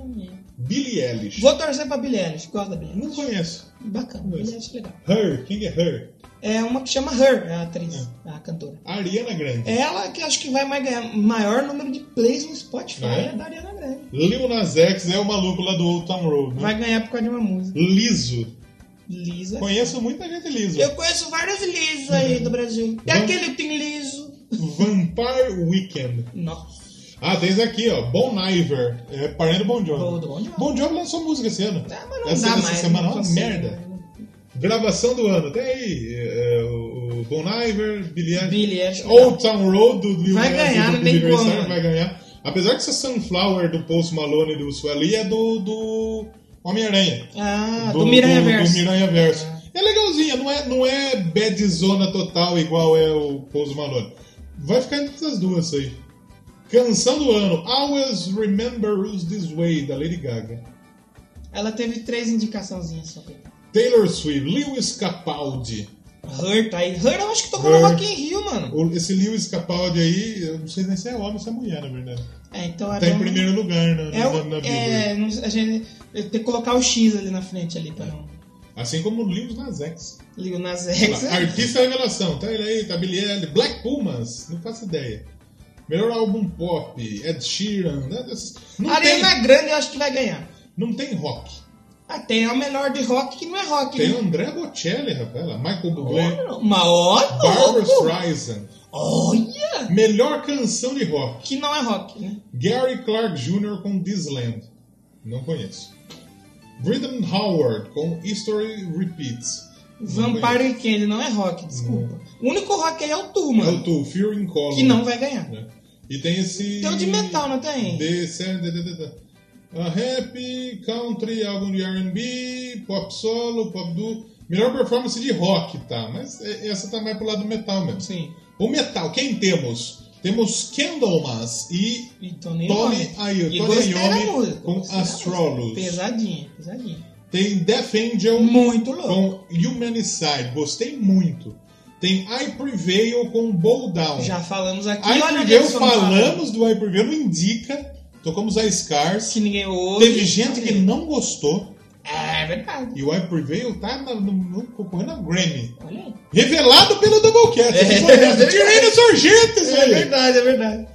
Speaker 2: Billie Eilish.
Speaker 1: Vou torcer pra Billie Eilish. Gosto da Billie Eilish.
Speaker 2: Não conheço.
Speaker 1: Bacana, Billie Eilish é legal.
Speaker 2: Her, quem é Her?
Speaker 1: É uma que chama Her, a atriz,
Speaker 2: É.
Speaker 1: a cantora.
Speaker 2: Ariana Grande.
Speaker 1: Ela que acho que vai mais ganhar maior número de plays no Spotify
Speaker 2: É?
Speaker 1: é da Ariana Grande.
Speaker 2: Lil Nas X é o maluco lá do Old Town Road. né?
Speaker 1: Vai ganhar por causa de uma música.
Speaker 2: Liso.
Speaker 1: Lisa.
Speaker 2: Conheço Uhum. muita gente liso.
Speaker 1: Eu conheço vários lisos aí do Brasil. Tem
Speaker 2: Vamos-
Speaker 1: aquele Tim Liso.
Speaker 2: Vampire Weekend.
Speaker 1: Nossa.
Speaker 2: Ah, tem esse aqui, ó. Bon Iver. É parente do Bon
Speaker 1: Bom-
Speaker 2: Jovi.
Speaker 1: do Bon Jovi.
Speaker 2: Bon Jovi lançou música esse ano.
Speaker 1: Ah, mas não
Speaker 2: essa
Speaker 1: dá
Speaker 2: dessa
Speaker 1: mais.
Speaker 2: semana é
Speaker 1: não
Speaker 2: uma
Speaker 1: consigo,
Speaker 2: merda.
Speaker 1: né?
Speaker 2: Gravação do ano. Tem aí. é, o o Bon Iver, Billie Eilish.
Speaker 1: Billie Eilish.
Speaker 2: Old Town Road do Lil
Speaker 1: Vai
Speaker 2: Nas
Speaker 1: ganhar,
Speaker 2: e do
Speaker 1: não tem
Speaker 2: Billy Ray
Speaker 1: como,
Speaker 2: Cyrus
Speaker 1: mano.
Speaker 2: Vai ganhar. Apesar que essa Sunflower do Post Malone e do Sueli é do, do Homem-Aranha.
Speaker 1: Ah, do, Miranha Verso.
Speaker 2: do Miranha Verso. É legalzinha, não é, não é badzona total igual é o Post Malone. Vai ficar entre essas duas aí. Canção do ano, Always Remember Us This Way, da Lady Gaga.
Speaker 1: Ela teve três indicaçãozinhas só. coitada.
Speaker 2: Taylor Swift, Lewis Capaldi.
Speaker 1: Her tá aí. Her eu acho que tocou
Speaker 2: Her.
Speaker 1: no Rock in Rio, mano.
Speaker 2: O- Esse Lewis Capaldi aí, eu não sei nem se é homem ou se é mulher, na verdade.
Speaker 1: É, então era
Speaker 2: Tá em
Speaker 1: um-
Speaker 2: primeiro lugar na,
Speaker 1: É,
Speaker 2: na,
Speaker 1: o-
Speaker 2: na Billboard.
Speaker 1: é não- a gente tem que colocar o X ali na frente ali pra não.
Speaker 2: Assim como o Lewis Nas X.
Speaker 1: Ligo nas X.
Speaker 2: Lá,
Speaker 1: *laughs*
Speaker 2: Artista revelação, tá ele aí, tá Billie Eilish, Black Pumas, não faço ideia. Melhor álbum pop, Ed Sheeran, né? Essas- não, tem,
Speaker 1: Ariana é Grande eu acho que vai ganhar.
Speaker 2: não tem rock.
Speaker 1: Ah, tem o melhor de rock que não é rock,
Speaker 2: Tem um
Speaker 1: né?
Speaker 2: André Bocelli, rapaz, lá, Michael Bublé,
Speaker 1: Uma hora
Speaker 2: Barbra Streisand.
Speaker 1: Olha!
Speaker 2: Melhor canção de rock,
Speaker 1: Que não é rock, né?
Speaker 2: Gary Clark Jr. com This Land, não conheço. Britton Howard com History Repeats. não
Speaker 1: Vampire
Speaker 2: conheço.
Speaker 1: Weekend não é rock, desculpa. O único rock aí é o Tu,
Speaker 2: É o
Speaker 1: mano.
Speaker 2: Tool, Fear in Color.
Speaker 1: Que não vai ganhar.
Speaker 2: né? E tem esse.
Speaker 1: Tem o de metal, não tem?
Speaker 2: De, sério, de, de, de, de. A rap, country, álbum de RB, pop solo, pop duo. Melhor performance de rock, tá? Mas é- essa tá mais pro lado do metal mesmo.
Speaker 1: Sim.
Speaker 2: O metal, quem temos? Temos Candlemas e
Speaker 1: E Tony
Speaker 2: Tony
Speaker 1: Iommi.
Speaker 2: Ayo-
Speaker 1: E
Speaker 2: Tony
Speaker 1: gostei da
Speaker 2: Iommi
Speaker 1: música, gostei
Speaker 2: com
Speaker 1: da música.
Speaker 2: Astrolus.
Speaker 1: Pesadinha, pesadinha.
Speaker 2: Tem Death Angel
Speaker 1: Muito louco.
Speaker 2: com Humanicide, gostei muito. Tem I Prevail com Bow Down.
Speaker 1: Já falamos aqui.
Speaker 2: I
Speaker 1: olha né, onde
Speaker 2: Prevail,
Speaker 1: eles foram parar,
Speaker 2: falamos do I Prevail, não indica. Tocamos a Scars.
Speaker 1: Que ninguém ouve.
Speaker 2: Teve gente que não gostou.
Speaker 1: É verdade.
Speaker 2: E o I Prevail tá na- no- no- concorrendo a Grammy.
Speaker 1: Olha aí.
Speaker 2: Revelado pelo Doublecast.
Speaker 5: É,
Speaker 2: Vocês
Speaker 5: é
Speaker 2: vão ver. Tirei das urgentes,
Speaker 1: É
Speaker 2: velho.
Speaker 1: verdade, é verdade.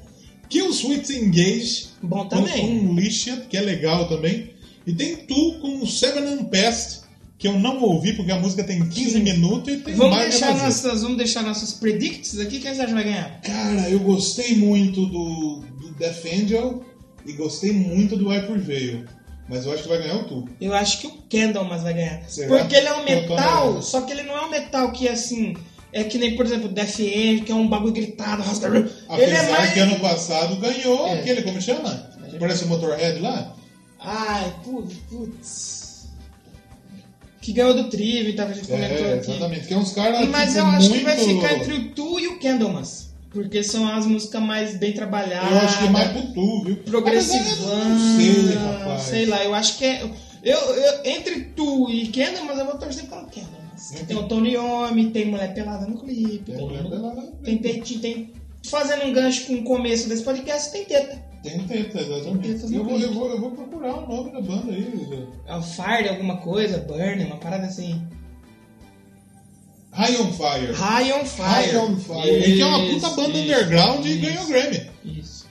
Speaker 2: Kill Switch Engage.
Speaker 1: Bom
Speaker 2: com
Speaker 1: também.
Speaker 2: um Lixa, que é legal também. E tem Tu com o Seven and Past, que eu não ouvi porque a música tem 15 minutos e tem
Speaker 1: Vamos
Speaker 2: mais
Speaker 1: deixar,
Speaker 2: a fazer.
Speaker 1: nossas, vamos deixar nossos predicts aqui. Quem você acha que vai ganhar?
Speaker 2: Cara, eu gostei muito do, do Death Angel e gostei muito do I Prevail. Mas eu acho que vai ganhar o Tu.
Speaker 1: Eu acho que o Candlemas vai ganhar.
Speaker 2: Será?
Speaker 1: Porque ele é um
Speaker 2: Eu tô
Speaker 1: metal,
Speaker 2: nela.
Speaker 1: só que ele não é um metal que assim. É que nem, por exemplo, Death Angel, que é um bagulho gritado. rasga- Ele
Speaker 2: Apesar
Speaker 1: é mais.
Speaker 2: que ano passado ganhou
Speaker 1: É.
Speaker 2: aquele, como chama? Parece o Motorhead lá?
Speaker 1: Ai, putz, putz. Que ganhou do Tribe, tá? A gente comentou
Speaker 2: É,
Speaker 1: aqui.
Speaker 2: exatamente. Que é uns caras
Speaker 1: Mas
Speaker 2: tipo,
Speaker 1: eu acho que
Speaker 2: muito-
Speaker 1: vai ficar entre o Tu e o Candlemas. Porque são as músicas mais bem trabalhadas.
Speaker 2: Eu acho que é mais pro Tu, viu? Apesar de eu
Speaker 1: Progressivão.
Speaker 2: Não sei, rapaz.
Speaker 1: Sei lá, eu acho que é. Eu, eu- entre tu e Candlemas, eu vou torcer pelo Candlemas.
Speaker 2: Entendi.
Speaker 1: Tem o Tony Homem, tem mulher pelada no clipe,
Speaker 2: Uhum. Tem né?
Speaker 1: tem,
Speaker 2: mulher pelada.
Speaker 1: tem peitinho, tem. Fazendo um gancho com o começo desse podcast, tem teta.
Speaker 2: Tem teta,
Speaker 1: Tem tetas
Speaker 2: exatamente.
Speaker 1: no
Speaker 2: Eu vou,
Speaker 1: clipe.
Speaker 2: eu, vou, eu vou procurar o nome da banda aí. Zé.
Speaker 1: É o Fard, alguma coisa, Burner, uma parada assim.
Speaker 2: High on Fire.
Speaker 1: High on Fire.
Speaker 2: High on Fire. E que é uma puta
Speaker 1: Isso,
Speaker 2: banda
Speaker 1: isso,
Speaker 2: underground e
Speaker 1: isso,
Speaker 2: ganhou o Grammy.
Speaker 1: Isso.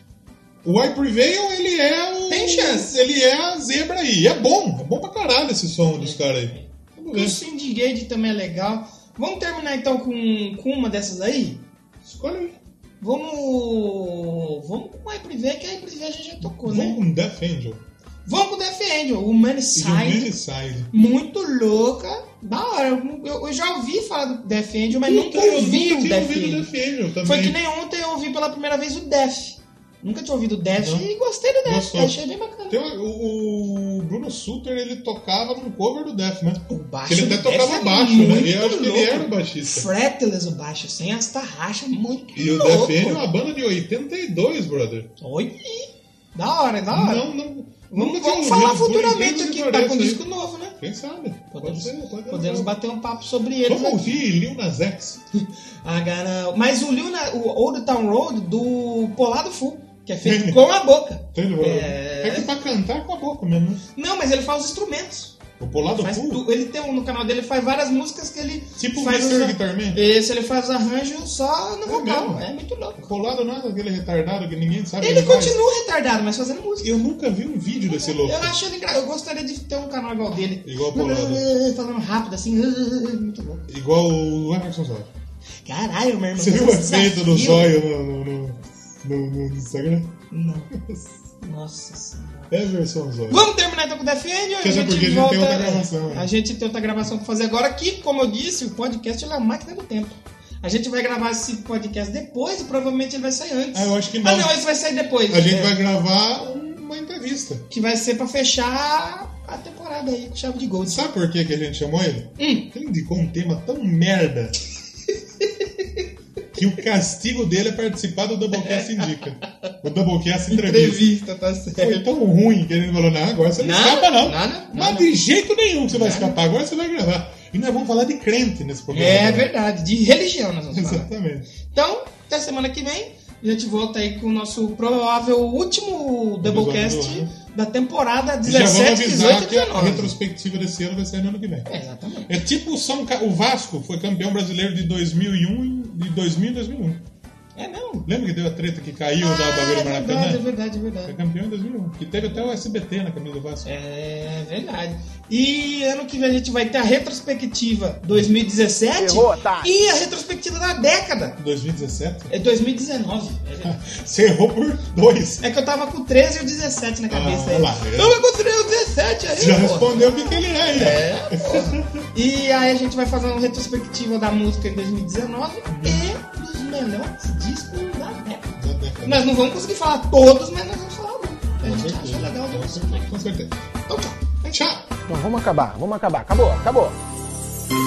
Speaker 2: O I Prevail, ele é o.
Speaker 1: Tem chance.
Speaker 2: Ele é a zebra aí. E É bom. É bom pra caralho esse som dos caras aí. Vamos
Speaker 1: O
Speaker 2: ver.
Speaker 1: Syndicate também é legal. Vamos terminar então com, com uma dessas aí?
Speaker 2: Escolhe aí.
Speaker 1: Vamos. Vamos com o Iprivé, que a Iprivé a gente já tocou, né?
Speaker 2: Vamos com Death Angel.
Speaker 1: Vamos com o Defend, o Money
Speaker 2: E
Speaker 1: Side.
Speaker 2: Humanicide.
Speaker 1: Muito louca. Da hora. Eu, eu já ouvi falar do Death Angel, mas nunca
Speaker 2: Puta, eu
Speaker 1: ouvi o
Speaker 2: tinha
Speaker 1: Death
Speaker 2: ouvido
Speaker 1: Angel.
Speaker 2: Death Angel também.
Speaker 1: Foi que nem ontem eu ouvi pela primeira vez o Death. Nunca tinha ouvido o Death
Speaker 2: Não.
Speaker 1: e gostei do Death.
Speaker 2: Gostou.
Speaker 1: Achei bem bacana.
Speaker 2: Tem o- o, o Bruno Suter, ele tocava no cover do Death, né?
Speaker 1: O baixo
Speaker 2: Que ele até
Speaker 1: do Death
Speaker 2: tocava
Speaker 1: é
Speaker 2: baixo, né?
Speaker 1: muito
Speaker 2: E eu acho que ele
Speaker 1: louco.
Speaker 2: era o baixista.
Speaker 1: Fretless o baixo, sem as tarraxas, muito
Speaker 2: E o
Speaker 1: louco.
Speaker 2: Death Angel é uma banda de 82, brother.
Speaker 1: Olha aí. Da hora, da hora.
Speaker 2: Não, não.
Speaker 1: Tá. Vamos,
Speaker 2: nunca tinha
Speaker 1: vamos
Speaker 2: ouvido
Speaker 1: falar
Speaker 2: por
Speaker 1: futuramente
Speaker 2: incrível que
Speaker 1: aqui, tá com
Speaker 2: pareça,
Speaker 1: um
Speaker 2: hein?
Speaker 1: disco novo, né?
Speaker 2: Quem sabe?
Speaker 1: Podemos,
Speaker 2: Pode ser, pode ser.
Speaker 1: podemos bater um papo sobre eles
Speaker 2: Vamos
Speaker 1: aqui.
Speaker 2: ouvir Lil Nas X.
Speaker 1: Ah, cara, Mas o Lil, na- o Old Town Road do Polado Full, que é
Speaker 2: *laughs*
Speaker 1: feito com a boca.
Speaker 2: Entendeu? brother?
Speaker 1: É.
Speaker 2: É... que pra cantar com a boca mesmo. né?
Speaker 1: Não, mas ele faz os instrumentos.
Speaker 2: O Polado
Speaker 1: Faz
Speaker 2: Full.
Speaker 1: tu- ele tem um no canal dele, ele faz várias músicas que ele
Speaker 2: Tipo o
Speaker 1: faz
Speaker 2: Mr.
Speaker 1: os-
Speaker 2: Guitar Man.
Speaker 1: Esse, ele faz arranjo só no
Speaker 2: É
Speaker 1: vocal.
Speaker 2: mesmo?
Speaker 1: É muito louco.
Speaker 2: O Polado não é aquele retardado que ninguém sabe. o
Speaker 1: Ele
Speaker 2: que faz.
Speaker 1: continua retardado, mas fazendo música.
Speaker 2: Eu nunca vi um vídeo desse louco.
Speaker 1: Eu acho ele engra... Eu gostaria de ter um canal igual dele.
Speaker 2: Igual o Polado.
Speaker 1: *laughs* Falando rápido, assim. *laughs* Muito louco.
Speaker 2: Igual o Emerson Zóio.
Speaker 1: Caralho, meu irmão.
Speaker 2: Você viu o
Speaker 1: que
Speaker 2: efeito do
Speaker 1: desafio.
Speaker 2: Zóio no, no, no- no- no Instagram?
Speaker 1: Não. Nossa senhora.
Speaker 2: Emerson Zóio.
Speaker 1: Vamos terminar então com o Defende. A
Speaker 2: Quer dizer,
Speaker 1: gente
Speaker 2: porque a gente
Speaker 1: volta.
Speaker 2: tem outra gravação, né?
Speaker 1: A gente tem outra gravação pra fazer agora que, como eu disse, o podcast ele é a máquina do tempo. A gente vai gravar esse podcast depois e provavelmente ele vai sair antes.
Speaker 2: Ah, eu acho que não.
Speaker 1: Ah, não, esse vai sair depois.
Speaker 2: A gente
Speaker 1: É,
Speaker 2: vai gravar uma entrevista.
Speaker 1: Que vai ser pra fechar a temporada aí com chave de gold.
Speaker 2: Sabe por que, que a gente chamou ele?
Speaker 1: Hum.
Speaker 2: Porque Ele indicou um tema tão merda que o castigo dele é participar do Doublecast Indica.
Speaker 1: *laughs*
Speaker 2: O Doublecast Entrevista.
Speaker 1: tá certo.
Speaker 2: Foi tão ruim que ele falou, não, agora você não,
Speaker 1: Não,
Speaker 2: escapa não.
Speaker 1: não, não,
Speaker 2: Mas
Speaker 1: não,
Speaker 2: de jeito nenhum que você vai escapar, agora você vai gravar. E nós vamos falar de crente nesse programa.
Speaker 1: É verdade, de religião nós vamos falar.
Speaker 2: *laughs* Exatamente.
Speaker 1: Então, até semana que vem. A gente volta aí com o nosso provável último Doublecast
Speaker 2: Episódio
Speaker 1: da temporada
Speaker 2: E já vamos
Speaker 1: 17,
Speaker 2: avisar
Speaker 1: 18 e
Speaker 2: que é a
Speaker 1: 19.
Speaker 2: retrospectiva desse ano vai sair no ano que vem.
Speaker 1: É, exatamente.
Speaker 2: É tipo o, São Ca- o Vasco, foi campeão brasileiro de 2001 e de 2000 e 2001.
Speaker 1: É mesmo.
Speaker 2: Lembra que deu a treta que caiu
Speaker 1: Ah,
Speaker 2: da bagulho
Speaker 1: é
Speaker 2: do Maracanã?
Speaker 1: verdade, é verdade, é
Speaker 2: Foi
Speaker 1: verdade.
Speaker 2: campeão em 2001. Que um. teve até o SBT na camisa do Vasco.
Speaker 1: É verdade. E ano que vem a gente vai ter a retrospectiva 2017 e a retrospectiva da década.
Speaker 2: 2017?
Speaker 1: É 2019. É verdade.
Speaker 2: *laughs* Você errou por dois.
Speaker 1: É que eu tava com 13 e o 17 na cabeça
Speaker 2: Ah,
Speaker 1: aí.
Speaker 2: lá.
Speaker 1: Eu encontrei o 17 aí,
Speaker 2: Já
Speaker 1: pô.
Speaker 2: respondeu o que, que ele é, né?
Speaker 1: É, pô. E aí a gente vai fazer uma retrospectiva da música em 2019 e dos melhores discos da década.
Speaker 2: Da década.
Speaker 1: Nós não vamos conseguir falar todos, mas nós vamos falar um. que A
Speaker 2: Com
Speaker 1: gente acha
Speaker 2: certeza.
Speaker 1: legal de
Speaker 2: Com
Speaker 1: você.
Speaker 2: certeza. Com certeza.
Speaker 1: Então tchau.
Speaker 2: Tchau.
Speaker 7: Não, vamos acabar, vamos acabar. Acabou, acabou.
Speaker 6: Thank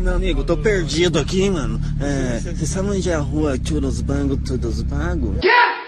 Speaker 8: meu amigo, tô perdido aqui, mano. É, você sabe onde é a rua Churosbango, Churosbango?
Speaker 1: Quê?